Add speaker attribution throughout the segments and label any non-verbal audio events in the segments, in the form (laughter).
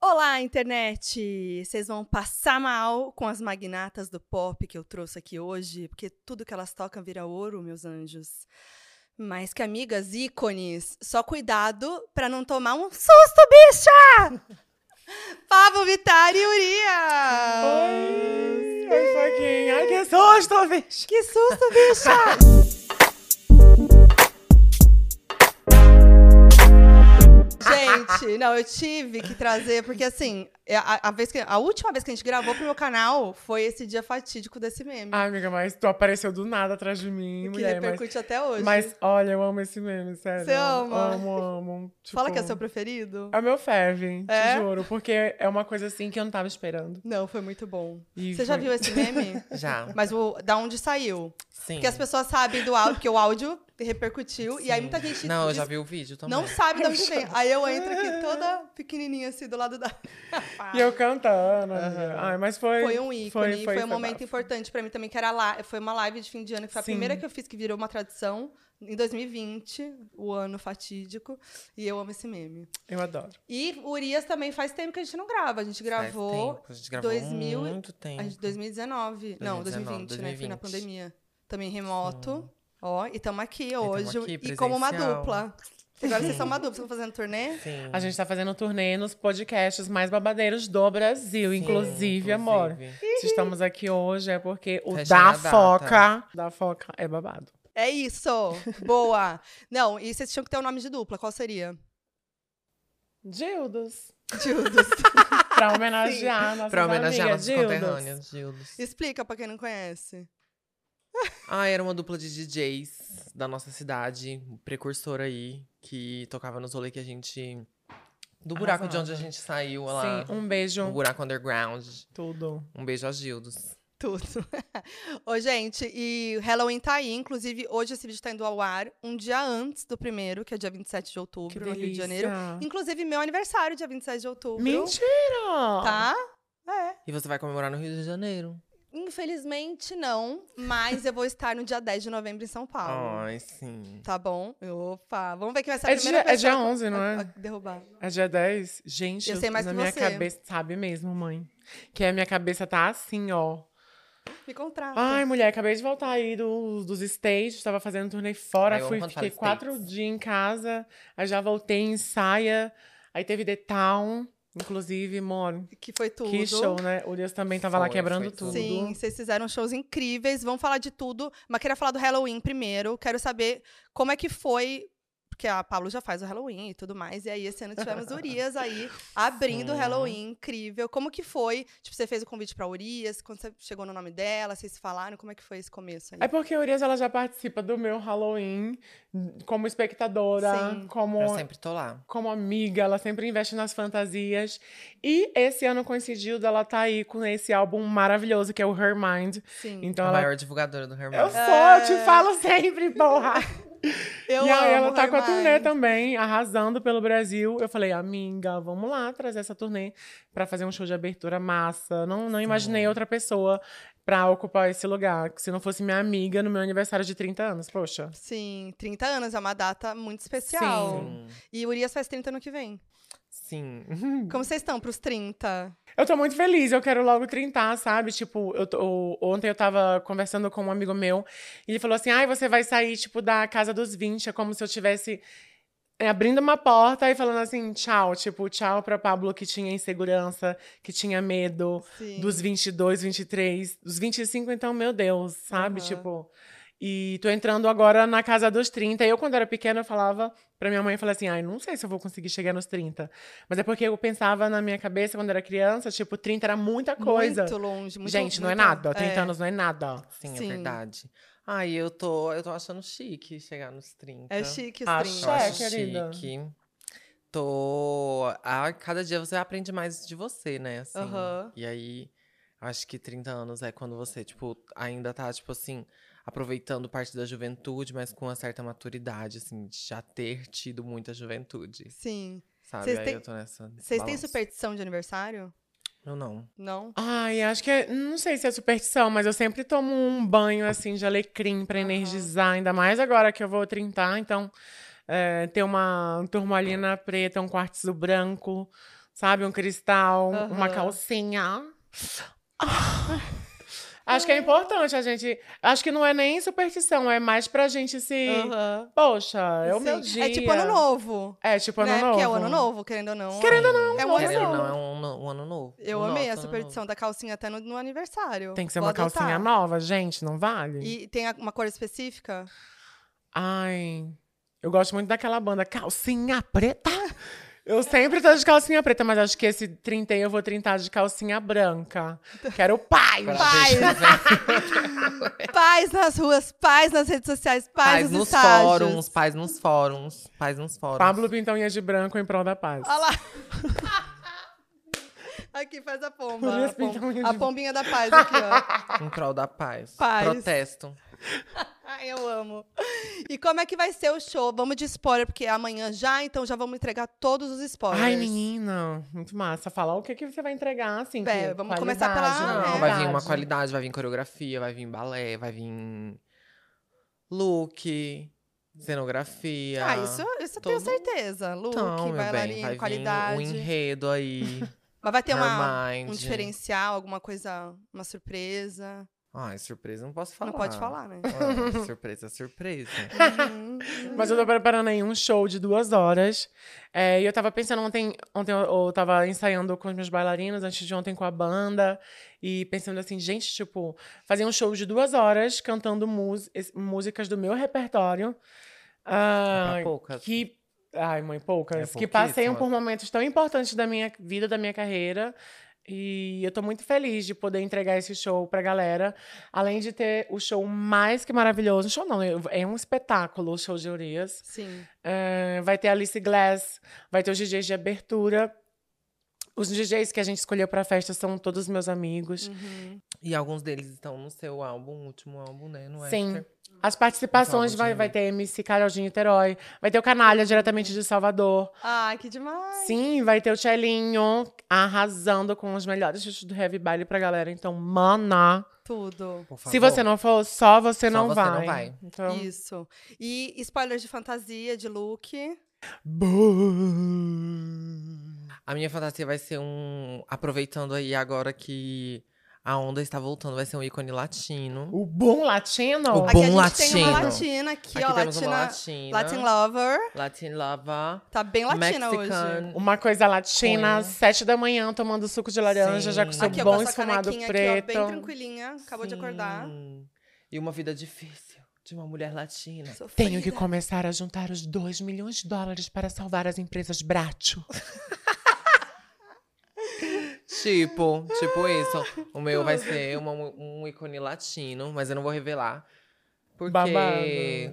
Speaker 1: Olá, internet! Vocês vão passar mal com as magnatas do pop que eu trouxe aqui hoje, porque tudo que elas tocam vira ouro, meus anjos. Mas que amigas ícones, só cuidado pra não tomar um susto, bicha! (laughs) Pablo Vittar e Urias!
Speaker 2: Oi, oi, Foguinho. Ai, que susto, bicho.
Speaker 1: Que susto, bicha! gente, não, eu tive que trazer, porque assim, é a, a vez que, a última vez que a gente gravou pro meu canal foi esse dia fatídico desse meme.
Speaker 2: Ai, amiga, mas tu apareceu do nada atrás de mim,
Speaker 1: que
Speaker 2: mulher. Mas,
Speaker 1: repercute até hoje.
Speaker 2: mas, olha, eu amo esse meme, sério.
Speaker 1: Você ama?
Speaker 2: Amo, amo. Tipo,
Speaker 1: Fala que é seu preferido.
Speaker 2: É o meu ferve,
Speaker 1: É?
Speaker 2: te juro. Porque é uma coisa assim que eu não tava esperando.
Speaker 1: Não, foi muito bom.
Speaker 2: E
Speaker 1: Você já
Speaker 2: foi-
Speaker 1: viu esse meme?
Speaker 3: Já,
Speaker 1: Mas o, da onde saiu?
Speaker 3: sim.
Speaker 1: Porque as pessoas sabem do áudio, porque o áudio repercutiu. E aí muita gente
Speaker 3: Não, eu
Speaker 1: diz-
Speaker 3: já vi o vídeo também.
Speaker 1: não sabe de onde vem. Aí eu entro aqui toda pequenininha, assim, do lado da...
Speaker 2: E eu cantando, amiga. Ai, mas foi...
Speaker 1: Foi um ícone, foi, um momento
Speaker 2: bafo.
Speaker 1: importante pra mim também, que era lá, foi uma live de fim de ano, que foi a
Speaker 2: Sim.
Speaker 1: primeira que eu fiz, que virou uma tradição, em 2020, o ano fatídico, e eu amo esse meme.
Speaker 2: Eu adoro.
Speaker 1: E o Urias também faz tempo que a gente não grava, a gente
Speaker 3: Faz
Speaker 1: gravou,
Speaker 3: tempo, É, a gente gravou
Speaker 1: 2000
Speaker 3: muito tempo.
Speaker 1: a gente, 2019, não, 2020, né,
Speaker 3: 2019,
Speaker 1: foi na
Speaker 3: 2020.
Speaker 1: pandemia, também remoto, ó, e estamos aqui
Speaker 3: tamo
Speaker 1: hoje,
Speaker 3: aqui,
Speaker 1: e como uma
Speaker 3: presencial.
Speaker 1: dupla. Agora vocês são uma dupla, vocês estão fazendo turnê?
Speaker 3: Sim.
Speaker 2: A gente tá fazendo turnê nos podcasts mais babadeiros do Brasil,
Speaker 3: Sim,
Speaker 2: inclusive, amor.
Speaker 3: inclusive.
Speaker 2: Se estamos aqui hoje é porque o
Speaker 3: Fechando
Speaker 2: da
Speaker 3: a data.
Speaker 2: foca, da foca é babado.
Speaker 1: É isso, boa! Não, e vocês tinham que ter um nome de dupla, qual seria?
Speaker 2: Dildos.
Speaker 1: Dildos.
Speaker 2: (laughs) Pra homenagear nossas
Speaker 3: Pra homenagear
Speaker 2: amigas,
Speaker 3: nossos
Speaker 2: Dildos.
Speaker 3: conterrâneos, Gildos.
Speaker 1: Explica pra quem não conhece.
Speaker 3: Ah, era uma dupla de DJs da nossa cidade, precursor aí, que tocava nos rolês que a gente... Do buraco de
Speaker 2: Arrasava.
Speaker 3: onde a gente saiu lá.
Speaker 2: Sim, um
Speaker 3: Um
Speaker 2: beijo.
Speaker 3: buraco underground.
Speaker 2: Tudo.
Speaker 3: Um beijo a Gildos.
Speaker 1: Tudo. (laughs) Ô, gente, e Halloween tá aí. Inclusive, hoje esse vídeo tá indo ao ar um dia antes do primeiro, que é dia 27 de outubro, no Rio de Janeiro. Inclusive, meu aniversário, dia 27 de outubro.
Speaker 2: Mentira!
Speaker 1: Tá? É.
Speaker 3: E você vai comemorar no Rio de Janeiro.
Speaker 1: Infelizmente, não. Mas eu vou estar no dia 10 de novembro em São Paulo.
Speaker 3: Ai, sim.
Speaker 1: Tá bom? Opa, vamos ver quem vai ser a
Speaker 2: É
Speaker 1: primeira
Speaker 2: dia, é
Speaker 1: pessoa
Speaker 2: dia
Speaker 1: a-
Speaker 2: 11, não
Speaker 1: a- a
Speaker 2: é?
Speaker 1: derrubar.
Speaker 2: É dia 10? Gente,
Speaker 1: Eu sei mais
Speaker 2: na
Speaker 1: que
Speaker 2: minha
Speaker 1: você.
Speaker 2: cabeça. Sabe mesmo, mãe. Que a minha cabeça tá assim, ó.
Speaker 1: Me contrata.
Speaker 2: Ai, mulher, acabei de voltar aí do, dos stages, tava fazendo turnê fora,
Speaker 3: Ai, eu amo
Speaker 2: fui,
Speaker 3: quando
Speaker 2: fiquei
Speaker 3: fala
Speaker 2: quatro
Speaker 3: States.
Speaker 2: dias em casa, aí já voltei em saia, aí teve The Town, inclusive, mano,
Speaker 1: que foi tudo.
Speaker 2: que show, né? O Deus também tava lá
Speaker 3: Foi,
Speaker 2: quebrando
Speaker 3: foi
Speaker 2: tudo.
Speaker 3: tudo.
Speaker 1: Sim, vocês fizeram shows incríveis. Vamos falar de tudo. Mas queria falar do Halloween primeiro. Quero saber como é que foi. Porque a Pablo já faz o Halloween e tudo mais. E aí, esse ano tivemos
Speaker 2: (laughs)
Speaker 1: Urias aí abrindo o
Speaker 3: Sim.
Speaker 1: Halloween. Incrível. Como que foi? Tipo, você fez o convite pra Urias. Quando você chegou no nome dela, vocês falaram. Como é que foi esse começo aí?
Speaker 2: É porque a Urias ela já participa do meu Halloween como espectadora,
Speaker 1: Sim.
Speaker 2: como
Speaker 3: Eu sempre tô lá.
Speaker 2: como amiga, ela sempre investe nas fantasias. E esse ano coincidiu dela tá aí com esse álbum maravilhoso que é o Her Mind.
Speaker 1: Sim.
Speaker 2: Então
Speaker 3: a
Speaker 2: ela
Speaker 3: maior divulgadora do Hermione.
Speaker 2: eu sou, eu te
Speaker 1: É.
Speaker 2: falo sempre, porra.
Speaker 1: (laughs) Eu
Speaker 2: e aí
Speaker 1: amo
Speaker 2: ela tá com a
Speaker 1: Hermione.
Speaker 2: turnê também, arrasando pelo Brasil. Eu falei, amiga, vamos lá trazer essa turnê pra fazer um show de abertura massa. Não, não imaginei outra pessoa pra ocupar esse lugar. que Se não fosse minha amiga no meu aniversário de 30 anos, poxa.
Speaker 1: Sim, 30 anos é uma data muito especial.
Speaker 3: Sim.
Speaker 1: E Urias faz 30 ano que vem.
Speaker 3: Sim.
Speaker 2: Hum.
Speaker 1: Como vocês estão pros 30?
Speaker 2: Eu tô muito feliz, eu quero logo trintar, sabe? Tipo, eu tô- ontem eu tava conversando com um amigo meu e ele falou assim: ai, você vai sair, tipo, da casa dos 20, é como se eu tivesse é, abrindo uma porta e falando assim: tchau, tipo, tchau pra Pablo que tinha insegurança, que tinha medo,
Speaker 1: Sim.
Speaker 2: dos 22, 23, dos 25, então, meu Deus, sabe?
Speaker 1: Aham.
Speaker 2: Tipo. E tô entrando agora na casa dos 30. Eu, quando era pequena, eu falava pra minha mãe, eu falava assim, ai, não sei se eu vou conseguir chegar nos 30. Mas é porque eu pensava na minha cabeça, quando era criança, tipo, 30 era muita coisa.
Speaker 1: Muito longe. Muito,
Speaker 2: Gente, não é
Speaker 1: muito-
Speaker 2: nada. 30 anos não é nada.
Speaker 3: Sim,
Speaker 1: Sim.
Speaker 3: é verdade. Ai, eu tô, eu tô achando chique chegar nos 30.
Speaker 1: É chique os
Speaker 2: Ah,
Speaker 1: 30.
Speaker 3: Eu acho
Speaker 2: É, querida.
Speaker 3: chique. Tô. A cada dia você aprende mais de você, né? Assim.
Speaker 1: Aham.
Speaker 3: E aí, acho que 30 anos é quando você, tipo, ainda tá, tipo assim, aproveitando parte da juventude, mas com uma certa maturidade, assim, de já ter tido muita juventude.
Speaker 1: Sim.
Speaker 3: Sabe?
Speaker 1: Vocês
Speaker 3: aí
Speaker 1: têm-
Speaker 3: eu tô nessa.
Speaker 1: Vocês têm
Speaker 3: balança.
Speaker 1: superstição de aniversário?
Speaker 3: Eu não.
Speaker 1: Não?
Speaker 2: Ai, acho que é. Não sei se é superstição, mas eu sempre tomo um banho assim de alecrim pra
Speaker 1: Aham.
Speaker 2: energizar, ainda mais agora que eu vou 30, então é, ter uma turmalina preta, um quartzo branco, sabe? Um cristal,
Speaker 1: Aham. (laughs)
Speaker 2: uma calcinha. Ah. Acho que é importante a gente. Acho que não é nem superstição, é mais pra gente se.
Speaker 1: Aham.
Speaker 2: Poxa, é o meu
Speaker 1: Sim.
Speaker 2: dia.
Speaker 1: É tipo ano novo.
Speaker 2: É tipo ano
Speaker 1: né?
Speaker 2: novo.
Speaker 1: Porque é o ano novo, querendo ou não.
Speaker 2: Querendo ou
Speaker 3: não,
Speaker 1: é um ano novo.
Speaker 3: não, é um, no- um ano novo.
Speaker 1: Eu
Speaker 3: O
Speaker 1: amei a
Speaker 3: nosso ano novo.
Speaker 1: superstição da calcinha até no, no aniversário.
Speaker 2: Tem que ser
Speaker 1: Vou
Speaker 2: uma
Speaker 1: adotar.
Speaker 2: calcinha nova, gente, não vale?
Speaker 1: E tem a- uma cor específica?
Speaker 2: Ai. Eu gosto muito daquela banda Calcinha Preta. (laughs) Eu sempre tô de calcinha preta, mas acho que esse 30 eu vou trintar de calcinha branca. Quero paz.
Speaker 3: Pra
Speaker 1: Paz. (laughs)
Speaker 3: gente-
Speaker 1: Paz nas ruas, paz nas redes sociais, paz,
Speaker 3: Pais
Speaker 1: nos
Speaker 3: nos
Speaker 1: estágios.
Speaker 3: fóruns, pais nos fóruns, pais nos fóruns.
Speaker 2: Pablo Pintão ia de branco em prol da paz.
Speaker 1: Olha lá. (laughs) Aqui, faz a pomba.
Speaker 2: Podia
Speaker 1: A, pom-
Speaker 2: pintar unha de
Speaker 1: a pombinha da paz aqui, ó.
Speaker 3: Em prol da paz.
Speaker 1: Paz.
Speaker 3: Protesto.
Speaker 1: Ai, Ah, eu amo. E como é que vai ser o show? Vamos de spoiler, porque é amanhã já, então já vamos entregar todos os spoilers.
Speaker 2: Ai, menina, muito massa. Falar o que, que você vai entregar, assim.
Speaker 1: É,
Speaker 2: que
Speaker 1: vamos começar pela-
Speaker 2: qualidade, né?
Speaker 1: Ah,
Speaker 3: Não,
Speaker 1: é.
Speaker 3: vai vir uma
Speaker 2: qualidade.
Speaker 3: qualidade, vai vir coreografia, vai vir balé, vai vir look, cenografia.
Speaker 1: Ah, isso, isso eu tenho
Speaker 3: Todo-
Speaker 1: certeza. Look,
Speaker 3: Então, meu bem,
Speaker 1: bailarina,
Speaker 3: vai
Speaker 1: qualidade.
Speaker 3: vir um enredo
Speaker 1: (laughs)
Speaker 3: aí.
Speaker 1: Mas vai ter uma,
Speaker 3: Her mind.
Speaker 1: um diferencial, alguma coisa, uma surpresa.
Speaker 3: Ai, surpresa, não posso falar.
Speaker 1: Não pode falar,
Speaker 3: (laughs)
Speaker 1: né? (laughs)
Speaker 3: Ah, surpresa, surpresa.
Speaker 1: Uhum.
Speaker 2: Mas eu tô preparando aí um show de duas horas. É, e eu tava pensando ontem, ontem eu, eu tava ensaiando com os meus bailarinos, antes de ontem com a banda. E pensando assim, gente, tipo, fazer um show de duas horas cantando mus- es- músicas do meu repertório. Ah,
Speaker 3: Pra poucas.
Speaker 2: que. Ai, mãe, poucas.
Speaker 3: É
Speaker 2: que passeiam
Speaker 3: pouquíssimas.
Speaker 2: por momentos tão importantes da minha vida, da minha carreira. E eu tô muito feliz de poder entregar esse show pra galera. Além de ter o show mais que maravilhoso. Show não, é um espetáculo o show de Urias.
Speaker 1: Sim.
Speaker 2: É, vai ter Alice Glass, vai ter os DJs de abertura. Os DJs que a gente escolheu pra festa são todos meus amigos.
Speaker 1: Uhum.
Speaker 3: E alguns deles estão no seu álbum, último álbum, né? No
Speaker 2: Sim.
Speaker 3: Extra.
Speaker 2: As participações
Speaker 3: Vamos,
Speaker 2: vai,
Speaker 3: né?
Speaker 2: vai ter MC Carol de Niterói, vai ter o Canalha diretamente de Salvador.
Speaker 1: Ai, que demais.
Speaker 2: Sim, vai ter o Tchelinho arrasando com os melhores chutes do Heavy Baile pra galera. Então, mana,
Speaker 1: Tudo.
Speaker 3: Por
Speaker 2: se
Speaker 3: favor.
Speaker 2: você não for, só você,
Speaker 3: Só
Speaker 2: não,
Speaker 3: você
Speaker 2: vai.
Speaker 3: não vai.
Speaker 2: Então,
Speaker 1: Isso. E spoilers de fantasia, de look.
Speaker 2: Bum.
Speaker 3: A minha fantasia vai ser um. Aproveitando aí agora que a onda está voltando, vai ser um ícone latino.
Speaker 2: o bom latino. é
Speaker 3: O
Speaker 1: Aqui
Speaker 3: bom
Speaker 1: a gente tem uma
Speaker 3: latino.
Speaker 1: latina aqui,
Speaker 3: Aqui
Speaker 1: ó.
Speaker 3: temos
Speaker 1: Latina,
Speaker 3: uma latina.
Speaker 1: Latin lover.
Speaker 3: Latin lava.
Speaker 1: Tá bem latina hoje.
Speaker 3: Mexican.
Speaker 2: Uma coisa latina,
Speaker 3: Cunha.
Speaker 2: sete da manhã, tomando suco de laranja,
Speaker 3: Sim.
Speaker 2: já com seu
Speaker 1: Aqui, ó, com
Speaker 2: bom
Speaker 1: essa
Speaker 2: esfumado
Speaker 1: canequinha
Speaker 2: preto.
Speaker 1: aqui, ó, bem tranquilinha. Acabou de acordar.
Speaker 3: Sim. E uma vida difícil de uma mulher latina.
Speaker 1: Sofrida.
Speaker 2: Tenho que começar a juntar os 2 milhões de dólares para salvar as empresas Bracho.
Speaker 3: Tipo, tipo isso. O meu vai ser uma- um ícone latino, mas eu não vou revelar. Porque
Speaker 2: Babado.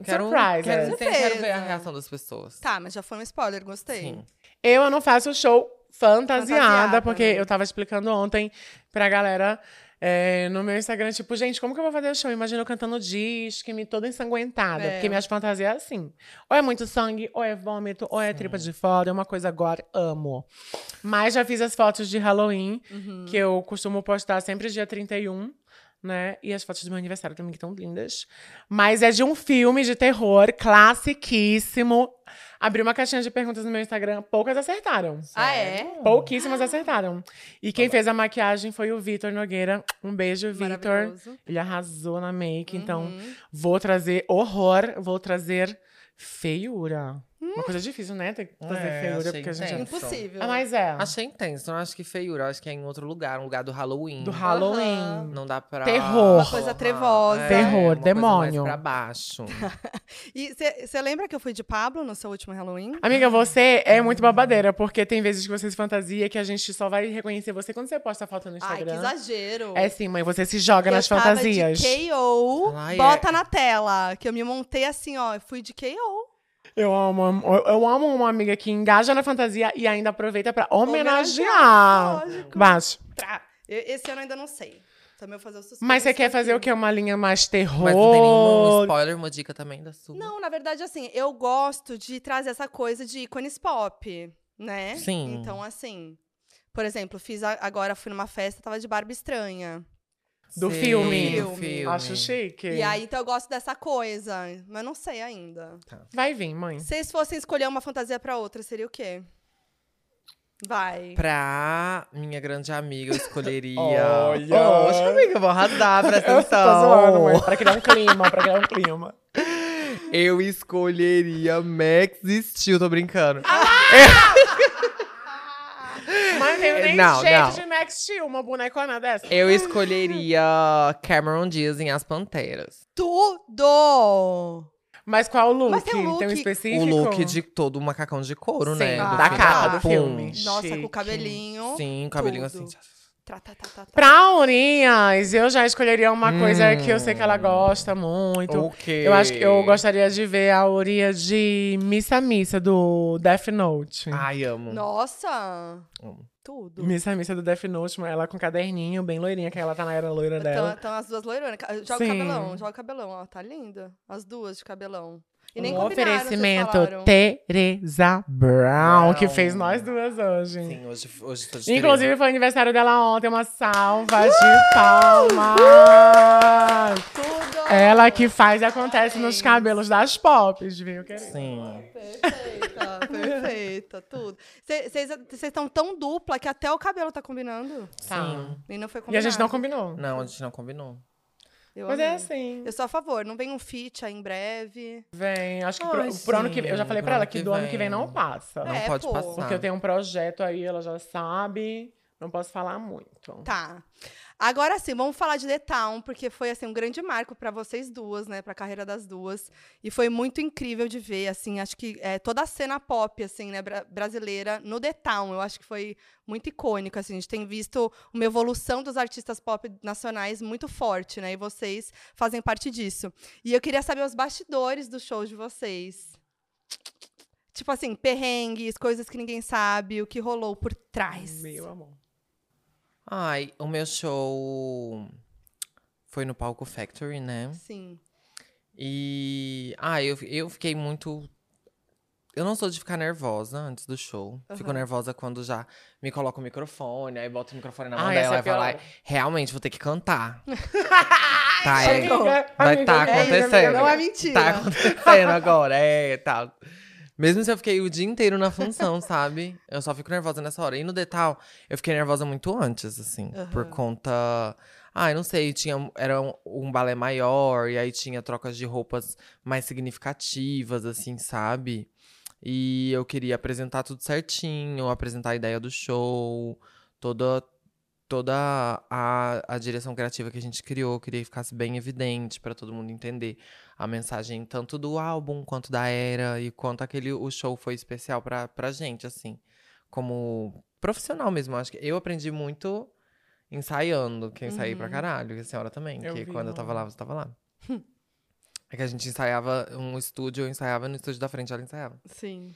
Speaker 3: quero, um-
Speaker 2: Surprise,
Speaker 3: quero,
Speaker 2: é.
Speaker 3: ter- quero ver a
Speaker 1: Surpresa.
Speaker 3: reação das pessoas.
Speaker 1: Tá, mas já foi um spoiler, gostei.
Speaker 3: Sim.
Speaker 2: Eu não faço show fantasiada,
Speaker 1: Fantasiada,
Speaker 2: porque
Speaker 1: né?
Speaker 2: eu tava explicando ontem pra galera é, no meu Instagram, tipo, gente, como que eu vou fazer show? Imagina eu cantando disque, me toda ensanguentada.
Speaker 1: É.
Speaker 2: Porque minhas fantasias é assim. Ou é muito sangue, ou é vômito, ou é tripa de fora, é uma coisa agora, amo. Mas já fiz as fotos de Halloween,
Speaker 1: Uhum.
Speaker 2: que eu costumo postar sempre dia 31. Né? E as fotos do meu aniversário também que estão lindas. Mas é de um filme de terror classiquíssimo. Abri uma caixinha de perguntas no meu Instagram, poucas acertaram.
Speaker 1: Ah,
Speaker 3: Sério?
Speaker 2: Pouquíssimas acertaram. E quem fez a maquiagem foi o Vitor Nogueira. Um beijo, Vitor.
Speaker 1: Maravilhoso.
Speaker 2: Ele arrasou na make, então
Speaker 1: Uhum.
Speaker 2: vou trazer horror, vou trazer feiura.
Speaker 1: Hum.
Speaker 2: Uma coisa difícil, né? Ter que trazer
Speaker 3: É,
Speaker 2: feiura,
Speaker 3: achei
Speaker 2: porque a gente.
Speaker 3: intenso.
Speaker 1: Impossível.
Speaker 2: Ah, mas é.
Speaker 3: Achei intenso, não acho que feiura, acho que é em outro lugar, um lugar do Halloween.
Speaker 2: Do Halloween.
Speaker 1: Aham.
Speaker 3: Não dá pra.
Speaker 2: Terror. Uma
Speaker 1: coisa trevosa.
Speaker 2: Terror,
Speaker 3: É, uma coisa
Speaker 2: demônio.
Speaker 3: Mais pra baixo.
Speaker 1: E você lembra que eu fui de Pablo no seu último Halloween?
Speaker 2: Amiga, você é muito babadeira, porque tem vezes que você se fantasia que a gente só vai reconhecer você quando você posta foto no
Speaker 1: Ai, que
Speaker 2: Instagram.
Speaker 1: exagero.
Speaker 2: é sim, mãe, você se joga
Speaker 1: Eu
Speaker 2: nas
Speaker 1: tava
Speaker 2: fantasias. é.
Speaker 1: de KO,
Speaker 3: Ai,
Speaker 1: bota na tela. Que eu me montei assim, ó. Eu fui de KO.
Speaker 2: Eu amo, amo- eu amo uma amiga que engaja na fantasia e ainda aproveita pra
Speaker 1: Homenagear,
Speaker 2: homenagear.
Speaker 1: lógico.
Speaker 2: Baixo.
Speaker 1: Tra- Eu- Esse ano eu ainda não sei. Também vou fazer o suspense.
Speaker 2: Mas você quer fazer o
Speaker 1: aqui.
Speaker 2: quê? Uma linha mais terror?
Speaker 3: Mas não tem nenhum spoiler, uma dica também da sua.
Speaker 1: Não, na verdade, assim, eu gosto de trazer essa coisa de ícones pop, né?
Speaker 3: Sim.
Speaker 1: Então, assim, por exemplo, fiz a- agora, fui numa festa, tava de Barbie Estranha.
Speaker 2: Do filme.
Speaker 3: Do filme.
Speaker 2: Acho chique.
Speaker 1: E aí, então eu gosto dessa coisa, mas não sei ainda.
Speaker 2: Vai vir, mãe.
Speaker 1: Se vocês fossem escolher uma fantasia pra outra, seria o quê? Vai.
Speaker 3: Pra minha grande amiga, eu escolheria.
Speaker 2: (laughs) Olha!
Speaker 3: Oxe, amiga, vou arrasar,
Speaker 2: (laughs)
Speaker 3: presta
Speaker 2: Eu tô zoando,
Speaker 3: atenção.
Speaker 2: mãe, pra criar um clima, pra criar um clima.
Speaker 3: Eu escolheria Max Steel, tô brincando.
Speaker 2: Mas
Speaker 3: (laughs)
Speaker 2: eu nem
Speaker 3: Não,
Speaker 2: jeito
Speaker 3: não.
Speaker 2: de Max Steel, uma bonecona dessa.
Speaker 3: Eu escolheria Cameron Diaz em As Panteras.
Speaker 1: Tudo!
Speaker 2: Mas qual o look?
Speaker 1: Mas tem um look-
Speaker 2: um
Speaker 3: o
Speaker 2: específico?
Speaker 3: look de todo macacão de couro,
Speaker 2: Sim,
Speaker 3: né?
Speaker 1: Ah.
Speaker 3: Do
Speaker 2: da
Speaker 3: final.
Speaker 2: capa do Tá
Speaker 3: Pum.
Speaker 2: filme.
Speaker 1: Nossa, com
Speaker 2: Chique.
Speaker 1: o cabelinho.
Speaker 3: Sim, o cabelinho
Speaker 1: Tudo.
Speaker 3: assim.
Speaker 1: Tra, tá, tá, tá, tá.
Speaker 2: Pra Aurinhas, eu já escolheria uma coisa
Speaker 3: Hum.
Speaker 2: que eu sei que ela gosta muito.
Speaker 3: O quê?
Speaker 2: Eu acho que eu gostaria de ver a Aurinha de Missa Missa, do Death Note.
Speaker 3: Ai, amo.
Speaker 1: Nossa!
Speaker 3: Amo.
Speaker 1: Tudo.
Speaker 2: Missa Missa do Death Note, ela com caderninho, bem loirinha, que ela tá na era loira
Speaker 1: Então,
Speaker 2: dela.
Speaker 1: então as duas loironas. Ca- Joga
Speaker 2: Sim.
Speaker 1: o cabelão, joga o cabelão, ó. Tá linda. As duas de cabelão. E nem
Speaker 2: um
Speaker 1: combinaram, vocês
Speaker 2: oferecimento
Speaker 1: falaram.
Speaker 2: Teresa Brown, que
Speaker 3: Brown.
Speaker 2: fez nós duas hoje.
Speaker 3: Sim, hoje, hoje tô de
Speaker 2: Inclusive, foi aniversário dela ontem, uma salva de palmas!
Speaker 1: Tudo!
Speaker 2: Ela que faz e acontece nos
Speaker 1: Parabéns.
Speaker 2: cabelos das pops, viu,
Speaker 3: Tereza.
Speaker 2: querida?
Speaker 3: Sim.
Speaker 1: Perfeita, perfeita, tudo. Vocês estão tão dupla que até o cabelo tá combinando.
Speaker 2: Tá.
Speaker 3: Sim.
Speaker 1: E não foi
Speaker 2: E a
Speaker 1: combinado.
Speaker 2: gente não combinou.
Speaker 3: Não, a gente não combinou.
Speaker 1: Eu
Speaker 2: Mas é
Speaker 1: amei.
Speaker 2: assim.
Speaker 1: Eu sou a favor, não vem um feat aí em breve.
Speaker 2: Vem, acho que
Speaker 3: Ai,
Speaker 2: pro, pro ano que
Speaker 3: sim,
Speaker 2: vem. Eu já falei
Speaker 3: pro
Speaker 2: pra ela
Speaker 3: ano
Speaker 2: que
Speaker 3: que
Speaker 2: do ano que vem
Speaker 3: vem.
Speaker 2: não passa.
Speaker 3: Não
Speaker 1: É,
Speaker 3: pode
Speaker 1: pô.
Speaker 3: passar.
Speaker 2: Porque eu tenho um projeto aí, ela já sabe. Não posso falar muito.
Speaker 1: Tá. Agora sim, vamos falar de The Town, porque foi assim um grande marco pra vocês duas, né, Pra carreira das duas, e foi muito incrível de ver, assim, acho que é, toda a cena pop assim, né, bra- brasileira no The Town, eu acho que foi muito icônico, assim, a gente tem visto uma evolução dos artistas pop nacionais muito forte, né? E vocês fazem parte disso. E eu queria saber os bastidores do show de vocês. Tipo assim, perrengues, coisas que ninguém sabe, o que rolou por trás.
Speaker 2: Meu amor.
Speaker 3: Ai, o meu show foi no palco Factory, né?
Speaker 1: Sim.
Speaker 3: E. Ah, eu, eu fiquei muito. Eu não sou de ficar nervosa antes do show. Fico
Speaker 1: Aham.
Speaker 3: nervosa quando já me coloca o microfone, aí bota o microfone na mão
Speaker 2: Ah, essa
Speaker 3: dela
Speaker 2: é
Speaker 3: e fala,
Speaker 2: pior.
Speaker 3: "Ai, realmente vou ter
Speaker 1: (laughs)
Speaker 3: que cantar. tá, é,
Speaker 1: Chegou.
Speaker 3: Vai tá acontecendo.
Speaker 1: Não é mentira.
Speaker 3: tá acontecendo agora, é, tá. Mesmo se eu fiquei o dia inteiro
Speaker 1: (laughs)
Speaker 3: na função, sabe? Eu só fico nervosa nessa hora. E no detalhe, eu fiquei nervosa muito antes, assim,
Speaker 1: Aham.
Speaker 3: por conta. Ah, eu não sei, tinha, era um, um balé maior, e aí tinha trocas de roupas mais significativas, assim, sabe? E eu queria apresentar tudo certinho, apresentar a ideia do show, toda, toda a, a direção criativa que a gente criou, eu queria que ficasse bem evidente para todo mundo entender a mensagem tanto do álbum quanto da era e quanto aquele o show foi especial pra, pra gente, assim, como profissional mesmo. Acho que eu aprendi muito ensaiando, que eu ensaiei pra
Speaker 1: Uhum.
Speaker 3: caralho, e a senhora também,
Speaker 2: Eu
Speaker 3: que
Speaker 2: vi,
Speaker 3: quando eu tava
Speaker 2: mano.
Speaker 3: lá, você
Speaker 2: (laughs)
Speaker 3: tava lá. É que a gente ensaiava um estúdio, eu ensaiava no estúdio da frente, ela ensaiava.
Speaker 1: Sim.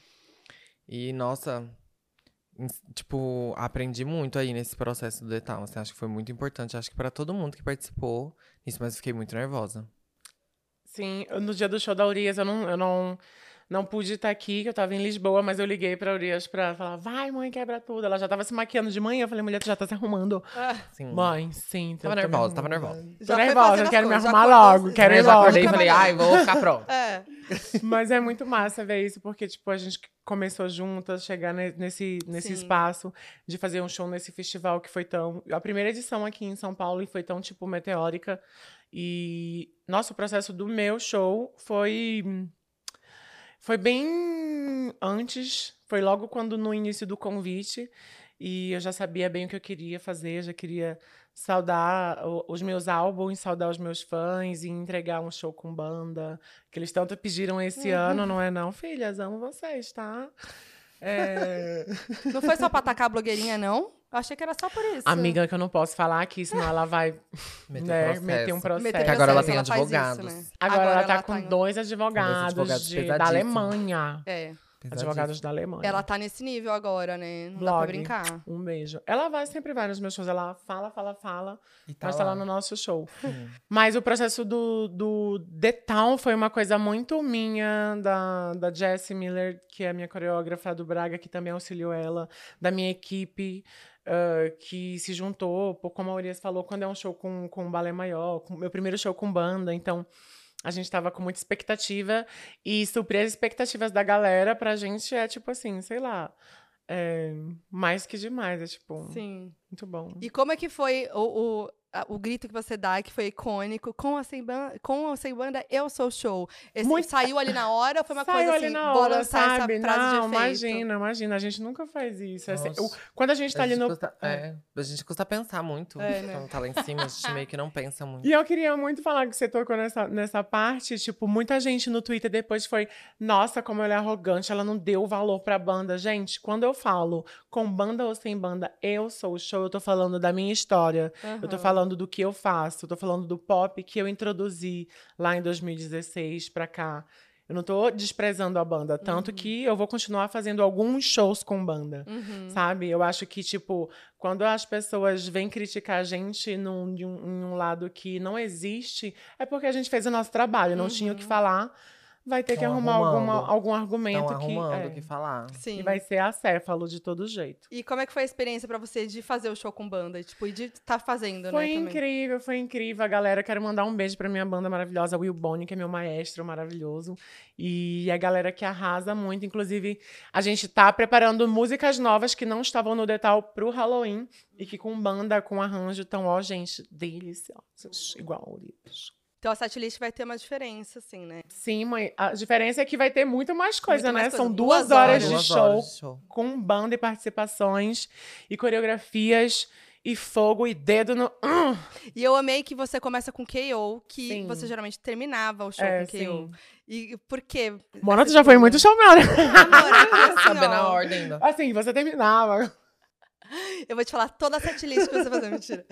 Speaker 3: E, nossa, ins- tipo, aprendi muito aí nesse processo do detalhe. Assim, acho que foi muito importante, acho que pra todo mundo que participou nisso, mas eu fiquei muito nervosa.
Speaker 2: Sim, no dia do show da Urias, eu não, eu não, não pude estar aqui, que eu tava em Lisboa, mas eu liguei pra Urias pra falar, vai, mãe, quebra tudo. Ela já tava se maquiando de manhã, eu falei, mulher, tu já tá se arrumando.
Speaker 3: Assim,
Speaker 2: Mãe, sim. então
Speaker 3: Tava
Speaker 2: eu tô
Speaker 3: nervosa, tava
Speaker 2: nervosa.
Speaker 3: nervosa.
Speaker 2: Tô nervosa, eu quero me arrumar logo, quero
Speaker 3: Aí
Speaker 2: ir
Speaker 3: eu
Speaker 2: logo.
Speaker 3: já acordei e falei, ai, vou ficar pronta.
Speaker 1: É,
Speaker 2: Mas é muito massa ver isso, porque, tipo, a gente começou juntas, chegar ne- nesse, nesse
Speaker 1: Sim.
Speaker 2: espaço de fazer um show nesse festival que foi tão. A primeira edição aqui em São Paulo e foi tão, tipo, meteórica. E nosso processo do meu show foi. Foi bem antes, foi logo quando no início do convite. E eu já sabia bem o que eu queria fazer, já queria saudar o- os meus álbuns, saudar os meus fãs e entregar um show com banda, que eles tanto pediram esse ano, não é não, filhas? Amo vocês, tá? (laughs) É,
Speaker 1: não foi só pra atacar a blogueirinha, não? Eu achei que era só por isso.
Speaker 2: Amiga, que eu não posso falar aqui, senão ela vai
Speaker 3: Meteu
Speaker 2: né, (laughs)
Speaker 3: processo.
Speaker 2: meter um processo.
Speaker 1: Meter
Speaker 3: Que agora ela
Speaker 1: processo,
Speaker 3: tem
Speaker 1: faz isso,
Speaker 3: advogados.
Speaker 1: né?
Speaker 2: Agora, ela tá com
Speaker 1: em-
Speaker 2: dois advogados,
Speaker 3: advogados
Speaker 2: de- da
Speaker 3: pesadíssimos.
Speaker 2: Alemanha.
Speaker 1: É,
Speaker 2: Advogados da Alemanha.
Speaker 1: ela tá nesse nível agora, né? Não dá pra
Speaker 2: Blog.
Speaker 1: brincar.
Speaker 2: Um beijo. Ela vai, sempre vai nos meus shows. Ela fala, fala, fala.
Speaker 3: E
Speaker 2: mas tá lá no nosso show. Mas o processo do, do The Town foi uma coisa muito minha, da, da Jessie Miller, que é a minha coreógrafa do Braga, que também auxiliou ela, da minha equipe, ah, que se juntou, pô, como a Urias falou, quando é um show com, com um balé maior, com- meu primeiro show com banda, então a gente tava com muita expectativa e suprir as expectativas da galera pra gente é tipo assim, sei lá. É, mais que demais, é tipo,
Speaker 1: Sim.
Speaker 2: muito bom.
Speaker 1: E como é que foi o, o, a- o grito que você dá, que foi icônico, com a Sem Banda, com a Sem Banda Eu Sou Show? Esse
Speaker 2: Muito-
Speaker 1: saiu ali na hora ou foi uma
Speaker 2: Saiu
Speaker 1: coisa
Speaker 2: ali
Speaker 1: assim,
Speaker 2: na
Speaker 1: vou
Speaker 2: hora,
Speaker 1: lançar
Speaker 2: sabe?
Speaker 1: essa frase
Speaker 2: Não,
Speaker 1: de efeito?
Speaker 2: imagina, imagina. A gente nunca faz isso. É assim,
Speaker 3: Nossa.
Speaker 2: o- quando a gente tá
Speaker 3: A
Speaker 2: ali
Speaker 3: gente
Speaker 2: no.
Speaker 3: custa- é, a gente custa pensar muito.
Speaker 1: É, né?
Speaker 3: Quando tá lá em cima, a gente meio que não pensa muito.
Speaker 2: (laughs) E eu queria muito falar que você tocou nessa, nessa parte. Tipo, muita gente no Twitter depois foi: Nossa, como ela é arrogante, ela não deu valor pra banda. Gente, quando eu falo com banda ou sem banda, eu sou o show, eu tô falando da minha história. Eu tô
Speaker 1: Aham.
Speaker 2: falando do que eu faço, eu tô falando do pop que eu introduzi lá em 2016 pra cá. Eu não tô desprezando a banda, tanto
Speaker 1: Uhum.
Speaker 2: que eu vou continuar fazendo alguns shows com banda.
Speaker 1: Uhum.
Speaker 2: Sabe? Eu acho que, tipo, quando as pessoas vêm criticar a gente num, de um, em um lado que não existe, é porque a gente fez o nosso trabalho, não tinha o que
Speaker 1: Uhum.
Speaker 2: falar. Vai ter que
Speaker 3: Tão
Speaker 2: arrumar alguma,
Speaker 3: arrumando.
Speaker 2: algum
Speaker 3: Estão
Speaker 2: argumento que.
Speaker 3: arrumando
Speaker 2: é.
Speaker 3: o que falar.
Speaker 1: Sim.
Speaker 2: E vai ser acéfalo de todo jeito.
Speaker 1: E como é que foi a experiência pra você de fazer o show com banda? E, tipo, e de estar fazendo,
Speaker 2: Foi
Speaker 1: né? também?
Speaker 2: incrível, foi incrível. A galera, quero mandar um beijo pra minha banda maravilhosa, Will Boni, que é meu maestro maravilhoso. E a galera que arrasa muito. Inclusive, a gente tá preparando músicas novas que não estavam no Detal pro Halloween e que com banda, com arranjo, tão, ó, gente, deliciosos. Igual.
Speaker 1: Então a setlist vai ter uma diferença, assim, né?
Speaker 2: Sim, mãe, a diferença é que vai ter muito mais coisa,
Speaker 1: Muito mais
Speaker 2: né?
Speaker 1: coisa.
Speaker 2: São
Speaker 1: Duas
Speaker 2: duas,
Speaker 1: horas.
Speaker 2: horas de
Speaker 3: Duas
Speaker 2: show.
Speaker 3: horas de show.
Speaker 2: com banda e participações e coreografias e fogo e dedo no. Hum!
Speaker 1: E eu amei que você começa com KO, que
Speaker 2: Sim.
Speaker 1: você geralmente terminava o show
Speaker 2: É,
Speaker 1: com KO.
Speaker 2: sim.
Speaker 1: E por quê?
Speaker 2: Mona, tu já foi muito chamada. (laughs) Ah,
Speaker 1: Amor, assim,
Speaker 3: Saber na
Speaker 1: ó,
Speaker 3: ordem ainda.
Speaker 2: Assim, você terminava. (laughs)
Speaker 1: Eu vou te falar toda a setlist que você vai fazer, mentira.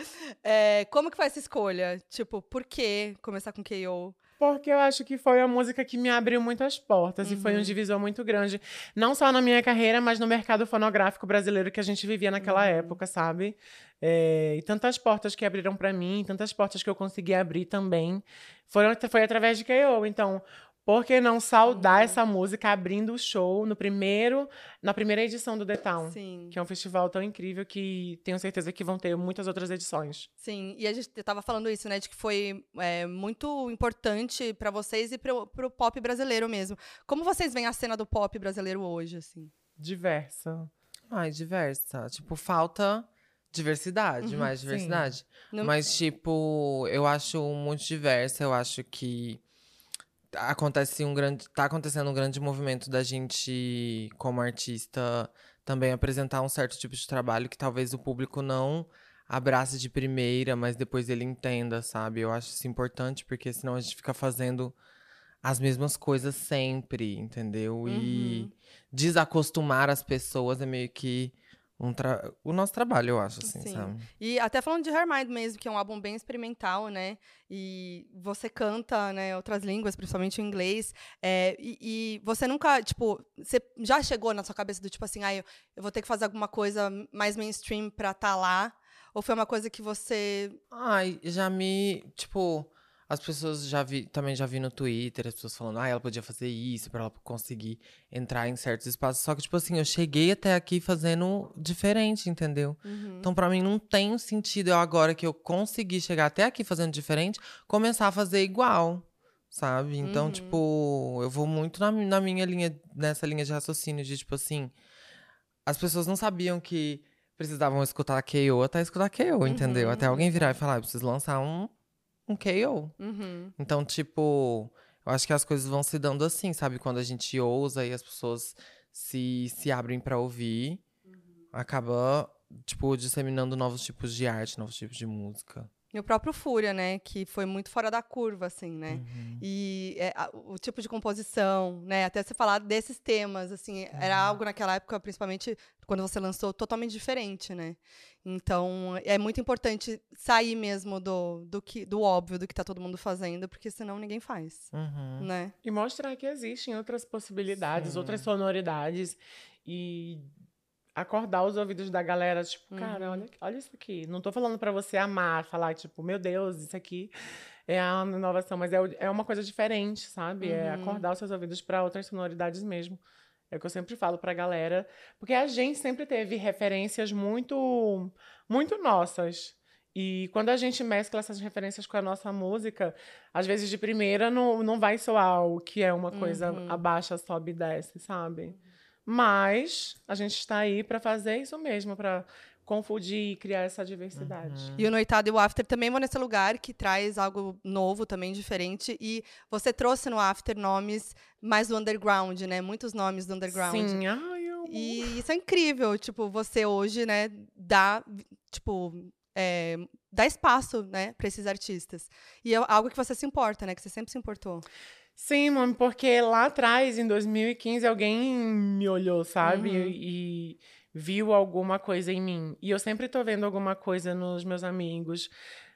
Speaker 1: É, como que foi essa escolha? Tipo, por que começar com KO?
Speaker 2: Porque eu acho que foi a música que me abriu muitas portas e foi um
Speaker 1: Uhum.
Speaker 2: divisor muito grande. Não só na minha carreira, mas no mercado fonográfico brasileiro que a gente vivia naquela
Speaker 1: Uhum.
Speaker 2: época, sabe? É, e tantas portas que abriram pra mim, tantas portas que eu consegui abrir também, foram, foi através de K.O. Então, por que não saudar
Speaker 1: Uhum.
Speaker 2: essa música abrindo o show no primeiro, na primeira edição do The Town?
Speaker 1: Sim.
Speaker 2: Que é um festival tão incrível que tenho certeza que vão ter muitas outras edições.
Speaker 1: Sim, e a gente tava falando isso, né, de que foi é, muito importante pra vocês e pro, pro pop brasileiro mesmo. Como vocês veem a cena do pop brasileiro hoje, assim?
Speaker 2: Diversa.
Speaker 3: Ai, diversa. Tipo, falta diversidade,
Speaker 1: Uhum,
Speaker 3: mais
Speaker 2: sim.
Speaker 3: diversidade.
Speaker 1: Não-
Speaker 3: Mas, tipo, eu acho muito diversa. Eu acho que acontece um grande. Tá acontecendo um grande movimento da gente, como artista, também apresentar um certo tipo de trabalho que talvez o público não abrace de primeira, mas depois ele entenda, sabe? Eu acho isso importante, porque senão a gente fica fazendo as mesmas coisas sempre, entendeu? E
Speaker 1: Uhum.
Speaker 3: desacostumar as pessoas é meio que um tra- o nosso trabalho, eu acho, assim,
Speaker 1: Sim.
Speaker 3: sabe?
Speaker 1: E até falando de Hermind mesmo, que é um álbum bem experimental, né? E você canta, né, outras línguas, principalmente o inglês. é, e, e você nunca, tipo, você já chegou na sua cabeça do tipo assim, ah, eu, eu vou ter que fazer alguma coisa mais mainstream pra estar lá? Ou foi uma coisa que você.
Speaker 3: Ai, já me, tipo, as pessoas já vi, também já vi no Twitter, as pessoas falando, ah, ela podia fazer isso pra ela conseguir entrar em certos espaços. Só que, tipo assim, eu cheguei até aqui fazendo diferente, entendeu?
Speaker 1: Uhum.
Speaker 3: Então, pra mim, não tem sentido eu agora que eu consegui chegar até aqui fazendo diferente, começar a fazer igual, sabe? Então,
Speaker 1: Uhum.
Speaker 3: tipo, eu vou muito na, mi- na minha linha, nessa linha de raciocínio de, tipo assim, as pessoas não sabiam que precisavam escutar KO até escutar KO, entendeu?
Speaker 1: Uhum.
Speaker 3: Até alguém virar e falar, "Ah, eu preciso lançar um, um KO.
Speaker 1: Uhum.
Speaker 3: Então, tipo, eu acho que as coisas vão se dando assim, sabe? Quando a gente ousa e as pessoas se, se abrem pra ouvir, acaba, tipo, disseminando novos tipos de arte, novos tipos de música.
Speaker 1: E o próprio Fúria, né? Que foi muito fora da curva, assim, né?
Speaker 3: Uhum.
Speaker 1: E é, a- o tipo de composição, né? Até você falar desses temas, assim, era
Speaker 3: Uhum.
Speaker 1: algo naquela época, principalmente quando você lançou, totalmente diferente, né? Então, é muito importante sair mesmo do, do, que, do óbvio, do que tá todo mundo fazendo, porque senão ninguém faz,
Speaker 3: Uhum.
Speaker 1: né?
Speaker 2: E mostrar que existem outras possibilidades,
Speaker 3: Sim.
Speaker 2: outras sonoridades. E acordar os ouvidos da galera, tipo,
Speaker 1: Uhum.
Speaker 2: cara, olha, olha isso aqui. Não tô falando pra você amar, falar, tipo, meu Deus, isso aqui é a inovação, mas é, o- é uma coisa diferente, sabe? É
Speaker 1: Uhum.
Speaker 2: acordar os seus ouvidos pra outras sonoridades mesmo. É o que eu sempre falo pra galera. Porque a gente sempre teve referências muito, muito nossas. E quando a gente mescla essas referências com a nossa música, às vezes de primeira não, não vai soar o que é uma coisa
Speaker 1: Uhum.
Speaker 2: abaixa, sobe e desce, sabe? Mas a gente está aí para fazer isso mesmo, para confundir e criar essa diversidade.
Speaker 1: Uhum.
Speaker 3: Uhum.
Speaker 1: E o Noitado e o After também vão nesse lugar que traz algo novo, também diferente. E você trouxe no After nomes mais do underground, né? Muitos nomes do underground.
Speaker 2: Sim, ai, eu...
Speaker 1: E isso é incrível, tipo, você hoje, né, dá, tipo, é, dá espaço, né, para esses artistas. E é algo que você se importa, né, que você sempre se importou.
Speaker 2: Sim, mano, porque lá atrás, em 2015, alguém me olhou, sabe?
Speaker 1: Uhum.
Speaker 2: E viu alguma coisa em mim. E eu sempre tô vendo alguma coisa nos meus amigos,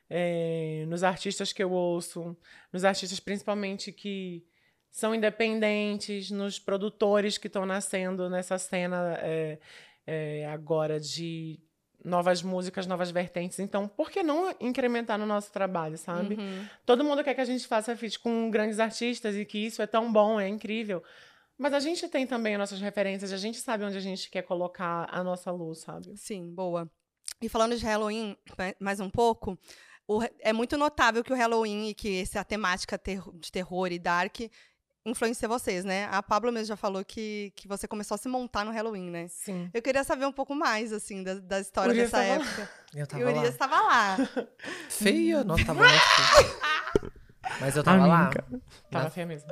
Speaker 2: eh, nos artistas que eu ouço, nos artistas principalmente que são independentes, nos produtores que estão nascendo nessa cena eh, eh, agora de novas músicas, novas vertentes. Então, por que não incrementar no nosso trabalho, sabe?
Speaker 1: Uhum.
Speaker 2: Todo mundo quer que a gente faça feat com grandes artistas e que isso é tão bom, é incrível. Mas a gente tem também as nossas referências, a gente sabe onde a gente quer colocar a nossa luz, sabe?
Speaker 1: Sim, boa. E falando de Halloween, ma- mais um pouco, o re- é muito notável que o Halloween e que essa temática terro- de terror e dark influencia vocês, né? A Pablo mesmo já falou que, que você começou a se montar no Halloween, né?
Speaker 2: Sim.
Speaker 1: Eu queria saber um pouco mais, assim, da, da história
Speaker 2: Urias
Speaker 1: dessa
Speaker 2: tava
Speaker 1: época.
Speaker 3: Eu tava
Speaker 1: E o Urias
Speaker 3: lá.
Speaker 1: estava lá.
Speaker 3: Feia, nossa, tava muito feia. Mas eu tava lá.
Speaker 2: Tava
Speaker 3: Na-
Speaker 2: feia mesmo.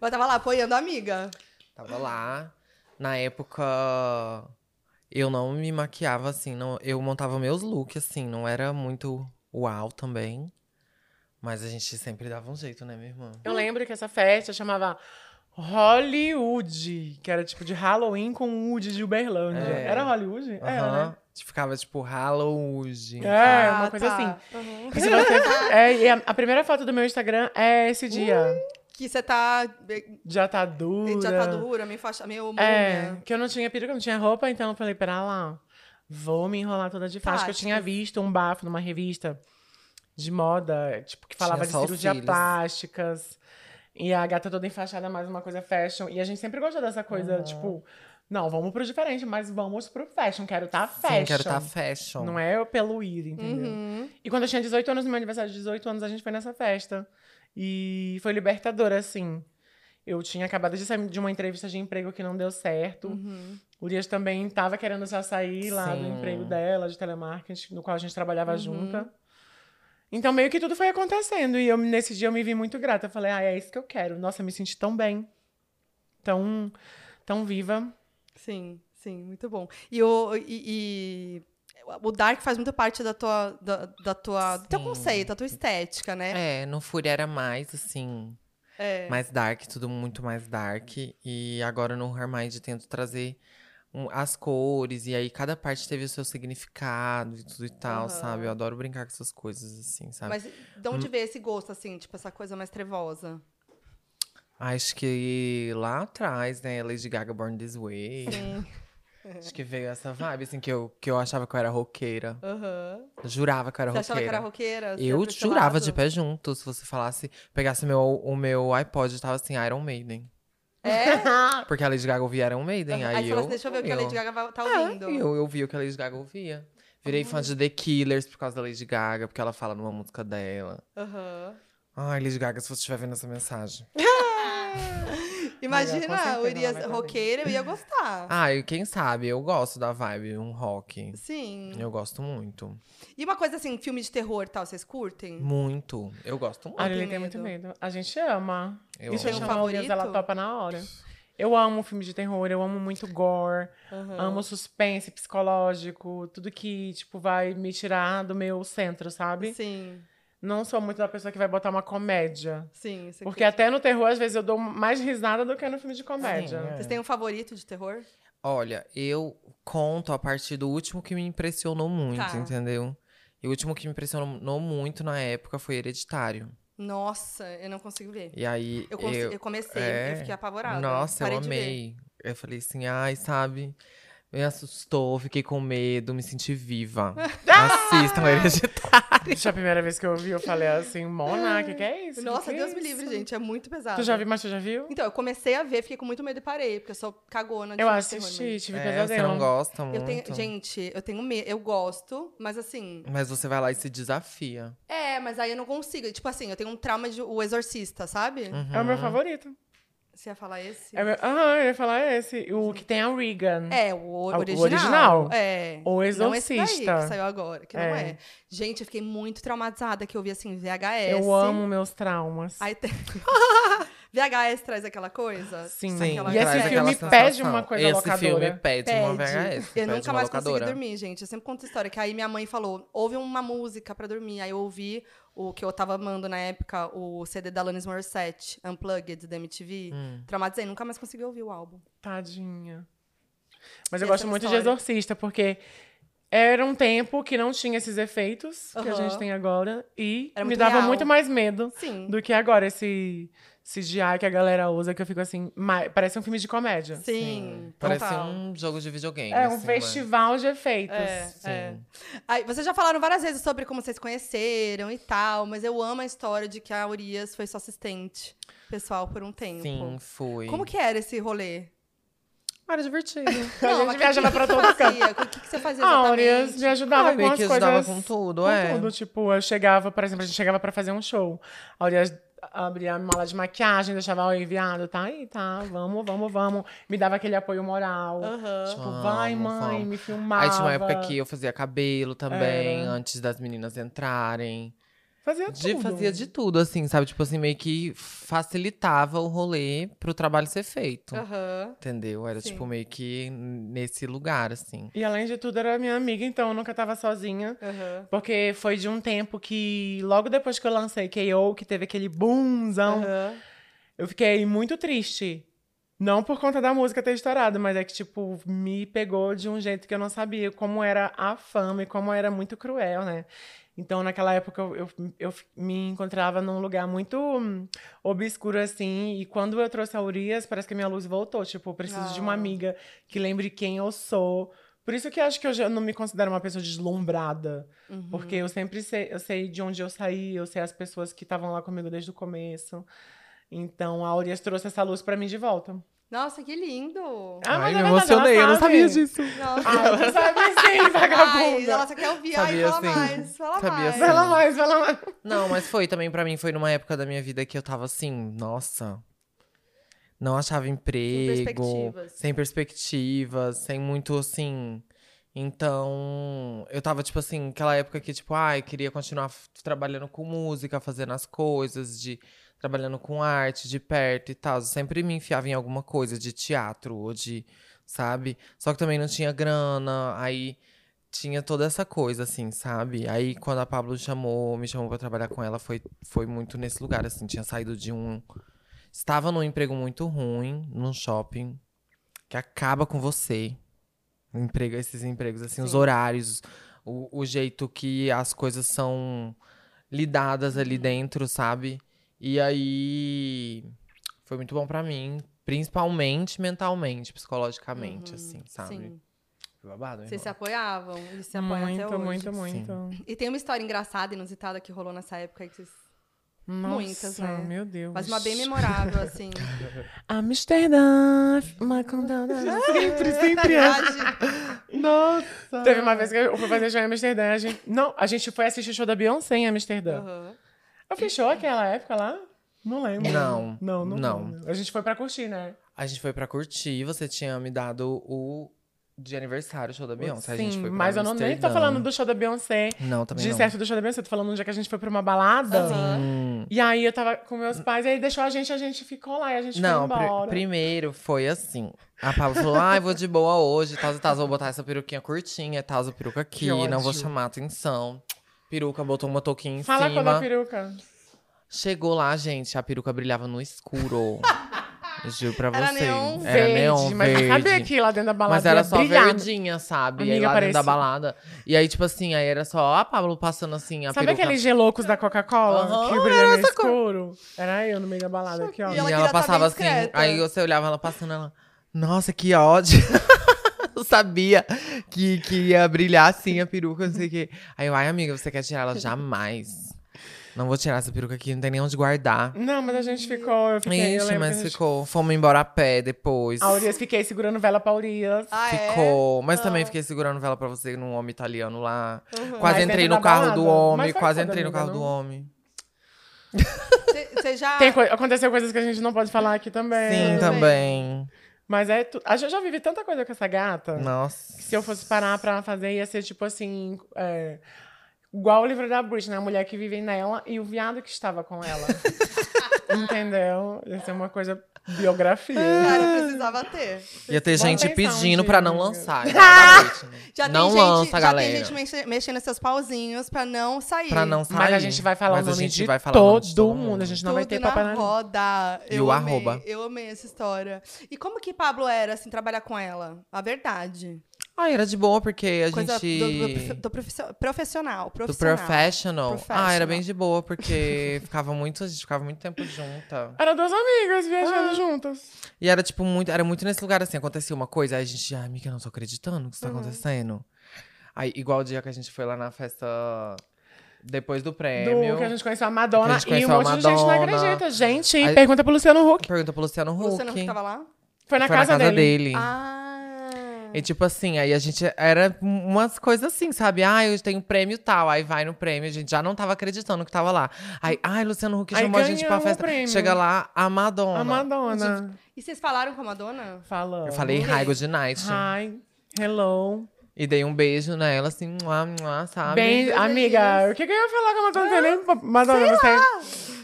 Speaker 1: Eu tava lá apoiando a amiga.
Speaker 3: Tava lá. Na época, eu não me maquiava assim. Não, eu montava meus looks, assim. Não era muito uau também. Mas a gente sempre dava um jeito, né, minha irmã?
Speaker 2: Eu lembro que essa festa chamava Hollywood, que era tipo de Halloween com Wood de Uberlândia.
Speaker 3: É.
Speaker 2: Era Hollywood? Era,
Speaker 3: Aham.
Speaker 2: né?
Speaker 3: Ficava tipo Halloween.
Speaker 2: É, uma coisa assim.
Speaker 1: Ah, Uhum.
Speaker 2: E se
Speaker 1: (laughs)
Speaker 2: você- é, e a, a primeira foto do meu Instagram é esse dia.
Speaker 1: Que você tá.
Speaker 2: Já tá dura.
Speaker 1: Já tá dura, meio faixa, meio
Speaker 2: É,
Speaker 1: múmia.
Speaker 2: que eu não tinha peruca, não tinha roupa, então eu falei, pera lá, vou me enrolar toda de faixa. Que eu
Speaker 1: Plásticas.
Speaker 2: tinha visto um bafo numa revista de moda, tipo, que falava
Speaker 3: Tinha
Speaker 2: de
Speaker 3: só os
Speaker 2: cirurgia
Speaker 3: cílios.
Speaker 2: plásticas. E a gata toda enfaixada, mais uma coisa fashion. E a gente sempre gostou dessa coisa, tipo, não, vamos pro diferente, mas vamos pro fashion. Quero tá fashion.
Speaker 3: Sim, quero estar fashion.
Speaker 2: Não é eu pelo ir, entendeu?
Speaker 1: Uhum.
Speaker 2: E quando eu tinha 18 anos, no meu aniversário de 18 anos, a gente foi nessa festa. E foi libertador, assim. Eu tinha acabado de sair de uma entrevista de emprego que não deu certo.
Speaker 1: Uhum.
Speaker 2: Urias também estava querendo já sair lá do
Speaker 3: Sim.
Speaker 2: emprego dela, de telemarketing, no qual a gente trabalhava junta. Então, meio que tudo foi acontecendo. E eu, nesse dia eu me vi muito grata. Eu falei, ah, é isso que eu quero. Nossa, eu me senti tão bem. Tão, tão viva.
Speaker 1: Sim, sim, muito bom. E o, e, e o Dark faz muito parte da tua, da, da tua, do teu
Speaker 3: Sim.
Speaker 1: conceito, da tua estética, né?
Speaker 3: É, no Fúria era mais, assim,
Speaker 1: É.
Speaker 3: mais dark, tudo muito mais dark. E agora no Hermind tento trazer um- as cores, e aí cada parte teve o seu significado e tudo e tal,
Speaker 1: Aham.
Speaker 3: sabe? Eu adoro brincar com essas coisas, assim, sabe?
Speaker 1: Mas de onde vê esse gosto, assim, tipo, essa coisa mais trevosa?
Speaker 3: Acho que lá atrás, né, Lady Gaga Born This Way.
Speaker 1: Sim.
Speaker 3: (laughs) Acho que veio essa vibe, assim, que eu, que eu achava que eu era roqueira.
Speaker 1: Aham.
Speaker 3: Jurava que eu era
Speaker 1: Você achava que
Speaker 3: roqueira.
Speaker 1: era roqueira? Você
Speaker 3: Eu
Speaker 1: era desse
Speaker 3: jurava
Speaker 1: lado?
Speaker 3: de pé junto. Se você falasse, pegasse meu, o meu iPod, tava assim, Iron Maiden.
Speaker 1: É?
Speaker 3: Porque a Lady Gaga ouvia Iron Maiden. Aí,
Speaker 1: Aí, você
Speaker 3: eu,
Speaker 1: falou assim, deixa eu ver o que a Lady Gaga vai- tá
Speaker 3: Ah,
Speaker 1: ouvindo. Uhum.
Speaker 3: eu, eu vi o que a Lady Gaga ouvia. Virei fã de The Killers por causa da Lady Gaga, porque ela fala numa música dela.
Speaker 1: Aham.
Speaker 3: Ai, Lady Gaga, se você estiver vendo essa mensagem.
Speaker 1: Tá. Imagina,
Speaker 2: com certeza
Speaker 1: eu iria
Speaker 2: ela vai fazer.
Speaker 1: roqueira, eu ia gostar.
Speaker 3: Ai, Ah, quem sabe? Eu gosto da vibe, um rock.
Speaker 2: Ah.
Speaker 1: Sim. Uhum.
Speaker 3: Eu gosto muito.
Speaker 1: E uma coisa assim, filme de terror e tal, vocês curtem?
Speaker 3: Muito. Eu gosto muito.
Speaker 2: A
Speaker 1: tem
Speaker 2: Lili tem muito
Speaker 1: medo.
Speaker 2: medo. A gente ama.
Speaker 3: Eu
Speaker 2: Isso eu
Speaker 1: amo. Tem um
Speaker 2: chamo a Urias, ela
Speaker 1: favorito?
Speaker 2: topa na hora. Eu amo filme de terror, eu amo muito gore.
Speaker 1: Aham.
Speaker 2: Amo suspense psicológico, tudo que, tipo, vai me tirar do meu centro, sabe?
Speaker 1: Sim,
Speaker 2: Não sou muito da pessoa que vai botar uma comédia.
Speaker 1: sim. Você
Speaker 2: Porque até no terror, às vezes, eu dou mais risada do que no filme de comédia.
Speaker 3: Sim, é.
Speaker 1: Vocês têm um favorito de terror?
Speaker 3: Olha, eu conto a partir do último que me impressionou muito,
Speaker 1: Tá.
Speaker 3: entendeu? E o último que me impressionou muito na época foi Hereditário.
Speaker 1: Nossa, eu não consigo ver.
Speaker 3: E aí.
Speaker 1: Eu, consi-
Speaker 3: eu-
Speaker 1: eu comecei, eu
Speaker 3: é.
Speaker 1: fiquei apavorada. né?
Speaker 3: Nossa,
Speaker 1: Parei
Speaker 3: eu
Speaker 1: de ver.
Speaker 3: amei. Eu falei assim, ai, sabe? Me assustou, fiquei com medo, me
Speaker 1: (laughs)
Speaker 3: senti viva. Assistam Hereditário.
Speaker 1: é.
Speaker 2: Bicho, é a primeira vez que eu ouvi, eu falei assim, Mona, o que, que é isso?
Speaker 1: Nossa,
Speaker 2: Que que é
Speaker 1: Deus me livre,
Speaker 2: isso?"
Speaker 1: gente. É muito pesado.
Speaker 2: Tu já viu, mas tu já viu?
Speaker 1: Então, eu comecei a ver, fiquei com muito medo e parei, porque eu sou cagona de
Speaker 2: Eu
Speaker 1: filme de terror né?
Speaker 2: assisti,
Speaker 1: mesmo.
Speaker 2: tive
Speaker 3: É, você não
Speaker 2: pesadelo.
Speaker 3: gosta muito.
Speaker 1: Eu tenho, gente, eu tenho medo, eu gosto, mas assim,
Speaker 3: Mas você vai lá e se desafia. Uhum.
Speaker 1: é, mas aí eu não consigo. Tipo assim, eu tenho um trauma de o exorcista, sabe?
Speaker 2: É o meu favorito.
Speaker 1: Você ia falar esse?
Speaker 2: É, ah, eu ia falar esse. O que tem a Regan.
Speaker 1: É, o
Speaker 2: Ah, o
Speaker 1: original.
Speaker 2: original.
Speaker 1: É.
Speaker 2: O
Speaker 1: Não esse daí que
Speaker 2: Exorcista.
Speaker 1: saiu agora, que não
Speaker 2: É.
Speaker 1: é. Gente, eu fiquei muito traumatizada que eu vi assim, VHS.
Speaker 2: eu amo meus traumas.
Speaker 1: Aí (laughs) tem- VHS traz aquela coisa?
Speaker 2: Sim.
Speaker 3: Sim,
Speaker 1: né? Aquela-
Speaker 2: E esse
Speaker 3: traz
Speaker 1: aquela
Speaker 2: filme
Speaker 3: sensação.
Speaker 2: pede uma coisa
Speaker 3: Esse
Speaker 2: locadora.
Speaker 3: filme pede, uma
Speaker 1: Pede.
Speaker 3: VHS.
Speaker 1: Eu
Speaker 3: pede
Speaker 1: nunca
Speaker 3: uma
Speaker 1: mais
Speaker 3: locadora.
Speaker 1: consegui dormir, gente. Eu sempre conto história. Que aí minha mãe falou: houve uma música pra dormir. Aí eu ouvi o que eu tava amando na época, o CD da Alanis Morissette, Unplugged, da MTV.
Speaker 3: Hum.
Speaker 1: Traumatizei, nunca mais consegui ouvir o álbum.
Speaker 2: Tadinha. Mas
Speaker 1: Essa
Speaker 2: eu
Speaker 1: é
Speaker 2: gosto
Speaker 1: uma
Speaker 2: muito de
Speaker 1: história.
Speaker 2: Exorcista, porque era um tempo que não tinha esses efeitos que a
Speaker 1: Aham.
Speaker 2: gente tem agora. E
Speaker 1: Era
Speaker 2: me
Speaker 1: muito
Speaker 2: dava
Speaker 1: real.
Speaker 2: muito mais medo
Speaker 1: Sim.
Speaker 2: do que agora esse CGI que a galera usa, que eu fico assim, ma- parece um filme de comédia.
Speaker 1: Sim.
Speaker 3: Parece
Speaker 1: total.
Speaker 3: um jogo de videogame.
Speaker 2: É um
Speaker 3: assim, mas-
Speaker 2: festival de efeitos.
Speaker 1: É,
Speaker 3: Sim.
Speaker 1: é. Aí, vocês já falaram várias vezes sobre como vocês conheceram e tal, mas eu amo a história de que a Urias foi sua assistente pessoal por um tempo.
Speaker 3: Sim, fui.
Speaker 1: Como que era esse rolê?
Speaker 2: Era divertido.
Speaker 1: Não,
Speaker 2: a
Speaker 1: mas
Speaker 2: gente
Speaker 1: que-
Speaker 2: viajava
Speaker 1: que
Speaker 2: pra
Speaker 1: que
Speaker 2: todo
Speaker 1: você
Speaker 2: canto.
Speaker 1: fazia? O que, que você fazia
Speaker 2: A Aureus
Speaker 1: exatamente?
Speaker 2: me ajudava
Speaker 3: Ah,
Speaker 2: com
Speaker 3: meio
Speaker 2: as
Speaker 3: que
Speaker 2: coisas.
Speaker 3: ajudava com tudo,
Speaker 2: com
Speaker 3: é.
Speaker 2: tudo. Tipo, eu chegava, por exemplo, a gente chegava pra fazer um show. A Aureus abria a mala de maquiagem, deixava o enviado, tá aí, tá, vamos, vamos, vamos. Me dava aquele apoio moral.
Speaker 1: Aham.
Speaker 2: Tipo,
Speaker 3: Vamos,
Speaker 2: vai, mãe,
Speaker 3: vamos.
Speaker 2: me filmava.
Speaker 3: Aí tinha uma época que eu fazia cabelo também,
Speaker 2: Era.
Speaker 3: antes das meninas entrarem.
Speaker 2: Fazia
Speaker 3: De,
Speaker 2: tudo.
Speaker 3: fazia de tudo, assim, sabe? Tipo assim, meio que facilitava o rolê pro trabalho ser feito.
Speaker 2: Ah,
Speaker 1: Aham.
Speaker 3: Entendeu? Era
Speaker 1: Sim.
Speaker 3: tipo meio que nesse lugar, assim.
Speaker 2: E além de tudo, era minha amiga, então eu nunca tava sozinha.
Speaker 1: Aham.
Speaker 2: Porque foi de um tempo que, logo depois que eu lancei K.O., que teve aquele boomzão,
Speaker 1: Aham.
Speaker 2: eu fiquei muito triste. Não por conta da música ter estourado, mas é que, tipo, me pegou de um jeito que eu não sabia como era a fama e como era muito cruel, né? Então, naquela época, eu, eu, eu f- me encontrava num lugar muito hum, obscuro, assim. E quando eu trouxe a Urias, parece que a minha luz voltou. Tipo, eu preciso de uma
Speaker 1: Ah.
Speaker 2: amiga que lembre quem eu sou. Por isso que eu acho que hoje eu não me considero uma pessoa deslumbrada.
Speaker 1: Uhum.
Speaker 2: Porque eu sempre sei, eu sei de onde eu saí, eu sei as pessoas que estavam lá comigo desde o começo. Então a Aureas trouxe essa luz pra mim de volta.
Speaker 1: Nossa, que lindo!
Speaker 2: Ah, mas é
Speaker 3: Ai, me
Speaker 2: verdade,
Speaker 3: emocionei,
Speaker 2: ela
Speaker 3: eu não
Speaker 2: sabe.
Speaker 3: sabia disso.
Speaker 1: Nossa.
Speaker 2: Ah, tu sabe sim,
Speaker 1: Ai,
Speaker 2: vagabunda.
Speaker 1: ela só quer ouvir.
Speaker 3: Sabia
Speaker 1: Ai, fala
Speaker 3: sim.
Speaker 1: mais. Fala
Speaker 3: Sabia
Speaker 1: mais.
Speaker 3: sim.
Speaker 2: Vai lá mais, vai lá mais.
Speaker 3: Não, mas foi também pra mim, foi numa época da minha vida que eu tava assim, nossa. Não achava emprego.
Speaker 1: perspectivas.
Speaker 3: Sem perspectivas, sem muito assim. Então, eu tava, tipo assim, aquela época que, tipo, ai, queria continuar f- trabalhando com música, fazendo as coisas, de trabalhando com arte de perto e tal. Eu sempre me enfiava em alguma coisa de teatro ou de, sabe? Só que também não tinha grana, aí tinha toda essa coisa, assim, sabe? Aí quando a Pablo chamou, me chamou pra trabalhar com ela, foi, foi muito nesse lugar, assim, tinha saído de um. Estava num emprego muito ruim, num shopping, que acaba com você. Emprego, esses empregos, assim, os
Speaker 1: Sim.
Speaker 3: horários, o, o jeito que as coisas são lidadas
Speaker 1: Uhum.
Speaker 3: ali dentro, sabe? E aí foi muito bom pra mim, principalmente mentalmente, psicologicamente,
Speaker 1: Uhum,
Speaker 3: assim, sabe?
Speaker 1: Sim.
Speaker 3: Foi babado, hein,
Speaker 1: Vocês se
Speaker 3: Rô?
Speaker 1: apoiavam e se apoiam é até
Speaker 2: Muito,
Speaker 1: hoje.
Speaker 2: muito, muito.
Speaker 1: E tem uma história engraçada, inusitada que rolou nessa época aí que vocês.
Speaker 2: Nossa,
Speaker 1: Muitas, né?
Speaker 2: meu Deus.
Speaker 1: Mas uma bem memorável, assim.
Speaker 2: Amsterdã, uma condada.
Speaker 1: (laughs) É.
Speaker 2: Sempre, sempre. é.
Speaker 1: Verdade.
Speaker 2: Nossa. Teve uma vez que eu fui fazer show em Amsterdã. A gente... Não, a gente foi assistir o show da Beyoncé em Amsterdã.
Speaker 1: Aham.
Speaker 2: Eu fiz show aquela época lá? Não lembro.
Speaker 3: Não,
Speaker 2: Não, não.
Speaker 3: não.
Speaker 2: lembro. A gente foi pra curtir, né?
Speaker 3: A gente foi pra curtir, você tinha me dado o de aniversário, o show da Beyoncé. a gente foi pra
Speaker 2: mas eu não nem tô
Speaker 3: Amsterdã.
Speaker 2: falando do show da Beyoncé.
Speaker 3: Não, também
Speaker 2: De
Speaker 3: não.
Speaker 2: certo do show da Beyoncé, eu tô falando um dia que a gente foi pra uma balada.
Speaker 1: Aham.
Speaker 3: Hum.
Speaker 2: E aí eu tava com meus pais, aí deixou a gente, a gente ficou lá e a gente
Speaker 3: Não,
Speaker 2: foi
Speaker 3: pri-
Speaker 2: embora.
Speaker 3: primeiro foi assim. A Pablo falou, ai, vou de boa hoje, tal, tal, vou botar essa peruquinha curtinha, tal, essa peruca aqui,
Speaker 2: Que ódio.
Speaker 3: não vou chamar atenção. Peruca, botou uma touquinha em
Speaker 2: Fala
Speaker 3: cima.
Speaker 2: quando a peruca.
Speaker 3: Chegou lá, gente, a peruca brilhava no
Speaker 2: (laughs)
Speaker 3: escuro. Juro pra
Speaker 1: Era
Speaker 3: você.
Speaker 1: neon
Speaker 3: era É, neon
Speaker 2: mas
Speaker 3: verde.
Speaker 2: sabia que lá dentro da balada
Speaker 3: Mas era
Speaker 2: ia
Speaker 3: só
Speaker 2: brilhar.
Speaker 3: verdinha, sabe? aí
Speaker 2: Amiga,
Speaker 3: lá dentro da
Speaker 2: parecia-
Speaker 3: balada. E aí, tipo assim, aí era só a Pablo passando assim, a
Speaker 2: Sabe
Speaker 3: peruca.
Speaker 2: aqueles geloucos da Coca-Cola
Speaker 3: Aham,
Speaker 2: que brilha no escuro? Era eu no meio da balada aqui, ó.
Speaker 1: E
Speaker 3: E ela,
Speaker 1: ela queria tá bem
Speaker 3: passava assim,
Speaker 1: discreta.
Speaker 3: aí você olhava ela passando, ela. Nossa, que ódio! (laughs) eu sabia que, que ia brilhar assim a peruca, não sei o quê. Aí eu, ai, amiga, você quer tirar ela? Jamais. Não vou tirar essa peruca aqui, não tem nem onde guardar.
Speaker 2: Não, mas a gente ficou, eu fiquei, eu
Speaker 3: Ixi,
Speaker 2: lembro que
Speaker 3: mas
Speaker 2: a gente...
Speaker 3: ficou. Fomos embora a pé depois.
Speaker 2: A Urias, fiquei segurando vela pra Urias.
Speaker 1: Ah, é?
Speaker 3: Ficou. Mas também
Speaker 1: Ah.
Speaker 3: fiquei segurando vela pra você num homem italiano lá.
Speaker 1: Uhum.
Speaker 3: Quase
Speaker 2: Mas
Speaker 3: entrei
Speaker 2: dentro
Speaker 3: no
Speaker 2: da
Speaker 3: carro do
Speaker 2: balada?
Speaker 3: homem,
Speaker 2: Mas foi
Speaker 3: quase
Speaker 2: tudo,
Speaker 3: entrei no
Speaker 2: amiga,
Speaker 3: carro do
Speaker 2: não?
Speaker 3: homem.
Speaker 1: Você já.
Speaker 2: Tem coi- aconteceu coisas que a gente não pode falar aqui também.
Speaker 3: Sim,
Speaker 1: tudo
Speaker 3: também.
Speaker 2: Mas é. Tu... A gente já vive tanta coisa com essa gata.
Speaker 3: Nossa.
Speaker 2: que se eu fosse parar pra fazer, ia ser tipo assim. é, igual o livro da Britney, né? a mulher que vive nela e o viado que estava com
Speaker 1: (laughs)
Speaker 2: ela. Entendeu? Ia ser uma coisa biografia.
Speaker 1: Cara, precisava ter.
Speaker 3: Ia ter
Speaker 2: Bom,
Speaker 3: gente
Speaker 2: atenção,
Speaker 3: pedindo
Speaker 2: gente.
Speaker 3: pra
Speaker 2: (laughs)
Speaker 3: não lançar. igual a da Britney.
Speaker 1: Já
Speaker 3: não
Speaker 1: tem gente,
Speaker 3: lança,
Speaker 1: já
Speaker 3: galera.
Speaker 1: tem gente mexe- mexendo seus pauzinhos pra não sair.
Speaker 3: Pra não sair.
Speaker 2: Mas a gente vai falar
Speaker 3: Mas
Speaker 2: o
Speaker 3: a
Speaker 2: nome
Speaker 3: gente
Speaker 2: de
Speaker 3: vai falar o nome
Speaker 2: todo,
Speaker 3: de
Speaker 2: mundo. A gente não
Speaker 1: Tudo
Speaker 2: vai ter
Speaker 1: na
Speaker 2: papai na língua.
Speaker 1: roda.
Speaker 3: E
Speaker 1: Eu
Speaker 3: o
Speaker 1: amei,
Speaker 3: arroba.
Speaker 1: Eu amei essa história. E como que Pablo era, assim, trabalhar com ela? A verdade.
Speaker 3: Ah, era de boa, porque a
Speaker 1: Coisa
Speaker 3: gente.
Speaker 1: do, do profe- do profissio- profissional,
Speaker 3: Do
Speaker 1: profissional.
Speaker 3: professional. Ah, era
Speaker 1: Professional.
Speaker 3: bem de boa, porque (laughs) ficava muito, a gente ficava muito tempo junta.
Speaker 2: Eram duas amigas viajando
Speaker 1: Ah.
Speaker 2: juntas.
Speaker 3: E era, tipo, muito. Era muito nesse lugar assim, acontecia uma coisa, aí a gente, ai, amiga, eu não tô acreditando que isso tá
Speaker 2: Uhum.
Speaker 3: acontecendo. Aí, igual o dia que a gente foi lá na festa depois do prêmio.
Speaker 2: Do que a gente conheceu a Madonna
Speaker 3: Que É, a gente
Speaker 2: e um
Speaker 3: conheceu a
Speaker 2: monte de gente não
Speaker 3: Madonna.
Speaker 2: acredita. Gente,
Speaker 3: Aí-
Speaker 2: pergunta pro Luciano Huck.
Speaker 3: Pergunta pro Luciano Huck.
Speaker 1: Luciano que tava lá?
Speaker 2: Foi na,
Speaker 3: Foi
Speaker 2: casa, dele.
Speaker 1: Ah.
Speaker 3: E tipo assim, aí a gente era um- umas coisas assim, sabe? Ah, eu tenho prêmio tal. Aí vai no prêmio, a gente já não tava acreditando que tava lá. Aí, ai, Luciano Huck
Speaker 2: Aí
Speaker 3: chamou a gente pra
Speaker 2: ganhamos o
Speaker 3: festa.
Speaker 2: prêmio.
Speaker 3: Chega lá, a Madonna.
Speaker 2: A Madonna.
Speaker 1: E vocês falaram com a Madonna?
Speaker 2: Falando.
Speaker 3: Eu falei hi, good night.
Speaker 2: Hi, hello.
Speaker 3: E dei um beijo nela, assim, mua, mua, sabe?
Speaker 2: Bem,
Speaker 1: Deus é
Speaker 2: amiga, o que, que eu ia falar com a Madonna? Não sei nem- Madonna, você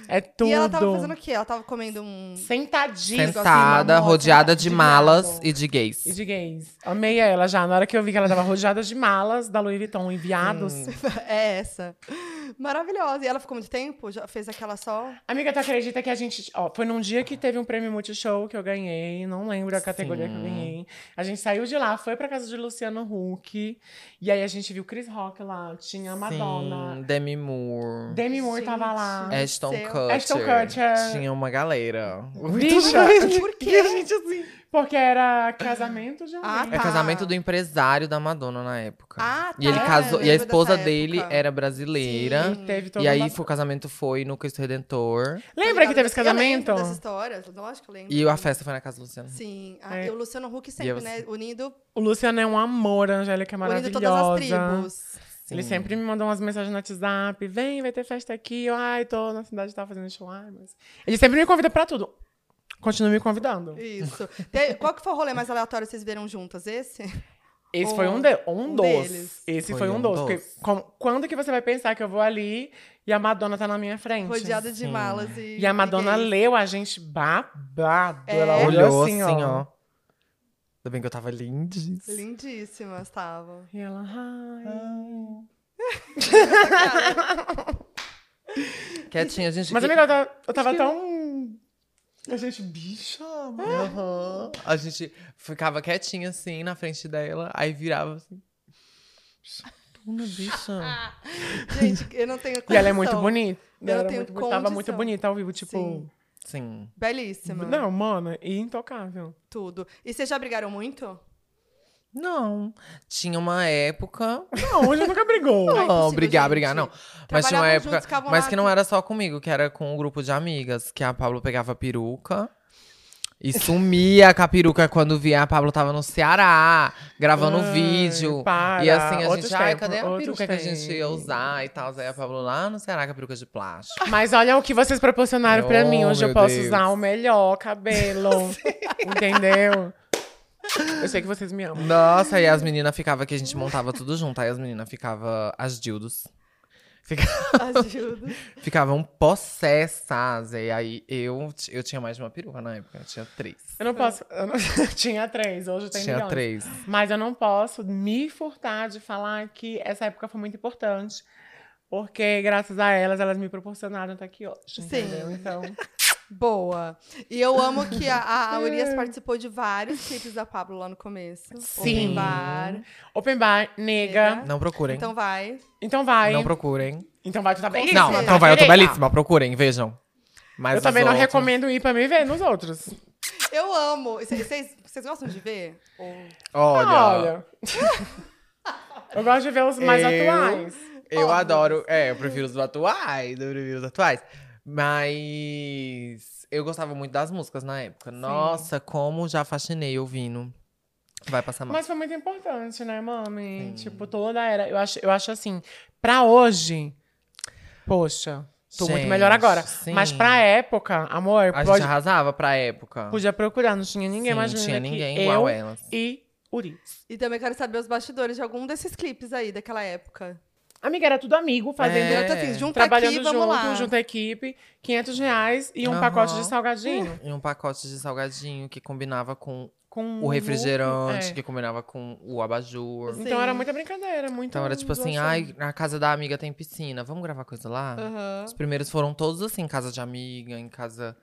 Speaker 2: é
Speaker 1: Ah,
Speaker 2: tudo.
Speaker 1: E ela tava fazendo o quê? Ela tava comendo um.
Speaker 2: Sentadinha.
Speaker 3: Sentada,
Speaker 1: assim, uma
Speaker 3: rodeada
Speaker 1: moto,
Speaker 3: de
Speaker 1: de
Speaker 3: malas
Speaker 1: nada.
Speaker 3: e de gays.
Speaker 2: E de gays. Amei ela já. Na hora que eu vi que ela tava rodeada de malas da Louis Vuitton, enviados.
Speaker 1: (laughs) É essa. Maravilhosa. E ela ficou muito tempo? Já fez aquela só?
Speaker 2: Amiga, tu acredita que a gente. Ó, foi num dia que teve um prêmio Multishow que eu ganhei, não lembro a categoria que eu ganhei. A gente saiu de lá, foi pra casa de Luciano Huck. E aí a gente viu Chris Rock lá, tinha a Madonna.
Speaker 3: Sim, Demi Moore.
Speaker 2: Demi Moore tava lá.
Speaker 1: Gente.
Speaker 3: Ashton
Speaker 1: Céu.
Speaker 3: Kutcher.
Speaker 2: Ashton Kutcher.
Speaker 3: Tinha uma galera.
Speaker 2: Bicha!
Speaker 1: ah, Por
Speaker 2: (laughs) E a
Speaker 1: quê?
Speaker 2: gente assim. Porque era casamento de
Speaker 1: Ah,
Speaker 2: alguém.
Speaker 3: É
Speaker 1: tá.
Speaker 3: casamento do empresário da Madonna na época.
Speaker 1: Ah,
Speaker 3: E ele
Speaker 1: tá,
Speaker 3: casou.
Speaker 1: eu
Speaker 3: E a
Speaker 1: lembro
Speaker 3: esposa
Speaker 1: dessa
Speaker 3: dele
Speaker 1: época.
Speaker 3: era brasileira.
Speaker 1: Sim.
Speaker 2: Teve todo
Speaker 3: E aí
Speaker 2: mundo-
Speaker 3: foi- o casamento foi no Cristo Redentor.
Speaker 2: Lembra que teve esse
Speaker 1: Tá Eu lembro
Speaker 2: casamento?
Speaker 1: dessa história? Lógico que eu lembro.
Speaker 3: E a festa foi na casa do Luciano.
Speaker 1: Sim. Ah,
Speaker 2: É.
Speaker 1: e o Luciano Huck sempre,
Speaker 3: eu- assim,
Speaker 1: né? Unindo,
Speaker 2: O Luciano é um amor, a Angélica é
Speaker 1: unindo
Speaker 2: maravilhosa.
Speaker 1: todas as tribos.
Speaker 3: Sim.
Speaker 2: Ele sempre me mandou umas mensagens no WhatsApp. Vem, vai ter festa aqui. Eu, ai, tô na cidade, tá fazendo show. Ai, mas... Ele sempre me convida pra tudo. Continua me convidando.
Speaker 1: Isso. Te- Qual que foi o rolê mais aleatório que vocês viram juntas?
Speaker 3: (laughs)
Speaker 1: Esse?
Speaker 2: Esse
Speaker 1: Um-
Speaker 2: foi um, de, um,
Speaker 1: um
Speaker 2: dos.
Speaker 1: deles.
Speaker 2: Esse foi, um dos. porque com- quando que você vai pensar que eu vou ali e a Madonna tá na minha frente?
Speaker 1: Rodeado de
Speaker 3: Sim.
Speaker 1: malas e.
Speaker 2: E a Madonna
Speaker 1: gays.
Speaker 2: leu a gente babado.
Speaker 1: É.
Speaker 2: Ela
Speaker 3: Olhou assim, ó. Ainda bem que eu tava lindíssima.
Speaker 1: Lindíssimas estavam.
Speaker 2: E ela,
Speaker 1: Ah.
Speaker 2: ai.
Speaker 3: Quietinha, gente.
Speaker 2: Mas,
Speaker 3: e-
Speaker 2: amiga, eu tava, eu tava tão. A gente, bicha, mano.
Speaker 3: Aham. A gente ficava quietinha assim na frente dela, aí virava assim. Dona bicha.
Speaker 1: Gente, eu não tenho
Speaker 2: E ela é
Speaker 1: condição.
Speaker 2: muito bonita.
Speaker 1: Então, Eu
Speaker 2: Ela era
Speaker 1: tenho
Speaker 2: muito, bonita, tava
Speaker 1: condição.
Speaker 2: muito bonita ao vivo, tipo.
Speaker 1: Sim.
Speaker 3: Sim.
Speaker 1: Belíssima.
Speaker 2: Não, mano, e intocável.
Speaker 1: Tudo. E vocês já brigaram muito?
Speaker 3: Não. Tinha uma época.
Speaker 2: Não, hoje nunca brigou.
Speaker 3: Não,
Speaker 1: é impossível,
Speaker 3: brigar,
Speaker 1: gente.
Speaker 3: brigar, não. Mas tinha uma
Speaker 1: Trabalhavam
Speaker 3: época.
Speaker 1: juntos, ficavam
Speaker 3: mas
Speaker 1: lá
Speaker 3: que não é-
Speaker 1: tu-
Speaker 3: era só comigo, que era com um grupo de amigas, que a Pablo pegava a peruca. E sumia com a peruca quando via. A Pablo tava no Ceará, gravando
Speaker 2: Ai,
Speaker 3: vídeo.
Speaker 2: para.
Speaker 3: E assim, a
Speaker 2: Outros
Speaker 3: gente, ai,
Speaker 2: tempos,
Speaker 3: cadê a
Speaker 2: outros
Speaker 3: peruca que a gente ia
Speaker 2: tempos."
Speaker 3: usar e tal? Aí a Pablo lá no Ceará com a peruca de plástico.
Speaker 2: Mas olha o que vocês proporcionaram pra
Speaker 3: Oh,
Speaker 2: mim. Hoje eu
Speaker 3: meu
Speaker 2: posso
Speaker 3: Deus.
Speaker 2: usar o
Speaker 1: (laughs)
Speaker 2: melhor cabelo. entendeu? Eu sei que vocês me amam.
Speaker 3: Nossa, aí as meninas ficavam que a gente montava tudo junto. Aí as meninas ficavam as dildos. Fica-
Speaker 1: Ajuda.
Speaker 3: (laughs) Ficavam possessas. E aí eu, t- eu tinha mais de uma peruca na época. Eu tinha três.
Speaker 2: Eu não posso. eu não- (laughs) Tinha três, hoje tem
Speaker 3: tinha
Speaker 2: milhões.
Speaker 3: três.
Speaker 2: Mas eu não posso me furtar de falar que essa época foi muito importante. Porque, graças a elas, elas me proporcionaram estar aqui hoje.
Speaker 1: Sim.
Speaker 2: Entendeu? Então.
Speaker 1: Boa. E eu amo que a, a,
Speaker 3: (laughs) É.
Speaker 1: a Urias participou de vários clipes da Pablo lá no começo.
Speaker 2: Sim.
Speaker 1: Open bar.
Speaker 2: Open bar, nega.
Speaker 1: Nega.
Speaker 3: Não procurem.
Speaker 1: Então vai.
Speaker 2: Então vai.
Speaker 3: não procurem.
Speaker 2: Então vai, tu tá bem.
Speaker 3: não,
Speaker 1: certeza.
Speaker 3: então vai, eu tô belíssima. Procurem, vejam. Mas
Speaker 2: Eu
Speaker 3: os
Speaker 2: também não
Speaker 3: outros-
Speaker 2: recomendo ir pra me ver nos outros.
Speaker 1: Eu amo. Vocês gostam de ver? Ou- (laughs)
Speaker 3: Olha,
Speaker 2: Olha. eu gosto de ver os mais
Speaker 3: Eu-
Speaker 2: atuais.
Speaker 3: eu
Speaker 1: Óbvio.
Speaker 3: adoro. É, eu prefiro os atuais. Eu prefiro os atuais. Mas eu gostava muito das músicas na época. Nossa, como já fascinei ouvindo. Vai passar mal.
Speaker 2: Mas foi muito importante, né, mami? Tipo, toda era. Eu acho, eu acho assim, pra hoje. Poxa, Tô muito melhor agora.
Speaker 3: Gente,
Speaker 2: Mas
Speaker 3: sim.
Speaker 2: pra época, amor,
Speaker 3: A
Speaker 2: pode-
Speaker 3: gente arrasava pra época.
Speaker 2: podia procurar. Não tinha ninguém
Speaker 3: Sim,
Speaker 2: mais
Speaker 3: Não
Speaker 2: menina
Speaker 3: tinha
Speaker 2: que
Speaker 3: ninguém
Speaker 2: eu
Speaker 3: igual elas.
Speaker 2: e Uriz.
Speaker 1: E também quero saber os bastidores de algum desses clipes aí daquela época.
Speaker 2: Amiga, era tudo amigo, fazendo...
Speaker 3: É.
Speaker 1: Eu tô assim, junta
Speaker 2: Trabalhando
Speaker 1: aqui, vamos
Speaker 2: junto,
Speaker 1: lá.
Speaker 2: junto à equipe, 500 reais e um
Speaker 3: Aham.
Speaker 2: pacote de salgadinho.
Speaker 3: E um pacote de salgadinho que combinava com
Speaker 2: Com
Speaker 3: o refrigerante,
Speaker 2: Uhum, é.
Speaker 3: que combinava com o abajur.
Speaker 1: Sim.
Speaker 2: Então era muita brincadeira, muito.
Speaker 3: Então era tipo assim,
Speaker 2: zoação.
Speaker 3: ai, na casa da amiga tem piscina, vamos gravar coisa lá?
Speaker 1: Aham.
Speaker 3: Os primeiros foram todos assim, em casa de amiga, em casa.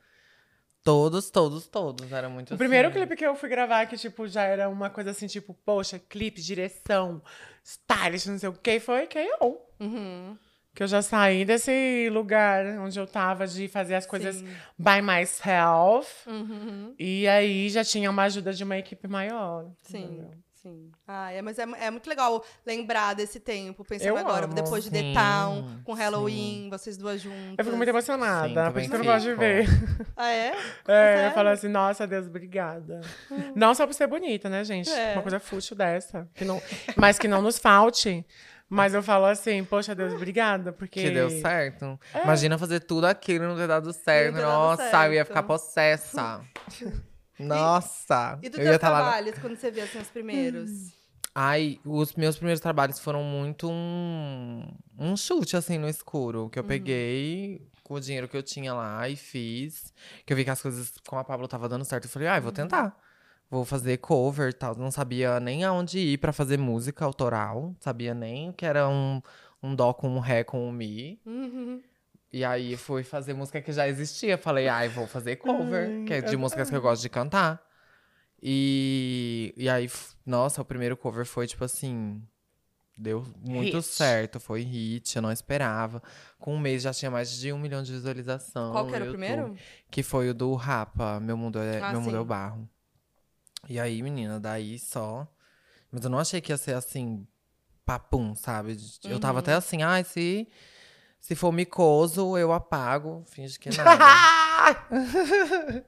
Speaker 3: Todos, todos, todos. Era muito
Speaker 2: O primeiro
Speaker 3: assim.
Speaker 2: clipe que eu fui gravar, que tipo, já era uma coisa assim, tipo, poxa, clipe, direção, stylist, não sei o que, foi K.O.
Speaker 1: Uhum.
Speaker 2: Que eu já saí desse lugar onde eu tava de fazer as coisas
Speaker 1: Sim.
Speaker 2: by myself.
Speaker 1: Uhum.
Speaker 2: E aí já tinha uma ajuda de uma equipe maior.
Speaker 1: Sim.
Speaker 2: entendeu?
Speaker 1: Sim. Ah, é, mas é, é muito legal lembrar desse tempo, pensando
Speaker 2: Eu
Speaker 1: agora,
Speaker 2: amo.
Speaker 1: depois de The
Speaker 3: Sim,
Speaker 1: Town, com
Speaker 3: sim.
Speaker 1: Halloween, vocês duas juntas.
Speaker 2: Eu fico muito
Speaker 3: Sim,
Speaker 2: emocionada, por
Speaker 3: também
Speaker 2: isso que eu não gosto de
Speaker 3: fico.
Speaker 2: ver.
Speaker 1: (laughs) Ah, é?
Speaker 2: É,
Speaker 1: Sério? Hum.
Speaker 2: eu falo assim, nossa, Deus, obrigada. Não só por ser bonita, né, gente?
Speaker 1: É.
Speaker 2: Uma coisa fútil dessa. Que não, mas que não nos falte. Mas eu falo assim, poxa, Deus, obrigada. Porque.
Speaker 3: Que deu certo. Imagina fazer tudo aquilo e não ter dado certo.
Speaker 1: ter dado
Speaker 3: Nossa, eu ia
Speaker 1: certo.
Speaker 3: ficar possessa. Nossa.
Speaker 1: E dos
Speaker 3: eu ia
Speaker 1: seus
Speaker 3: estar lá.
Speaker 1: trabalhos, quando você vê assim, os primeiros?
Speaker 3: Ai, os meus primeiros trabalhos foram muito um, um chute, assim, no escuro. Que eu peguei com o dinheiro que eu tinha lá e fiz. Que eu vi que as coisas com a Pablo tava dando certo. Eu falei, ai, vou tentar. Vou fazer cover e tal. Não sabia nem aonde ir pra fazer música autoral. Sabia nem que era um, um dó com um ré com um mi.
Speaker 2: Hum.
Speaker 1: Uhum.
Speaker 3: E aí fui fazer música que já existia. Falei, ai, vou fazer cover,
Speaker 2: Ai,
Speaker 3: que é de
Speaker 2: eu-
Speaker 3: músicas que eu gosto de cantar. E, e aí, f- nossa, o primeiro cover foi tipo assim. Deu muito
Speaker 2: Hit.
Speaker 3: certo, foi hit, eu não esperava. Com um mês já tinha mais de um milhão de visualização.
Speaker 1: Qual que
Speaker 3: no
Speaker 1: era o
Speaker 3: YouTube,
Speaker 1: primeiro?
Speaker 3: Que foi o do Rapa, Meu Mundo é,
Speaker 1: Ah,
Speaker 3: meu mundo é o
Speaker 1: sim.
Speaker 3: Barro. E aí, menina, daí só. Mas eu não achei que ia ser assim, papum, sabe? De- Eu
Speaker 2: Uhum.
Speaker 3: tava até assim, ai, se, se for micoso, eu apago, finge que nada.
Speaker 2: (laughs)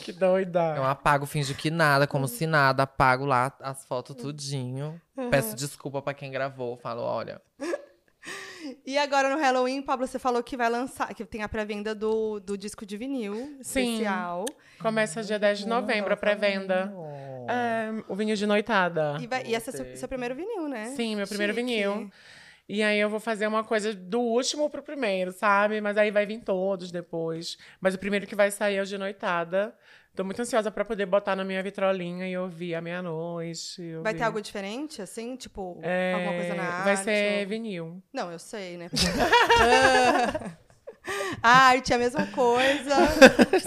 Speaker 2: que doida.
Speaker 3: eu apago, finge que nada, como se nada, apago lá as
Speaker 2: Uhum.
Speaker 3: fotos tudinho. Peço desculpa pra quem gravou, falo, olha.
Speaker 1: E agora no Halloween, Pablo, você falou que vai lançar, que tem a pré-venda do, do disco de vinil especial.
Speaker 2: Começa dia 10 de novembro a pré-venda. É, o vinil de
Speaker 3: Ah,
Speaker 2: noitada.
Speaker 1: E, vai, e esse é seu,
Speaker 3: Gostei.
Speaker 1: seu primeiro vinil, né?
Speaker 2: Sim, meu primeiro
Speaker 1: Chique.
Speaker 2: vinil. E aí eu vou fazer uma coisa do último pro primeiro, sabe? Mas aí vai vir todos depois. Mas o primeiro que vai sair é o de noitada. Tô muito ansiosa pra poder botar na minha vitrolinha e ouvir à meia-noite.
Speaker 1: Vai
Speaker 2: ouvir.
Speaker 1: ter algo diferente, assim? Tipo,
Speaker 2: É,
Speaker 1: alguma coisa na
Speaker 2: Vai
Speaker 1: arte?
Speaker 2: ser
Speaker 1: ou- (laughs)
Speaker 2: vinil.
Speaker 1: Não, eu sei, né? a arte é a mesma (laughs) coisa.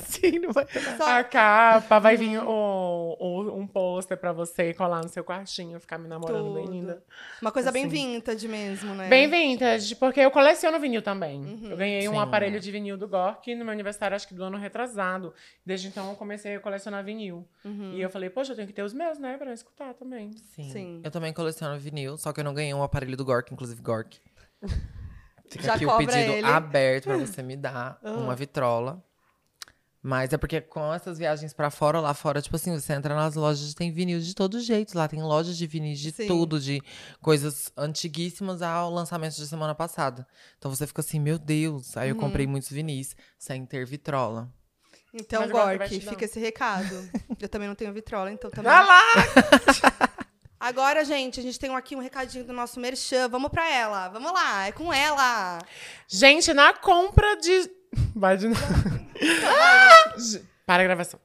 Speaker 2: Sim, não vai.
Speaker 1: Só-
Speaker 2: A capa, vai vir
Speaker 1: Uhum.
Speaker 2: o- o- um pôster pra você colar no seu quartinho, ficar me namorando bem
Speaker 1: Tudo.
Speaker 2: linda.
Speaker 1: Uma coisa bem
Speaker 2: Assim.
Speaker 1: vintage mesmo, né?
Speaker 2: Bem vintage, porque eu coleciono vinil também.
Speaker 1: Uhum.
Speaker 2: Eu ganhei
Speaker 3: Sim.
Speaker 2: um aparelho de vinil do Gork no meu aniversário, acho que do ano retrasado. Desde então eu comecei a colecionar vinil.
Speaker 1: Uhum.
Speaker 2: E eu falei, poxa, eu tenho que ter os meus, né, pra eu escutar também.
Speaker 3: Sim.
Speaker 1: Sim.
Speaker 3: Eu também coleciono vinil, só que eu não ganhei um aparelho do Gork, inclusive Gork. Fica
Speaker 1: Já
Speaker 3: aqui o
Speaker 1: cobra
Speaker 3: pedido
Speaker 1: ele.
Speaker 3: aberto pra você me dar
Speaker 2: Ah.
Speaker 3: uma vitrola. Mas é porque com essas viagens pra fora, lá fora, tipo assim, você entra nas lojas, tem vinil de todo jeito. Lá tem lojas de vinil de
Speaker 1: Sim.
Speaker 3: tudo, de coisas antiguíssimas ao lançamento de semana passada. Então você fica assim, meu Deus. Aí eu
Speaker 2: Uhum.
Speaker 3: comprei muitos vinis sem ter vitrola.
Speaker 1: Então,
Speaker 2: Mas agora vai
Speaker 1: Gork,
Speaker 2: te dar.
Speaker 1: fica esse recado. Eu também não tenho vitrola, então também.
Speaker 2: Vai lá!
Speaker 1: Agora, gente, a gente tem aqui um recadinho do nosso merchan. Vamos pra ela. Vamos lá, é com ela.
Speaker 2: Gente, na compra de. (laughs) Vai de novo. Ge- Para a gravação.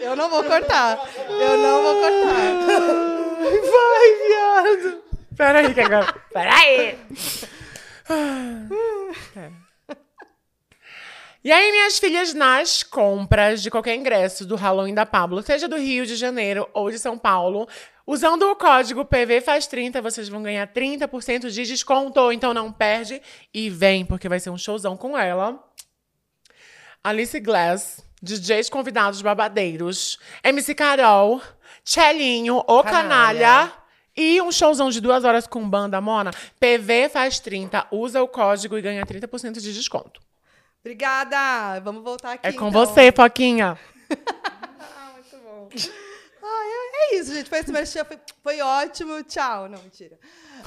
Speaker 1: Eu não vou cortar. Eu não vou cortar.
Speaker 2: Vai, viado! Peraí, que agora. Peraí! E aí, minhas filhas, nas compras de qualquer ingresso do Halloween da Pablo, seja do Rio de Janeiro ou de São Paulo, usando o código PV faz 30, vocês vão ganhar 30% de desconto. Então não perde e vem, porque vai ser um showzão com ela. Alice Glass, DJs convidados babadeiros, MC Carol, Chelinho, O
Speaker 3: Canalha.
Speaker 2: Canalha. e um showzão de duas horas com banda, Mona. PV faz 30, usa o código e ganha 30% de desconto.
Speaker 1: Obrigada.
Speaker 3: É
Speaker 2: Então,
Speaker 1: Vamos voltar aqui.
Speaker 2: É com
Speaker 1: então.
Speaker 2: você, Foquinha.
Speaker 1: Ah, muito bom. Ai, é é isso, gente. Foi esse merchan, foi, foi ótimo. Tchau. Não, mentira.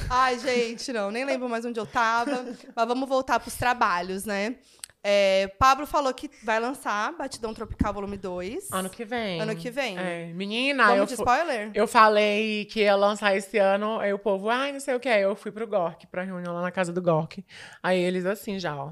Speaker 1: Ai, gente, não. Nem lembro mais onde eu tava. Mas vamos voltar pros trabalhos, né? É, Pablo falou que vai lançar Batidão Tropical Volume 2.
Speaker 2: Ano que vem.
Speaker 1: Ano que vem.
Speaker 2: É. Menina,
Speaker 1: vamos
Speaker 2: eu,
Speaker 1: de
Speaker 2: fu-
Speaker 1: spoiler?
Speaker 2: eu falei que ia lançar esse ano, aí o povo, ai, não sei o que. Aí eu fui pro Gork, pra reunião lá na casa do Gork. Aí eles assim já, ó.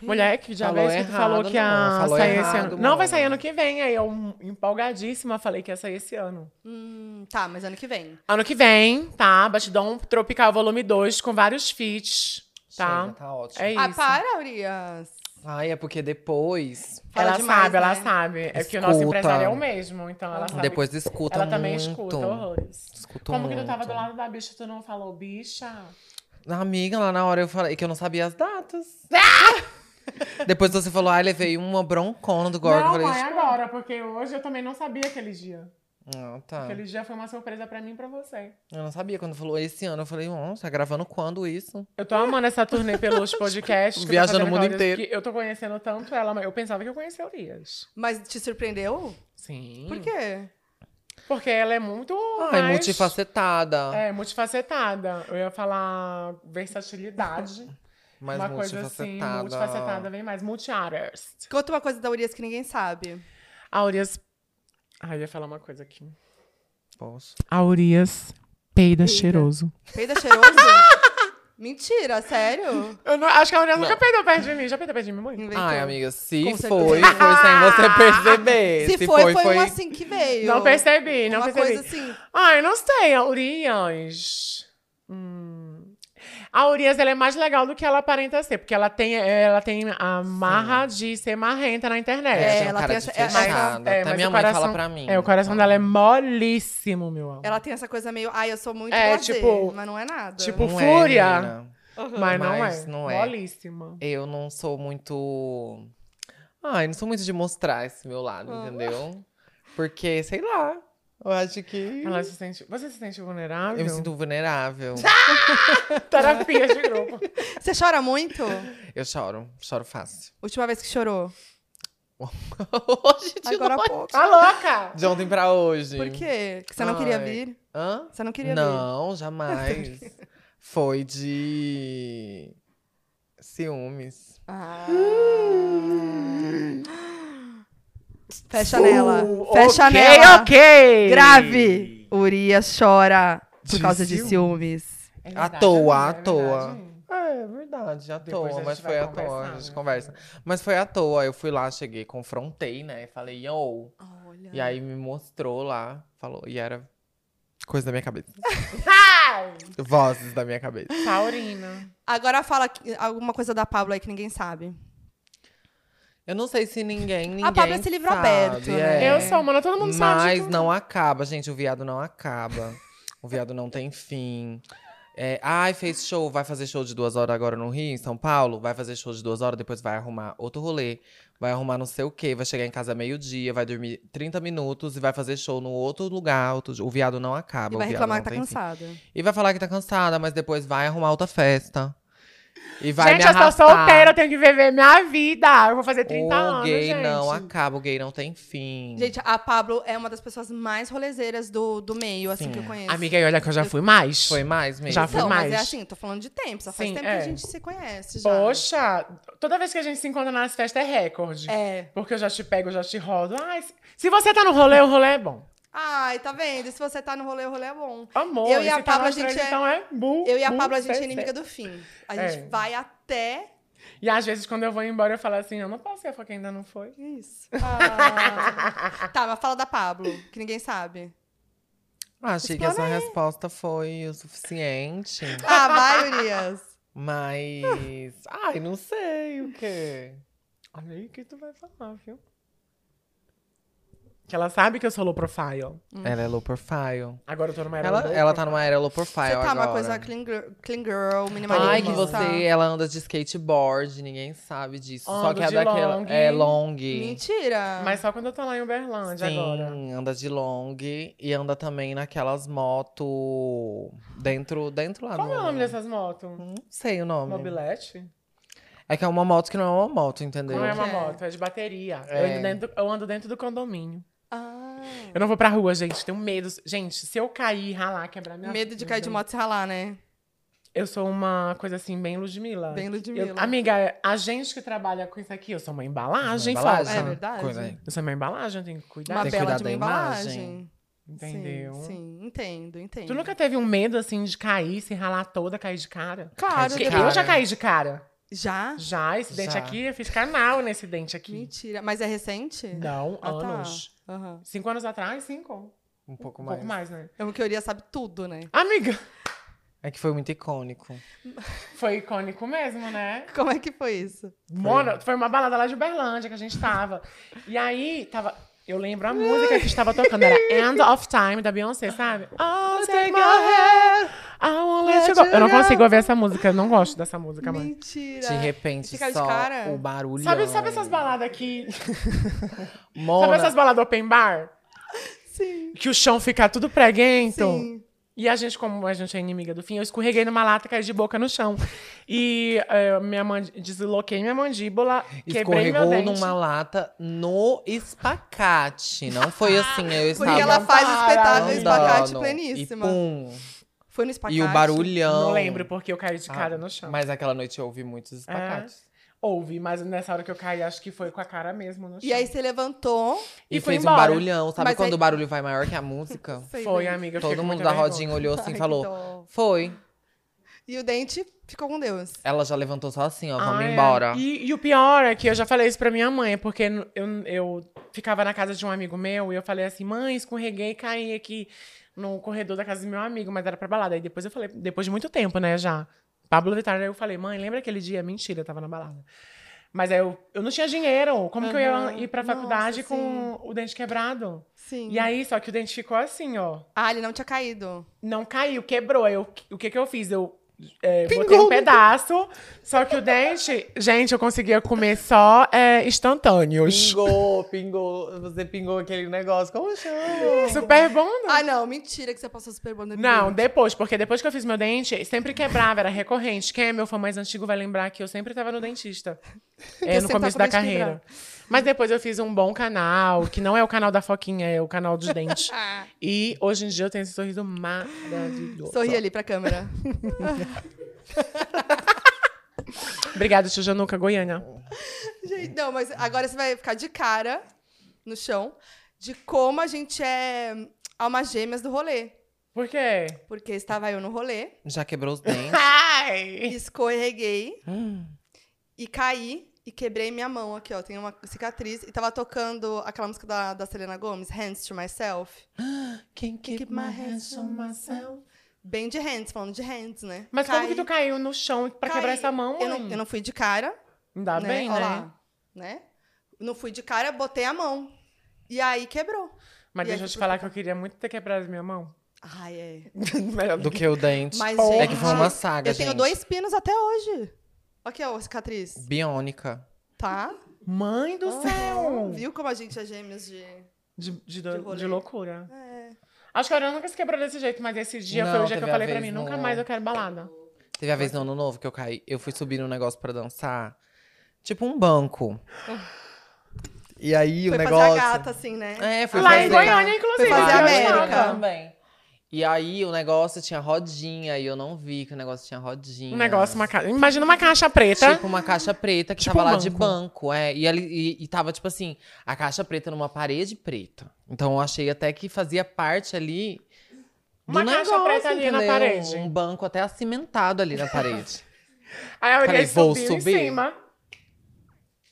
Speaker 2: Mulher, que já
Speaker 3: Falou
Speaker 2: vez que tu
Speaker 3: errado,
Speaker 2: falou que ia
Speaker 3: não, falou
Speaker 2: sair esse
Speaker 3: errado,
Speaker 2: ano. Não, vai
Speaker 3: mano.
Speaker 2: sair ano que vem. Aí eu, empolgadíssima, falei que ia sair esse ano.
Speaker 1: Hum, tá, mas ano que vem.
Speaker 2: Ano que vem, tá? Batidão Tropical Volume 2, com vários feats, tá?
Speaker 3: Chega, tá ótimo.
Speaker 2: É isso.
Speaker 1: Ah, para, Urias.
Speaker 3: Ai, é porque depois.
Speaker 1: Fala
Speaker 2: Ela
Speaker 1: demais,
Speaker 2: sabe, ela
Speaker 1: né?
Speaker 2: sabe. É porque o nosso
Speaker 3: Escuta.
Speaker 2: empresário é o mesmo, então ela sabe.
Speaker 3: Depois escuta
Speaker 2: ela
Speaker 3: muito.
Speaker 2: também escuta horrores.
Speaker 3: Escuta
Speaker 2: Como que tu
Speaker 3: muito.
Speaker 2: tava do lado da bicha, tu não falou, bicha?
Speaker 3: Amiga, lá na hora eu falei que eu não sabia as datas. (laughs) Depois você falou, ai, levei uma broncona do Gorg. Eu
Speaker 2: Ah! não, é.
Speaker 3: falei,
Speaker 2: vai agora, porque hoje eu também não sabia aquele dia.
Speaker 3: ah, tá.
Speaker 2: Aquele dia foi uma surpresa pra mim e pra você.
Speaker 3: Eu não sabia quando falou esse ano. Eu falei, nossa, tá gravando quando isso?
Speaker 2: Eu tô amando essa turnê
Speaker 3: (laughs)
Speaker 2: pelos podcasts. que eu tô
Speaker 3: Viajando
Speaker 2: fazendo
Speaker 3: o
Speaker 2: com a
Speaker 3: mundo
Speaker 2: Urias,
Speaker 3: inteiro.
Speaker 2: que Eu tô conhecendo tanto ela, mas eu pensava que eu conhecia o Urias.
Speaker 1: Mas te surpreendeu?
Speaker 3: Sim.
Speaker 1: Por quê?
Speaker 2: Porque ela é muito.
Speaker 3: Ai,
Speaker 2: mais-
Speaker 3: multifacetada.
Speaker 2: É, multifacetada. Eu ia falar
Speaker 3: (laughs)
Speaker 2: versatilidade.
Speaker 3: Mas
Speaker 2: uma coisa
Speaker 3: multifacetada.
Speaker 2: assim, multifacetada, vem mais. Multi-artist.
Speaker 1: Conta uma coisa da Urias que ninguém sabe.
Speaker 2: A Urias. Ai, eu ia falar uma coisa aqui.
Speaker 3: Posso?
Speaker 2: A Urias peida cheiroso.
Speaker 1: Peida
Speaker 2: (laughs)
Speaker 1: cheiroso? Mentira, sério?
Speaker 2: Eu não, acho que a Urias
Speaker 3: Não.
Speaker 2: nunca peidou perto de mim. Já peidou perto de mim, mãe?
Speaker 1: Inventou.
Speaker 3: Ai, amiga, se
Speaker 1: Com certeza.
Speaker 2: (laughs)
Speaker 3: foi, foi sem você perceber.
Speaker 1: Se, foi, foi, um assim que veio.
Speaker 2: Não percebi, não
Speaker 1: Uma
Speaker 2: percebi.
Speaker 1: coisa assim.
Speaker 2: Ai, não sei, a Urias. Hum. A Urias ela é mais legal do que ela aparenta ser, porque ela tem, ela tem a marra de ser marrenta na internet.
Speaker 3: É,
Speaker 1: É,
Speaker 3: ela
Speaker 1: ela
Speaker 3: cara
Speaker 1: tem
Speaker 3: de
Speaker 1: essa- é, mas-
Speaker 3: fechada.
Speaker 2: é,
Speaker 3: Até
Speaker 2: mas
Speaker 3: minha
Speaker 2: o
Speaker 3: mãe
Speaker 2: coração-
Speaker 3: fala pra mim.
Speaker 2: É, o coração dela é molíssimo, meu amor.
Speaker 1: Ela tem essa coisa meio. Ai, eu sou muito
Speaker 2: É,
Speaker 1: lazer,
Speaker 2: tipo-
Speaker 1: mas não é nada.
Speaker 2: tipo-
Speaker 3: Não
Speaker 2: fúria.
Speaker 3: É, menina.
Speaker 2: Mas não
Speaker 3: Mas
Speaker 2: é.
Speaker 3: não é.
Speaker 2: Molíssima.
Speaker 3: eu não sou muito. Ai, não sou muito de mostrar esse meu lado,
Speaker 1: Ah.
Speaker 3: entendeu? Porque, sei lá. Eu acho que.
Speaker 2: Ela se sente... Você se sente vulnerável?
Speaker 3: Eu me sinto vulnerável.
Speaker 2: (laughs) Terapia de grupo.
Speaker 1: Você chora muito?
Speaker 3: Eu choro, choro fácil. (laughs)
Speaker 1: Última vez que chorou?
Speaker 3: Hoje de
Speaker 1: Agora há
Speaker 3: noite.
Speaker 1: pouco.
Speaker 2: Tá louca!
Speaker 3: (laughs) De ontem pra hoje.
Speaker 1: Por quê? Que você não queria
Speaker 3: Ai.
Speaker 1: vir?
Speaker 3: Hã?
Speaker 1: Você não queria vir?
Speaker 3: Não, jamais. Foi de. Ciúmes.
Speaker 1: Ah. Fecha nela. Fecha
Speaker 2: ok,
Speaker 1: nela.
Speaker 2: ok!
Speaker 1: Grave. Urias chora por
Speaker 3: De
Speaker 1: causa de
Speaker 3: ciúme?
Speaker 1: ciúmes.
Speaker 2: É
Speaker 3: À toa,
Speaker 2: amiga,
Speaker 3: à
Speaker 2: é
Speaker 3: toa.
Speaker 2: verdade.
Speaker 3: É, é verdade, à
Speaker 2: Depois a
Speaker 3: toa,
Speaker 2: gente
Speaker 3: mas
Speaker 2: vai
Speaker 3: foi à
Speaker 2: conversar,
Speaker 3: toa, a gente
Speaker 2: né?
Speaker 3: conversa. Mas foi à toa, eu fui lá, cheguei, confrontei, né? Falei, yo.
Speaker 1: Olha.
Speaker 3: E aí me mostrou lá, falou, e era coisa da minha cabeça.
Speaker 2: Ai!
Speaker 3: Vozes da minha cabeça.
Speaker 2: Taurina.
Speaker 1: Agora fala que- alguma coisa da Pablo aí que ninguém sabe.
Speaker 3: Eu não sei se ninguém, ninguém
Speaker 1: A Pablo é esse livro
Speaker 3: sabe,
Speaker 1: aberto, né?
Speaker 3: é.
Speaker 2: Eu sou, mano, todo mundo sabe. de
Speaker 3: Mas
Speaker 1: então.
Speaker 2: tudo.
Speaker 3: não acaba, gente. O viado não acaba. o viado não tem fim. É, ai, fez show, vai fazer show de duas horas agora no Rio, em São Paulo. Vai fazer show de duas horas, depois vai arrumar outro rolê. Vai arrumar não sei o quê, vai chegar em casa meio-dia, vai dormir 30 minutos e vai fazer show no outro lugar. outro di- O viado não acaba.
Speaker 1: E vai
Speaker 3: o viado
Speaker 1: reclamar
Speaker 3: não
Speaker 1: que tá
Speaker 3: tem fim.
Speaker 1: cansada.
Speaker 3: E vai falar que tá cansada, mas depois vai arrumar outra festa. E vai
Speaker 2: gente,
Speaker 3: me
Speaker 2: eu sou
Speaker 3: arrastar.
Speaker 2: solteira, eu tenho que viver minha vida. Eu vou fazer 30
Speaker 3: O
Speaker 2: anos,
Speaker 3: gay
Speaker 2: gente.
Speaker 3: não acaba, o gay não tem fim.
Speaker 1: Gente, a Pablo é uma das pessoas mais rolezeiras do, do meio, assim,
Speaker 3: Sim. é.
Speaker 1: que eu conheço.
Speaker 2: Amiga, e olha que eu já fui mais.
Speaker 3: foi mais mesmo.
Speaker 2: Já foi
Speaker 1: Não, mas é
Speaker 2: mais.
Speaker 1: assim, tô falando de tempo. Só faz
Speaker 2: Sim,
Speaker 1: tempo
Speaker 2: é.
Speaker 1: que a gente se conhece já. né?
Speaker 2: Poxa, toda vez que a gente se encontra nas festas é recorde.
Speaker 1: É.
Speaker 2: Porque eu já te pego, eu já te rodo. Ai, se- se você tá no rolê, o rolê é bom.
Speaker 1: Ai, tá vendo? Se você tá no rolê, o rolê é bom.
Speaker 2: Amor,
Speaker 1: Eu e
Speaker 2: e
Speaker 1: a
Speaker 2: se tá
Speaker 1: Pabllo,
Speaker 2: na
Speaker 1: a gente
Speaker 2: frente,
Speaker 1: é-
Speaker 2: Então é bu,
Speaker 1: Eu e a
Speaker 3: Uh,
Speaker 2: bu,
Speaker 1: Pablo, a gente
Speaker 2: cê,
Speaker 1: é inimiga
Speaker 2: cê.
Speaker 1: do fim. A
Speaker 2: É.
Speaker 1: gente vai
Speaker 3: (laughs)
Speaker 1: até.
Speaker 2: E às vezes, quando eu vou embora, eu falo assim, eu não posso ir, porque ainda não foi.
Speaker 1: Isso. Ah. tá, mas fala da Pablo, que ninguém sabe.
Speaker 3: Ah, Achei que a sua resposta foi o suficiente.
Speaker 1: Ah, vai, Urias.
Speaker 3: Mas. Ai, não sei o quê.
Speaker 2: Olha aí o que tu vai falar, viu? Que ela sabe que eu sou low profile.
Speaker 3: Ela é low profile.
Speaker 2: Agora eu tô numa era
Speaker 3: Ela,
Speaker 2: low
Speaker 3: ela
Speaker 2: profile.
Speaker 3: tá numa era low profile.
Speaker 1: Você tá
Speaker 3: agora.
Speaker 1: uma coisa clean girl, clean girl minimalista.
Speaker 3: Ai, que você. é. Ela anda de skateboard, ninguém sabe disso. Só
Speaker 2: Ando
Speaker 3: que é
Speaker 2: de
Speaker 3: daquela.
Speaker 2: long.
Speaker 3: É long.
Speaker 1: Mentira.
Speaker 2: Mas só quando eu tô lá em Uberlândia
Speaker 3: Sim,
Speaker 2: agora.
Speaker 3: anda de long e anda também naquelas motos dentro, dentro lá.
Speaker 2: Qual é o
Speaker 3: no-
Speaker 2: nome dessas motos?
Speaker 3: Não sei o nome.
Speaker 2: Mobilete?
Speaker 3: É que é uma moto que não é uma moto, entendeu?
Speaker 2: Não é uma
Speaker 1: É.
Speaker 2: moto, é de bateria.
Speaker 3: É.
Speaker 2: Eu, ando dentro, eu ando dentro do condomínio.
Speaker 1: Ah,
Speaker 2: Eu não vou pra rua, gente. Tenho medo. Gente, se eu cair, ralar, quebrar minha
Speaker 1: Medo de cair de moto e se ralar, né?
Speaker 2: Eu sou uma coisa assim, bem Ludmilla.
Speaker 1: Bem
Speaker 2: Eu-
Speaker 1: Ludmilla.
Speaker 2: amiga, a gente que trabalha com isso aqui, eu sou uma embalagem,
Speaker 3: Uma
Speaker 2: fala.
Speaker 3: embalagem,
Speaker 1: É verdade.
Speaker 3: coisa aí.
Speaker 2: Eu sou uma embalagem, eu tenho que cuidar.
Speaker 1: Uma
Speaker 3: Tem que
Speaker 1: bela
Speaker 3: cuidar
Speaker 1: de
Speaker 3: da
Speaker 1: uma embalagem.
Speaker 3: imagem.
Speaker 2: Entendeu?
Speaker 1: Sim, sim, entendo, entendo.
Speaker 2: Tu nunca teve um medo, assim, de cair, se ralar toda, cair de cara?
Speaker 1: Claro.
Speaker 2: Porque
Speaker 3: de
Speaker 1: eu-
Speaker 2: eu
Speaker 3: cara.
Speaker 2: já caí de cara.
Speaker 1: Já?
Speaker 2: Já, esse dente
Speaker 3: Já.
Speaker 2: aqui, eu fiz canal nesse dente aqui.
Speaker 1: Mentira. Mas é recente?
Speaker 2: Não,
Speaker 1: Ah, tá.
Speaker 2: anos.
Speaker 1: Aham.
Speaker 2: Cinco anos atrás, cinco.
Speaker 3: Um pouco
Speaker 2: Um
Speaker 3: mais.
Speaker 2: pouco mais, né?
Speaker 1: É uma teoria sabe tudo, né?
Speaker 2: Amiga, (laughs)
Speaker 3: É que foi muito icônico.
Speaker 2: foi icônico mesmo, né?
Speaker 1: Como é que foi isso?
Speaker 2: Mona, foi uma balada lá de Uberlândia que a gente tava. E aí, tava. Eu lembro a música que estava tocando, era End of Time, da Beyoncé, sabe? Oh, take my hand, I won't let you go. Eu não consigo ouvir essa música, eu não gosto dessa música, mãe.
Speaker 1: Mentira.
Speaker 3: De repente,
Speaker 1: Ficar de
Speaker 3: só
Speaker 1: cara.
Speaker 3: o barulho.
Speaker 2: Sabe, sabe essas baladas aqui? Sabe
Speaker 3: Mona,
Speaker 2: essas baladas open bar?
Speaker 1: Sim.
Speaker 2: Que o chão fica tudo preguento?
Speaker 1: Sim.
Speaker 2: E a gente, como a gente é inimiga do fim, eu escorreguei numa lata e caí de boca no chão. E eh, minha mand... desloquei minha mandíbula, quebrei meu
Speaker 3: escorregou
Speaker 2: dente.
Speaker 3: numa lata no espacate. Não foi
Speaker 2: Ah,
Speaker 3: assim, eu estava...
Speaker 1: Porque ela faz
Speaker 2: Para,
Speaker 1: espetáculo
Speaker 2: andando,
Speaker 1: espacate
Speaker 3: andando,
Speaker 1: pleníssima.
Speaker 3: E pum.
Speaker 1: Foi no espacate.
Speaker 3: E o barulhão.
Speaker 2: Não lembro porque eu caí de
Speaker 3: Ah,
Speaker 2: cara É. no chão.
Speaker 3: Mas aquela noite eu ouvi muitos espacates.
Speaker 2: Houve, mas nessa hora que eu caí, acho que foi com a cara mesmo no chão.
Speaker 1: E aí você levantou.
Speaker 3: E,
Speaker 2: E foi
Speaker 3: fez um
Speaker 2: embora.
Speaker 3: barulhão. Sabe
Speaker 1: Mas
Speaker 3: quando
Speaker 1: aí-
Speaker 3: o barulho vai maior que a música?
Speaker 1: sei
Speaker 2: foi,
Speaker 1: lá.
Speaker 2: amiga. eu fiquei
Speaker 3: Todo
Speaker 2: com
Speaker 3: mundo
Speaker 2: muita
Speaker 3: da
Speaker 2: vergonha.
Speaker 3: rodinha olhou assim
Speaker 1: Ai,
Speaker 3: e
Speaker 1: que
Speaker 3: falou:
Speaker 1: dó.
Speaker 3: Foi.
Speaker 1: E o dente ficou com Deus.
Speaker 3: Ela já levantou só assim, ó, vamos
Speaker 2: Ah, é.
Speaker 3: embora.
Speaker 2: E, e o pior é que eu já falei isso pra minha mãe, porque n- eu, eu ficava na casa de um amigo meu e eu falei assim, mãe, escorreguei e caí aqui no corredor da casa do meu amigo, mas era pra balada. Aí depois eu falei, depois de muito tempo, né, já. Pablo Vittar, aí eu falei, mãe, lembra aquele dia? Mentira, eu tava na balada. Mas aí eu, eu não tinha dinheiro. Como que eu ia
Speaker 1: Aham.
Speaker 2: ir pra
Speaker 1: Nossa,
Speaker 2: faculdade com
Speaker 1: sim.
Speaker 2: o dente quebrado?
Speaker 1: Sim.
Speaker 2: E aí, só que o dente ficou assim, ó.
Speaker 1: Ah, ele não tinha caído.
Speaker 2: Não caiu, quebrou. Aí Eu, o que que eu fiz? Eu é,
Speaker 1: Pingou
Speaker 2: botei um
Speaker 1: no-
Speaker 2: pedaço, só que o dente... Gente, eu conseguia comer só é, instantâneos.
Speaker 3: Pingou, pingou. Você pingou aquele negócio. Como chama?
Speaker 2: Super bom, não?
Speaker 1: Ah, não, mentira que você passou super bom
Speaker 2: Não, depois, porque depois que eu fiz meu dente, sempre quebrava, era recorrente. Quem é meu fã mais antigo vai lembrar que eu sempre tava no dentista. É,
Speaker 1: Eu
Speaker 2: no
Speaker 1: sempre
Speaker 2: começo
Speaker 1: tava
Speaker 2: da
Speaker 1: com o dente
Speaker 2: carreira. Mas depois eu fiz um bom canal, que não é o canal da Foquinha, é o canal dos dentes.
Speaker 1: Ah,
Speaker 2: E hoje em dia eu tenho esse sorriso maravilhoso.
Speaker 1: sorri ali pra câmera.
Speaker 2: Obrigada, tio Januca, Goiânia. É.
Speaker 1: Gente, não, mas agora você vai ficar de cara no chão de como a gente é almas gêmeas do rolê.
Speaker 2: Por quê?
Speaker 1: Porque estava eu no rolê,
Speaker 3: Já quebrou
Speaker 2: (laughs)
Speaker 3: os dentes.
Speaker 2: Ai!
Speaker 1: escorreguei
Speaker 2: Ah.
Speaker 1: e caí e quebrei minha mão aqui, ó. Tem uma cicatriz. E tava tocando aquela música da, da Selena Gomes, Hands to Myself.
Speaker 3: Quem que
Speaker 1: Keep my hands on myself. Bem de hands, falando de hands, né?
Speaker 2: Mas
Speaker 1: Caí,
Speaker 2: como que tu caiu no chão pra
Speaker 1: caí.
Speaker 2: quebrar essa mão,
Speaker 1: Eu
Speaker 2: mãe?
Speaker 1: não, eu não fui de cara,
Speaker 2: Ainda
Speaker 1: né?
Speaker 2: bem,
Speaker 1: Ó
Speaker 2: né?
Speaker 1: lá, né? Não fui de cara, botei a mão. E aí quebrou.
Speaker 2: Mas
Speaker 1: E aí
Speaker 2: deixa eu
Speaker 1: tu
Speaker 2: te
Speaker 1: foi
Speaker 2: falar que eu queria muito ter quebrado minha mão.
Speaker 1: Ai, é.
Speaker 2: (laughs) Melhor
Speaker 3: Do que o dente.
Speaker 1: Mas,
Speaker 3: é
Speaker 1: gente,
Speaker 3: que foi uma saga,
Speaker 1: Eu tenho
Speaker 3: gente.
Speaker 1: dois pinos até hoje. Aqui, ó, a cicatriz.
Speaker 3: Biônica.
Speaker 1: Tá?
Speaker 2: Mãe do
Speaker 1: Aham.
Speaker 2: céu!
Speaker 1: Viu como a gente é gêmeos de.
Speaker 2: De, de,
Speaker 1: De
Speaker 2: do-
Speaker 1: rolê.
Speaker 2: de loucura.
Speaker 1: É.
Speaker 2: Acho que a Aurora nunca se quebrou desse jeito, mas esse dia
Speaker 3: Não,
Speaker 2: foi o dia que
Speaker 3: teve
Speaker 2: eu
Speaker 3: a
Speaker 2: falei pra
Speaker 3: vez
Speaker 2: mim,
Speaker 3: no-
Speaker 2: nunca mais eu quero balada.
Speaker 3: Teve a vez no ano novo que eu caí. Eu fui subir num negócio pra dançar. Tipo um banco. E aí
Speaker 1: Foi
Speaker 3: o
Speaker 1: fazer
Speaker 3: negócio.
Speaker 1: a gata, assim, né?
Speaker 3: É, fui
Speaker 2: Lá
Speaker 3: fazer.
Speaker 2: em Goiânia,
Speaker 1: Foi
Speaker 2: inclusive.
Speaker 1: fazer
Speaker 2: que eu
Speaker 1: América.
Speaker 2: estava.
Speaker 3: Também. E aí o negócio tinha rodinha e eu não vi que o negócio tinha rodinha.
Speaker 2: Um negócio, uma caixa. Imagina uma caixa preta.
Speaker 3: Tipo uma caixa preta que
Speaker 2: Tipo
Speaker 3: tava
Speaker 2: um
Speaker 3: lá de
Speaker 2: banco.
Speaker 3: banco. É, e, ali, e, e tava, tipo assim, a caixa preta numa parede preta. Então eu achei até que fazia parte ali. do
Speaker 2: Uma caixa
Speaker 3: negócio,
Speaker 2: preta ali na
Speaker 3: entendeu?
Speaker 2: parede.
Speaker 3: Um banco até acimentado ali na parede. (laughs)
Speaker 2: Aí a Aurora
Speaker 3: Falei, vou
Speaker 2: subiu em
Speaker 3: subir.
Speaker 2: cima.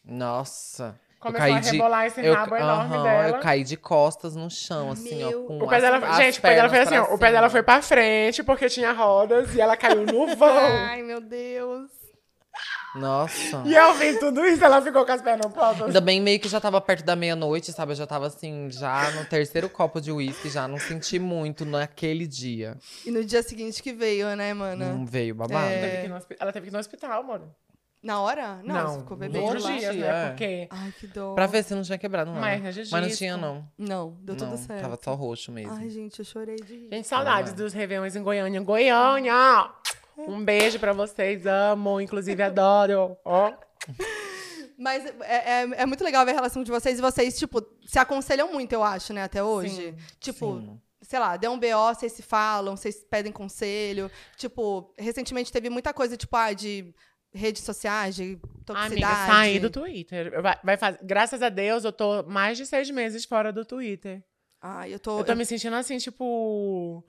Speaker 3: Nossa.
Speaker 2: Começou a
Speaker 3: caí de-
Speaker 2: rebolar esse
Speaker 3: Eu,
Speaker 2: rabo enorme
Speaker 3: aham,
Speaker 2: dela.
Speaker 3: eu caí de costas no chão, assim,
Speaker 1: Meu.
Speaker 3: ó. Com
Speaker 2: O pé
Speaker 3: as-
Speaker 2: dela,
Speaker 3: as
Speaker 2: gente, o pé dela foi
Speaker 3: pernas
Speaker 2: assim, ó,
Speaker 3: pra
Speaker 2: o pé dela
Speaker 3: cima.
Speaker 2: foi pra frente porque tinha rodas e ela caiu no (laughs) vão.
Speaker 1: Ai, meu Deus.
Speaker 3: Nossa.
Speaker 2: e eu vi tudo isso, ela ficou com as pernas assim. prontas.
Speaker 3: Ainda bem meio que já tava perto da meia-noite, sabe? Eu já tava assim, já no terceiro copo de uísque, já não senti muito naquele dia.
Speaker 1: E no dia seguinte que veio, né, mana?
Speaker 3: Não veio babado.
Speaker 2: Ela
Speaker 1: É.
Speaker 2: teve que ir no hospi- Ela teve que ir no hospital, mano.
Speaker 1: Na hora? Não, você ficou
Speaker 2: nos
Speaker 1: bebendo
Speaker 2: outros
Speaker 1: lá.
Speaker 2: dias,
Speaker 3: É.
Speaker 2: né? Porque
Speaker 1: Ai, que dó.
Speaker 3: Pra ver se não tinha quebrado nada.
Speaker 2: Uma hernia de
Speaker 3: Mas não
Speaker 2: disco.
Speaker 3: tinha, não.
Speaker 1: Não, deu
Speaker 3: não,
Speaker 1: tudo certo.
Speaker 3: Tava só roxo mesmo.
Speaker 1: Ai, gente, eu chorei de rir.
Speaker 2: Gente, saudades dos Réveillões em Goiânia.
Speaker 3: (laughs)
Speaker 2: Goiânia! Um beijo pra vocês, amo, inclusive adoro. Ó,
Speaker 1: Mas é, é, é muito legal ver a relação de vocês. E vocês, tipo, se aconselham muito, eu acho, né? Até hoje.
Speaker 2: Sim,
Speaker 1: tipo,
Speaker 3: Sim.
Speaker 1: sei lá, deu um BO, vocês se falam, vocês pedem conselho. Tipo, recentemente teve muita coisa, tipo, ah, de redes sociais, de toxicidade.
Speaker 2: Amiga, saí do Twitter. Vai, vai fazer- Graças a Deus, eu tô mais de seis meses fora do Twitter.
Speaker 1: Ai, eu tô...
Speaker 2: Eu tô me sentindo assim, tipo.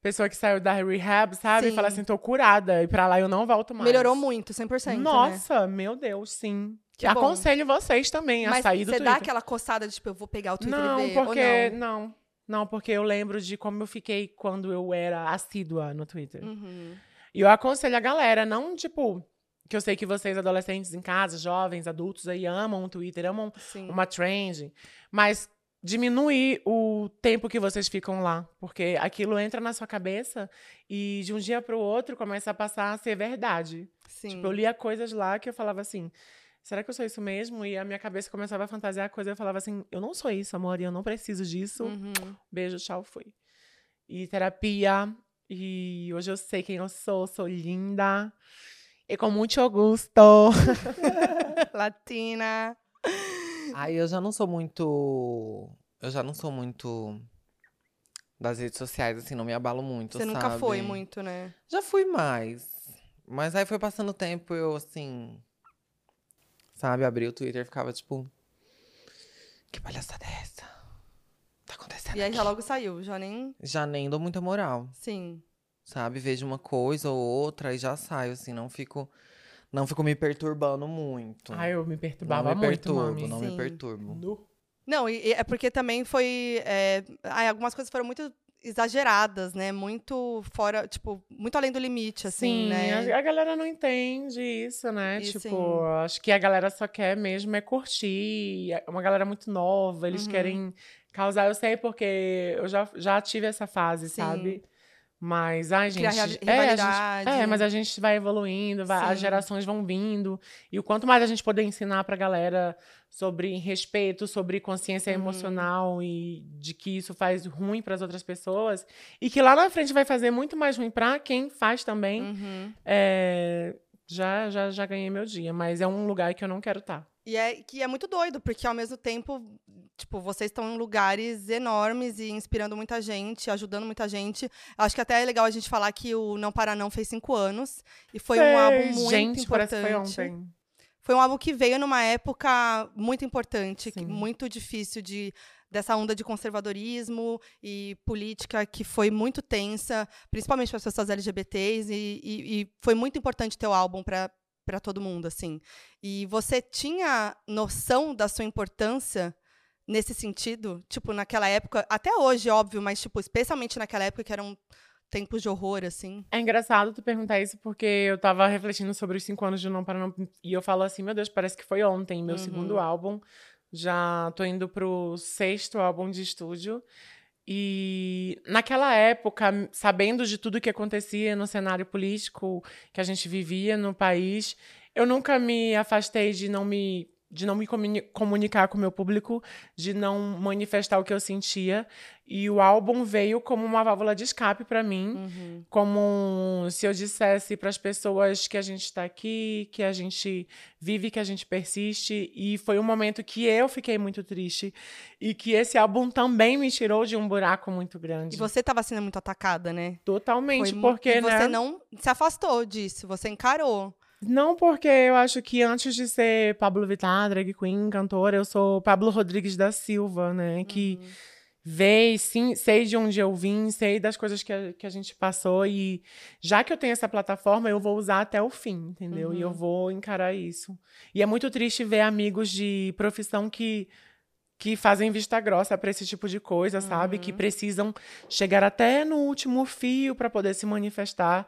Speaker 2: Pessoa que saiu da rehab, sabe?
Speaker 1: Sim.
Speaker 2: E fala assim, tô curada. E pra lá eu não volto mais.
Speaker 1: Melhorou muito, 100%. né?
Speaker 2: Nossa, meu Deus, sim.
Speaker 1: Que bom.
Speaker 2: Aconselho vocês também a
Speaker 1: Mas
Speaker 2: sair do
Speaker 1: você
Speaker 2: Twitter.
Speaker 1: dá aquela coçada de, tipo, eu vou pegar o Twitter e
Speaker 2: não,
Speaker 1: ver,
Speaker 2: porque. né?
Speaker 1: ou
Speaker 2: Não. não, porque eu lembro de como eu fiquei quando eu era assídua no Twitter.
Speaker 1: não? Uhum.
Speaker 2: E eu aconselho a galera, não tipo. Que eu sei que vocês, adolescentes em casa, jovens, adultos aí, amam o Twitter, amam
Speaker 1: Sim.
Speaker 2: uma trend, mas diminuir o tempo que vocês ficam lá, porque aquilo entra na sua cabeça e de um dia para o outro começa a passar a ser verdade.
Speaker 1: Sim.
Speaker 2: Tipo, eu lia coisas lá que eu falava assim, será que eu sou isso mesmo? E a minha cabeça começava a fantasiar coisas, eu falava assim, eu não sou isso, amor, e eu não preciso disso.
Speaker 3: Hum.
Speaker 1: Uhum.
Speaker 2: Beijo, tchau, fui. E terapia. E hoje eu sei quem eu sou, sou linda. E com muito gosto.
Speaker 1: Latina.
Speaker 3: Aí eu já não sou muito. Eu já não sou muito. Das redes sociais, assim, não me abalo muito,
Speaker 1: Você nunca foi
Speaker 3: sabe?
Speaker 1: muito, né?
Speaker 3: Já fui mais. Mas aí foi passando o tempo, eu assim. Sabe, abri o Twitter e ficava tipo. Que palhaçada é essa? Tá acontecendo?
Speaker 1: E aí
Speaker 3: aqui?"
Speaker 1: já logo saiu, já nem.
Speaker 3: Já nem dou muita moral,
Speaker 1: Sim.
Speaker 3: sabe? Vejo uma coisa ou outra e já saio, assim, não fico. Não fico me perturbando muito.
Speaker 2: Ai, eu me
Speaker 3: não
Speaker 2: perturbava
Speaker 3: me
Speaker 2: muito,
Speaker 3: perturbo,
Speaker 2: mami.
Speaker 3: não
Speaker 1: Sim.
Speaker 3: me perturbo.
Speaker 2: No.
Speaker 1: Não, e, e é porque também foi. é, ai, algumas coisas foram muito exageradas, né? Muito fora, tipo, muito além do limite, assim,
Speaker 2: Sim, é,
Speaker 1: né?
Speaker 2: a, a galera não entende isso, né?
Speaker 1: E
Speaker 2: tipo,
Speaker 1: sim.
Speaker 2: acho que a galera só quer mesmo é curtir. É uma galera muito nova, eles
Speaker 1: Uhum.
Speaker 2: querem causar. Eu sei porque eu já, já tive essa fase,
Speaker 1: Sim.
Speaker 2: sabe? Mas, ai, gente.
Speaker 1: Criar ria-
Speaker 2: é, a gente
Speaker 1: rivalidade.
Speaker 2: É, mas a gente vai evoluindo, vai- as
Speaker 1: Sim.
Speaker 2: gerações vão vindo. E o quanto mais a gente poder ensinar pra galera sobre respeito, sobre consciência
Speaker 1: Uhum.
Speaker 2: emocional e de que isso faz ruim pras outras pessoas. E que lá na frente vai fazer muito mais ruim pra quem faz também.
Speaker 1: Uhum.
Speaker 2: é, já, já, já ganhei meu dia, mas é um lugar que eu não quero estar.
Speaker 1: E é que é muito doido, porque ao mesmo tempo, tipo, vocês estão em lugares enormes e inspirando muita gente, ajudando muita gente. Acho que até é legal a gente falar que o Não Para Não fez cinco anos. E foi um álbum muito
Speaker 2: Gente,
Speaker 1: importante.
Speaker 2: parece que foi ontem.
Speaker 1: foi um álbum que veio numa época muito importante, que-
Speaker 2: Sim.
Speaker 1: muito difícil de dessa onda de conservadorismo e política que foi muito tensa, principalmente para as pessoas LGBTs e, e- e foi muito importante ter o álbum para para todo mundo assim. E você tinha noção da sua importância nesse sentido, tipo naquela época, até hoje óbvio, mas tipo especialmente naquela época que eram tempos de horror assim.
Speaker 2: É engraçado tu perguntar isso, porque eu tava refletindo sobre os cinco anos de Não Para Não. E eu falo assim, meu Deus, parece que foi ontem, meu
Speaker 1: Uhum.
Speaker 2: segundo álbum. Já tô indo pro sexto álbum de estúdio. E naquela época, sabendo de tudo que acontecia no cenário político que a gente vivia no país, eu nunca me afastei de não me de não me comuni- comunicar com o meu público, de não manifestar o que eu sentia. E o álbum veio como uma válvula de escape para mim
Speaker 1: Uhum.
Speaker 2: como um- se eu dissesse para as pessoas que a gente está aqui, que a gente vive, que a gente persiste. E foi um momento que eu fiquei muito triste e que esse álbum também me tirou de um buraco muito
Speaker 1: E
Speaker 2: grande.
Speaker 1: você estava sendo muito atacada, né?
Speaker 2: Totalmente,
Speaker 1: Foi mu-
Speaker 2: porque
Speaker 1: e você
Speaker 2: né?
Speaker 1: não se afastou disso, você encarou.
Speaker 2: Não porque eu acho que antes de ser Pablo Vittar, drag queen, cantora, eu sou Pablo Rodrigues da Silva, né? Que
Speaker 1: Uhum.
Speaker 2: Vei, sim, sei de onde eu vim, sei das coisas que a, que a gente passou e já que eu tenho essa plataforma, eu vou usar até o fim, entendeu? E eu
Speaker 1: Uhum.
Speaker 2: vou encarar isso. E é muito triste ver amigos de profissão que que fazem vista grossa para esse tipo de coisa, sabe? Que
Speaker 1: Uhum.
Speaker 2: precisam chegar até no último fio para poder se manifestar.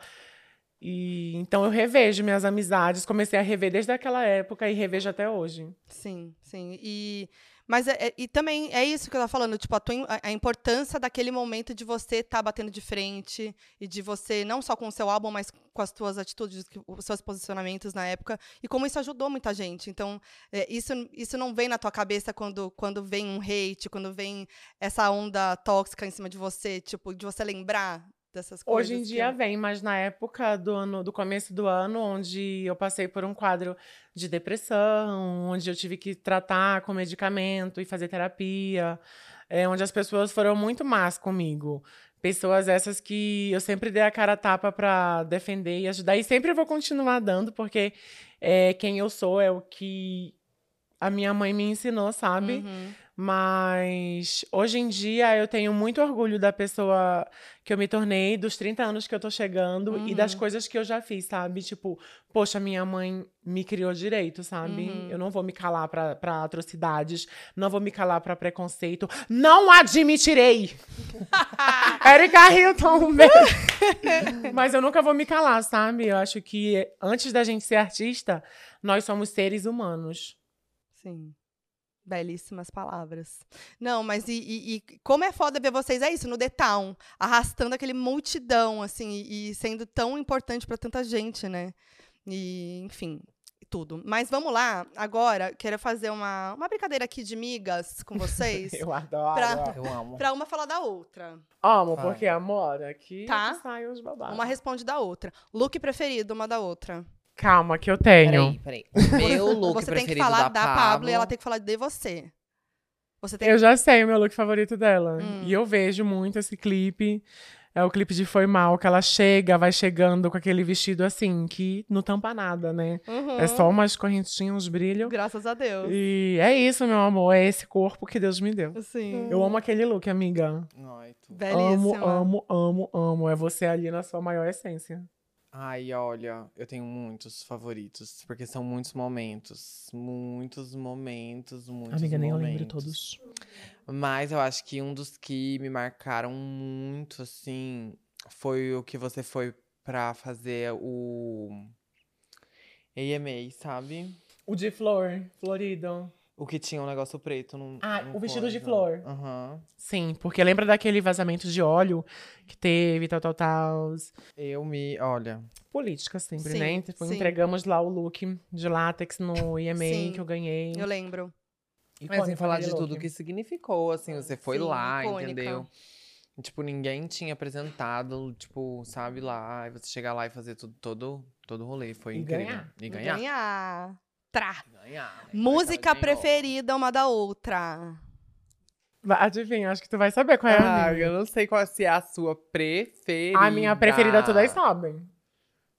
Speaker 2: E então eu revejo minhas amizades, comecei a rever desde aquela época e revejo até hoje.
Speaker 1: Sim, sim. E mas é- é- e também é isso que eu tava falando, tipo, a, tua im- a- a importância daquele momento de você estar batendo de frente e de você não só com o seu álbum, mas com as tuas atitudes, que- os seus posicionamentos na época e como isso ajudou muita gente. Então, é, isso isso não vem na tua cabeça quando quando vem um hate, quando vem essa onda tóxica em cima de você, tipo, de você lembrar dessas coisas.
Speaker 2: Hoje em
Speaker 1: que é um
Speaker 2: dia
Speaker 1: eu-
Speaker 2: vem, mas na época do ano, do começo do ano, onde eu passei por um quadro de depressão, onde eu tive que tratar com medicamento e fazer terapia, é, onde as pessoas foram muito más comigo. Pessoas essas que eu sempre dei a cara a tapa pra defender e ajudar. E sempre vou continuar dando, porque é, quem eu sou é o que a minha mãe me ensinou, sabe?
Speaker 1: Uhum.
Speaker 2: Mas hoje em dia eu tenho muito orgulho da pessoa que eu me tornei, dos 30 anos que eu tô chegando e das
Speaker 1: Uhum.
Speaker 2: coisas que eu já fiz, sabe? Tipo, poxa, minha mãe me criou direito, sabe?
Speaker 1: Uhum.
Speaker 2: Eu não vou me calar pra, pra atrocidades, não vou me calar pra preconceito,
Speaker 1: (laughs)
Speaker 2: não admitirei! Erika Hilton, um beijo. Mas eu nunca vou me calar, sabe? Eu acho que antes da gente ser artista, nós somos seres humanos.
Speaker 1: Sim. Belíssimas palavras. Não, mas e, e- e como é foda ver vocês, é isso, no The Town, arrastando aquele multidão, assim, e, e sendo tão importante pra tanta gente, né? E, enfim, tudo. Mas vamos lá, agora, quero fazer uma, uma brincadeira aqui de migas
Speaker 3: (laughs)
Speaker 1: com vocês,
Speaker 2: Eu adoro.
Speaker 1: Pra-
Speaker 3: Eu amo.
Speaker 1: pra uma falar da outra.
Speaker 2: Amo,
Speaker 3: Vai.
Speaker 2: porque amor, aqui é
Speaker 1: Tá.
Speaker 2: que saem os babados.
Speaker 1: Uma responde da outra. Look preferido, uma da outra.
Speaker 2: Calma, que eu tenho.
Speaker 3: Peraí, peraí. O meu look
Speaker 1: você tem
Speaker 3: preferido
Speaker 1: que falar
Speaker 3: da,
Speaker 1: Pablo,
Speaker 3: Pablo
Speaker 1: e ela tem que falar de você. Você tem
Speaker 2: Eu já sei o meu look favorito dela.
Speaker 1: Hum.
Speaker 2: E eu vejo muito esse clipe. É o clipe de Foi Mal, que ela chega, vai chegando com aquele vestido assim, que não tampa nada, né?
Speaker 1: que... Uhum.
Speaker 2: É só umas correntinhas, uns brilhos.
Speaker 1: Graças a Deus.
Speaker 2: E é isso, meu amor. É esse corpo que Deus me deu.
Speaker 1: Sim.
Speaker 2: Eu amo aquele look, amiga.
Speaker 3: Ai, tu-
Speaker 1: Belíssima.
Speaker 2: Amo, amo, amo, amo. É você ali na sua maior essência.
Speaker 3: Ai, olha, eu tenho muitos favoritos, porque são muitos momentos. Muitos momentos, muitos
Speaker 2: amiga, nem eu lembro
Speaker 3: momentos.
Speaker 2: todos.
Speaker 3: Mas eu acho que um dos que me marcaram muito, assim, foi o que você foi pra fazer o AMA, sabe?
Speaker 2: O de flor, florido.
Speaker 3: O que tinha um negócio preto no.
Speaker 2: Ah,
Speaker 3: no
Speaker 2: o vestido de
Speaker 3: coisa.
Speaker 2: flor.
Speaker 3: Aham.
Speaker 2: Sim, porque lembra daquele vazamento de óleo que teve, tal, tal, tal.
Speaker 3: Eu me. Olha.
Speaker 2: Política sempre,
Speaker 1: Sim,
Speaker 2: né? Tipo,
Speaker 1: sim.
Speaker 2: entregamos lá o look de látex
Speaker 1: (coughs)
Speaker 2: no
Speaker 1: Sim.
Speaker 2: IMA que eu ganhei.
Speaker 1: Eu lembro.
Speaker 2: E
Speaker 3: Mas sem falar de
Speaker 2: aquele
Speaker 3: tudo
Speaker 2: look.
Speaker 3: que significou, assim, você foi
Speaker 1: Sim,
Speaker 3: lá,
Speaker 1: icônica.
Speaker 3: entendeu? Tipo, ninguém tinha apresentado, tipo, sabe lá, e você chegar lá e fazer tudo, todo, todo o rolê. Foi
Speaker 2: E
Speaker 3: incrível.
Speaker 2: ganhar.
Speaker 3: E ganhar.
Speaker 1: Ganhar. Trá.
Speaker 3: Ganhar.
Speaker 1: Música
Speaker 3: Aquela de novo.
Speaker 1: preferida uma da outra.
Speaker 2: Vai- Adivinha, acho que tu vai saber qual é a
Speaker 3: Ah,
Speaker 2: minha.
Speaker 3: eu não sei qual se é a sua preferida.
Speaker 2: A minha preferida, é todas sabem.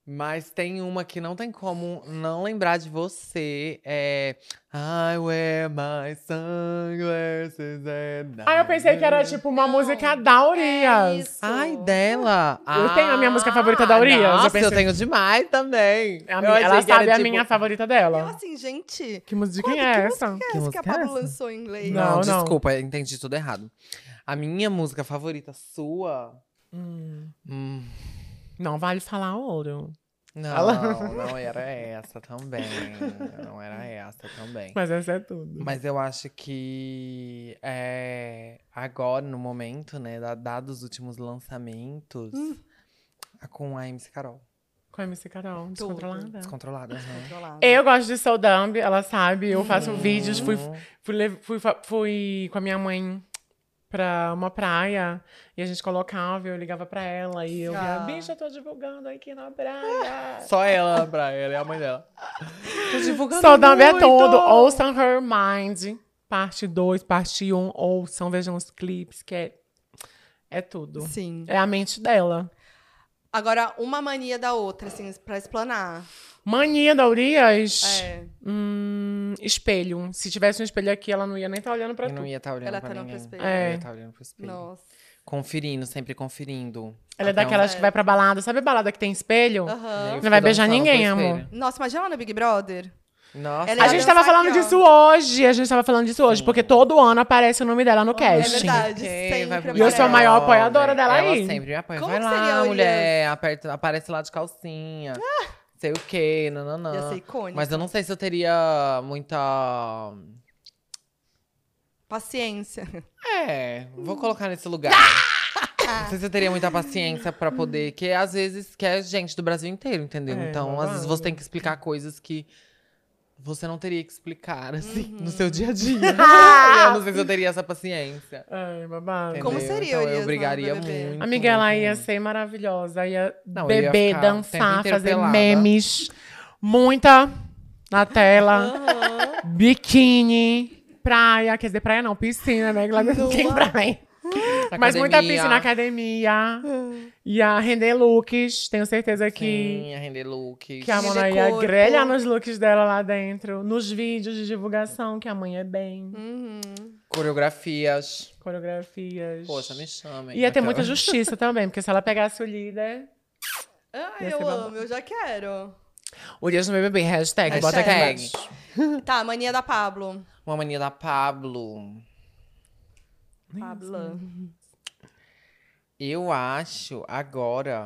Speaker 3: Mas tem uma que não tem como não lembrar de você. É. I wear my sunglasses and
Speaker 2: Ah, eu pensei
Speaker 3: I
Speaker 2: que era
Speaker 3: wear-
Speaker 2: tipo uma
Speaker 1: Não,
Speaker 2: música da
Speaker 1: É
Speaker 2: Urias.
Speaker 1: isso.
Speaker 3: Ai, dela! Ah,
Speaker 2: Eu tenho a minha música favorita da Urias, eu
Speaker 3: Nossa, eu,
Speaker 2: pensei- É
Speaker 3: tenho demais também.
Speaker 2: A
Speaker 3: Eu
Speaker 2: minha-
Speaker 3: achei
Speaker 2: ela
Speaker 3: que era,
Speaker 2: sabe a
Speaker 3: tipo,
Speaker 2: minha favorita
Speaker 1: Eu
Speaker 2: dela.
Speaker 1: assim, gente,
Speaker 2: Que música
Speaker 1: Qual-
Speaker 2: é
Speaker 1: que
Speaker 2: essa?
Speaker 1: que é essa que a
Speaker 3: música é
Speaker 1: Pablo
Speaker 3: essa?
Speaker 1: lançou em inglês?
Speaker 3: Não,
Speaker 2: Não, não.
Speaker 3: desculpa, eu entendi tudo errado. A minha música favorita sua.
Speaker 1: é?
Speaker 2: Hum,
Speaker 3: Hum,
Speaker 2: não vale falar ouro.
Speaker 3: não,
Speaker 2: Ela-
Speaker 3: não era essa também. Não era essa também.
Speaker 2: Mas essa é tudo.
Speaker 3: Mas eu acho que é, agora, no momento, né, da- dados os últimos lançamentos,
Speaker 2: Hum.
Speaker 3: a com a MC Carol.
Speaker 2: Com a MC Carol, descontrolada.
Speaker 3: Descontrolada. né?
Speaker 1: Controlada.
Speaker 2: Eu gosto de Soldambi, ela sabe, eu faço
Speaker 1: Hum.
Speaker 2: vídeos, fui,
Speaker 3: Uhum.
Speaker 2: fui, le- fui, fa- fui com a minha mãe pra uma praia e a gente colocava, eu ligava pra ela e eu via,
Speaker 1: Ah.
Speaker 2: bicha, eu tô divulgando aqui na praia.
Speaker 3: Só ela, pra ela, é a mãe dela. Tô (laughs) divulgando
Speaker 2: Soldambi é
Speaker 3: muito!
Speaker 2: todo, ouçam Her Mind, parte 2, parte 1, um, ouçam, vejam os clipes, que é, é tudo.
Speaker 1: Sim.
Speaker 2: É a mente dela.
Speaker 1: Agora, uma mania da outra, assim, pra explanar.
Speaker 2: Mania da Urias,
Speaker 1: É,
Speaker 2: hum, espelho. Se tivesse um espelho aqui, ela não ia nem estar olhando pra
Speaker 3: Eu
Speaker 2: tu.
Speaker 3: não ia estar olhando
Speaker 1: Ela
Speaker 3: pra
Speaker 1: tá olhando pro
Speaker 3: ninguém.
Speaker 1: espelho.
Speaker 2: É.
Speaker 3: Eu ia estar olhando pro espelho.
Speaker 1: nossa.
Speaker 3: Conferindo, sempre conferindo.
Speaker 2: Ela é
Speaker 3: Até um
Speaker 2: daquelas
Speaker 1: É.
Speaker 2: que vai pra balada. Sabe balada que tem espelho?
Speaker 3: onde-
Speaker 1: Aham.
Speaker 3: Eu
Speaker 2: Não
Speaker 3: fico
Speaker 2: vai beijar
Speaker 3: dançando
Speaker 2: ninguém,
Speaker 3: pro
Speaker 2: amor.
Speaker 3: espelho.
Speaker 1: Nossa, imagina ela no Big Brother.
Speaker 3: Nossa.
Speaker 1: Ela é
Speaker 2: A
Speaker 1: ia
Speaker 2: gente tá
Speaker 1: dançar
Speaker 2: tava falando
Speaker 1: aqui, ó.
Speaker 2: disso hoje. A gente tava falando disso hoje.
Speaker 3: Sim.
Speaker 2: Porque todo ano aparece o nome dela no
Speaker 1: É
Speaker 2: casting.
Speaker 1: verdade,
Speaker 3: Ok,
Speaker 1: sempre
Speaker 3: vai pro
Speaker 1: aparece.
Speaker 2: E eu sou a maior apoiadora dela
Speaker 3: Ela
Speaker 2: aí.
Speaker 3: sempre me apoia.
Speaker 1: Como
Speaker 3: vai
Speaker 1: que seria a
Speaker 3: lá,
Speaker 1: Urias?
Speaker 3: mulher. Aperta, aparece lá de calcinha. Sei o quê, nananã.
Speaker 1: Ah! Ia ser icônica.
Speaker 3: Ah, Mas eu não sei se eu teria muita.
Speaker 2: (laughs)
Speaker 1: Paciência.
Speaker 3: É,
Speaker 1: Hum.
Speaker 3: vou colocar nesse lugar.
Speaker 1: Ah!
Speaker 3: Não sei se eu teria muita paciência pra poder. Que às vezes quer gente do Brasil inteiro, entendeu?
Speaker 2: É,
Speaker 3: então, às vezes
Speaker 2: babado.
Speaker 3: você tem que explicar coisas que você não teria que explicar, assim,
Speaker 1: Uhum.
Speaker 3: no seu dia a dia.
Speaker 1: (laughs)
Speaker 3: eu não sei se eu teria essa paciência.
Speaker 2: Ai, babado.
Speaker 1: Como
Speaker 3: entendeu?
Speaker 1: seria,
Speaker 3: Então,
Speaker 1: Urias,
Speaker 3: eu
Speaker 1: no
Speaker 3: brigaria
Speaker 1: BBB?
Speaker 3: muito.
Speaker 2: Amiga, ela
Speaker 3: muito,
Speaker 2: ia
Speaker 3: muito.
Speaker 2: ser maravilhosa. Ia
Speaker 3: Não, eu ia
Speaker 2: beber,
Speaker 3: ficar o tempo
Speaker 2: dançar,
Speaker 3: inteiro
Speaker 2: fazer
Speaker 3: pelada.
Speaker 2: memes. Muita na tela.
Speaker 3: (laughs) Aham.
Speaker 2: biquíni, praia. Quer dizer, praia não, piscina, né? Que Lá não tem praia. Mas muita
Speaker 3: Academia.
Speaker 2: piscina na academia. Ia render looks. Tenho certeza que,
Speaker 3: Sim, ia render looks.
Speaker 2: que a
Speaker 1: Render
Speaker 2: Mona ia
Speaker 1: corpo.
Speaker 2: grelhar nos looks dela lá dentro. Nos vídeos de divulgação, que a mãe é bem.
Speaker 1: Uhum.
Speaker 3: Coreografias.
Speaker 2: Coreografias.
Speaker 3: Poxa, me chamem.
Speaker 2: Ia ter
Speaker 3: (laughs) Aquela-
Speaker 2: muita justiça também, porque se ela pegasse o líder.
Speaker 1: Ah,
Speaker 2: Ia
Speaker 1: eu
Speaker 2: ser babado.
Speaker 1: amo, eu já quero.
Speaker 2: Urias no BBB, hashtag, bota aqui
Speaker 3: Hashtag.
Speaker 2: embaixo.
Speaker 1: Tá, mania da Pablo.
Speaker 3: Uma mania da Pablo.
Speaker 1: Pabla.
Speaker 3: Eu acho
Speaker 2: (laughs)
Speaker 3: agora.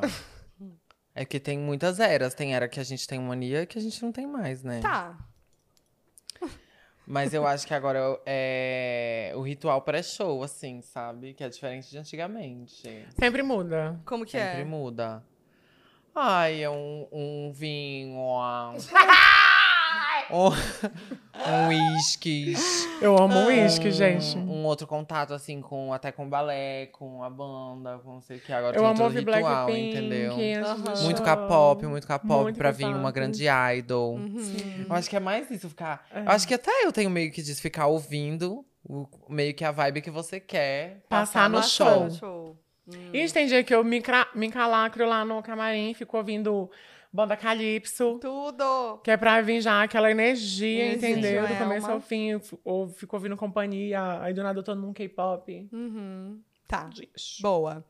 Speaker 3: é que tem muitas eras. Tem era que a gente tem mania e que a gente não tem mais, né?
Speaker 1: Tá.
Speaker 2: (laughs)
Speaker 3: Mas eu acho que agora eu- é o ritual pré-show, assim, sabe? Que é diferente de antigamente.
Speaker 2: Sempre muda.
Speaker 1: Como que
Speaker 3: Sempre
Speaker 1: é?
Speaker 3: muda. Ai, é um, um
Speaker 2: (laughs)
Speaker 3: vinho, uma- um uísques.
Speaker 2: Eu amo o uísque,
Speaker 3: um-
Speaker 2: gente.
Speaker 3: Um outro contato, assim, com até com balé, com a banda, com não sei o que. Agora
Speaker 2: Eu
Speaker 3: tem
Speaker 2: amo
Speaker 3: outro
Speaker 2: ouvir
Speaker 3: ritual,
Speaker 2: Blackpink.
Speaker 3: entendeu?
Speaker 2: antes do
Speaker 1: Aham.
Speaker 3: Muito
Speaker 2: show.
Speaker 3: K-pop, muito K-pop
Speaker 2: Muito
Speaker 3: pra vir uma
Speaker 2: K-pop.
Speaker 3: grande idol.
Speaker 1: Uhum.
Speaker 3: Eu acho que é mais isso, ficar.
Speaker 2: É.
Speaker 3: Eu acho que até eu tenho meio que disso, ficar ouvindo o- meio que a vibe que você quer
Speaker 2: Passar no
Speaker 1: Massa,
Speaker 2: show.
Speaker 1: show. Hum.
Speaker 2: E tem dia que eu me, cra- me calacro lá no camarim, fico ouvindo banda calypso.
Speaker 1: Tudo.
Speaker 2: Que é pra vir já aquela energia,
Speaker 1: Energia,
Speaker 2: entendeu? Do
Speaker 1: é,
Speaker 2: começo
Speaker 1: uma-
Speaker 2: ao fim. eu fi- Ou fico ouvindo companhia, aí do nada eu tô num K-pop.
Speaker 1: Uhum. Tá.
Speaker 2: Diz.
Speaker 1: Boa.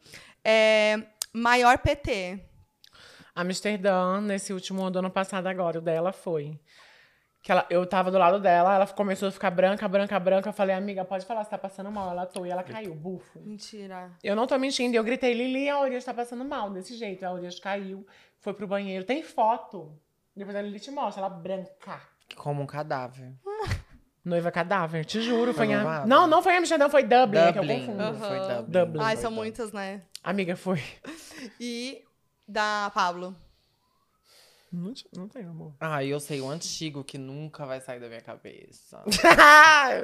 Speaker 1: É, maior PT.
Speaker 2: Amsterdã, nesse último ano, do ano passado agora, o dela foi. Que ela, eu tava do lado dela, ela começou a ficar branca, branca, branca. Eu falei, amiga, pode falar, você tá passando mal. Ela tô e ela caiu, bufo.
Speaker 1: Mentira.
Speaker 2: Eu não tô mentindo, eu gritei, Lili, a Urias tá passando mal, desse jeito. A Urias caiu, foi pro banheiro, tem foto. Depois a Lili te mostra, ela branca.
Speaker 3: como um cadáver.
Speaker 2: Noiva cadáver, te juro. Foi
Speaker 3: Foi
Speaker 2: em Am-
Speaker 3: roubada?
Speaker 2: Não, não foi em Amsterdã, foi Dublin, é que eu
Speaker 3: Dublin.
Speaker 2: confundo.
Speaker 1: Aham.
Speaker 3: Foi Dublin.
Speaker 2: Dublin.
Speaker 1: Ai,
Speaker 3: Foi
Speaker 1: Ah, são
Speaker 3: Dublin.
Speaker 1: muitas, né?
Speaker 2: Amiga, foi.
Speaker 1: E da Pablo.
Speaker 2: Não, ti- não tem (laughs) amor.
Speaker 3: Ah, eu sei o antigo que nunca vai sair da minha cabeça.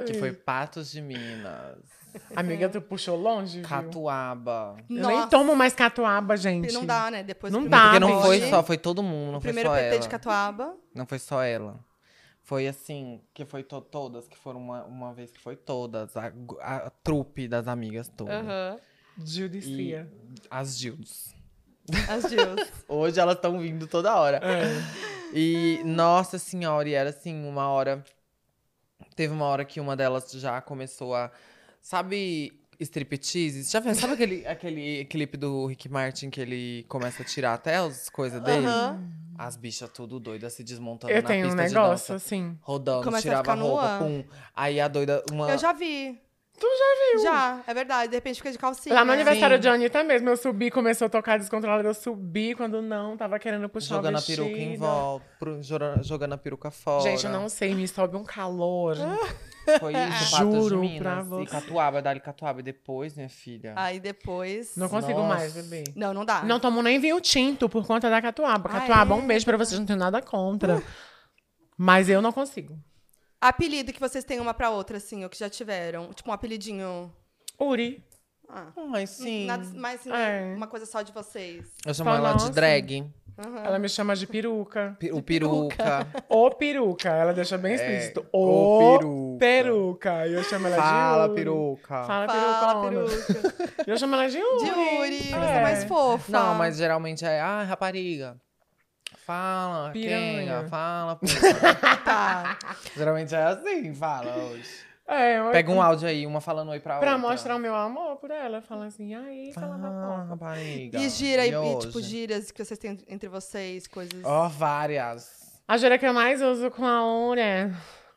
Speaker 3: que foi Patos de Minas,
Speaker 2: Amiga, tu puxou longe, viu?
Speaker 3: Catuaba.
Speaker 2: Eu
Speaker 1: Nossa,
Speaker 2: nem tomo mais catuaba, gente.
Speaker 1: Não dá, né? Depois do
Speaker 2: Não
Speaker 1: primeiro
Speaker 2: dá,
Speaker 3: Porque não
Speaker 1: pode.
Speaker 2: mas-
Speaker 3: foi só, foi todo mundo, não foi
Speaker 1: primeiro
Speaker 3: só
Speaker 1: PT
Speaker 3: ela.
Speaker 1: de Catuaba.
Speaker 3: Não foi só ela. Foi assim, que foi to- todas, que foram uma, uma vez que foi todas, a, a trupe das amigas todas.
Speaker 1: Aham.
Speaker 2: Judicia.
Speaker 3: As Gildos.
Speaker 1: As Dills.
Speaker 3: Hoje elas estão vindo toda hora.
Speaker 2: É.
Speaker 3: (laughs) E, nossa senhora, e era assim, uma hora. Teve uma hora que uma delas já começou a. Sabe striptease? Já viu? Sabe aquele, aquele clipe do Rick Martin que ele começa a tirar até as coisas dele?
Speaker 1: Aham.
Speaker 3: As bichas tudo doidas se desmontando
Speaker 2: Eu
Speaker 3: na
Speaker 2: tenho um
Speaker 3: pista de
Speaker 2: negócio,
Speaker 3: dança.
Speaker 2: assim.
Speaker 3: Rodando,
Speaker 1: Começa a
Speaker 3: tirava
Speaker 1: ficar
Speaker 3: a
Speaker 1: nua.
Speaker 3: roupa, pum. Aí a doida, uma.
Speaker 1: Eu já vi.
Speaker 2: Tu
Speaker 1: já viu? Já, é verdade. De repente fica de calcinha.
Speaker 2: Lá no aniversário
Speaker 3: Sim.
Speaker 2: de Anitta mesmo, eu subi, começou a tocar descontrolada, eu subi, quando não, tava querendo puxar
Speaker 3: jogando
Speaker 2: o
Speaker 3: a peruca em
Speaker 2: vestido.
Speaker 3: volta, pro- jora- jogando a peruca fora.
Speaker 2: Gente, eu não sei, me sobe um calor.
Speaker 3: Ah. Foi isso, Patos de
Speaker 2: Juro
Speaker 3: Minas.
Speaker 2: pra
Speaker 3: E
Speaker 2: você.
Speaker 3: catuaba, dali catuaba. E depois, minha filha.
Speaker 1: Aí depois.
Speaker 2: Não consigo
Speaker 3: Nossa.
Speaker 2: mais, bebê.
Speaker 1: Não, não dá.
Speaker 2: Não tomo nem vinho tinto por conta da catuaba.
Speaker 1: Ah,
Speaker 2: Catuaba,
Speaker 1: é?
Speaker 2: um beijo pra vocês, não tenho nada contra. Mas eu não consigo.
Speaker 1: Apelido que vocês têm uma pra outra, assim, ou que já tiveram. Tipo, um apelidinho.
Speaker 2: Uri.
Speaker 1: Ah.
Speaker 3: Ai, sim.
Speaker 1: Nada mais assim,
Speaker 2: É.
Speaker 1: uma coisa só de vocês.
Speaker 3: Eu chamo ela
Speaker 2: Nossa.
Speaker 3: de drag.
Speaker 1: Aham.
Speaker 2: Ela me chama de peruca.
Speaker 3: pe- O peruca. (laughs)
Speaker 2: Ô peruca. Ela deixa bem
Speaker 3: É,
Speaker 2: explícito.
Speaker 3: o
Speaker 2: Ô
Speaker 3: peruca.
Speaker 2: peruca. E eu chamo ela de
Speaker 3: Fala,
Speaker 2: Uri.
Speaker 3: peruca.
Speaker 2: Fala,
Speaker 1: Fala,
Speaker 2: é peruca.
Speaker 1: peruca.
Speaker 2: E eu chamo ela de Uri.
Speaker 1: De Uri,
Speaker 2: É.
Speaker 1: você é mais fofa.
Speaker 3: Não, mas geralmente é, ah, rapariga. Fala,
Speaker 2: Piranha.
Speaker 3: quenga. Fala, puta.
Speaker 1: (laughs) Tá.
Speaker 3: (laughs) Geralmente é assim, fala hoje.
Speaker 2: É, eu-
Speaker 3: Pega um áudio aí, uma falando oi pra outra.
Speaker 2: Pra mostrar o meu amor por ela. Fala assim, aí, fala da
Speaker 3: Fala,
Speaker 2: porta.
Speaker 3: rapariga.
Speaker 1: E gira, e, e, tipo,
Speaker 3: Ah, hoje?
Speaker 1: gírias que vocês têm entre vocês, coisas.
Speaker 3: Ó, várias.
Speaker 2: A gíria que eu mais uso com a Uri é...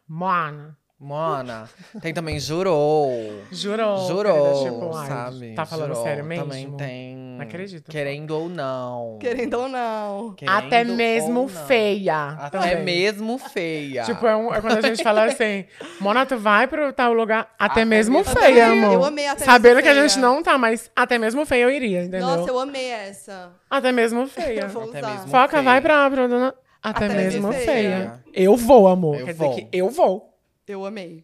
Speaker 2: Mona.
Speaker 1: (laughs)
Speaker 3: Mona. Tem também jurou.
Speaker 2: Jurou.
Speaker 3: jurou,
Speaker 2: querida, tipo, ai,
Speaker 3: sabe?
Speaker 2: Tá falando
Speaker 3: Jurou.
Speaker 2: sério mesmo?
Speaker 3: Também tem.
Speaker 2: Não acredito.
Speaker 3: Querendo ou não.
Speaker 1: Querendo ou não.
Speaker 3: Querendo
Speaker 2: Até
Speaker 3: ou
Speaker 2: mesmo
Speaker 3: não.
Speaker 2: feia.
Speaker 3: Até
Speaker 2: também.
Speaker 3: mesmo feia.
Speaker 2: Tipo, é, um- é quando a gente fala (laughs) assim, Mona, tu vai pro tal lugar, até,
Speaker 3: Até
Speaker 2: mesmo
Speaker 3: mesmo
Speaker 2: feia,
Speaker 1: feia.
Speaker 2: amor.
Speaker 1: Eu amei até
Speaker 2: Sabendo
Speaker 1: mesmo
Speaker 2: que a
Speaker 1: feia.
Speaker 2: gente não tá, mas até mesmo feia eu iria, entendeu?
Speaker 1: Nossa, eu amei essa.
Speaker 2: Até mesmo feia.
Speaker 1: Eu vou
Speaker 3: (laughs) Até
Speaker 1: usar.
Speaker 3: mesmo
Speaker 2: Foca,
Speaker 3: feia.
Speaker 2: vai pra... pra dona- Até,
Speaker 1: Até
Speaker 2: mesmo
Speaker 1: mesmo
Speaker 2: feia.
Speaker 3: feia.
Speaker 2: Eu vou, amor.
Speaker 3: Eu
Speaker 2: Quer
Speaker 3: vou.
Speaker 2: dizer que eu vou.
Speaker 1: Eu amei.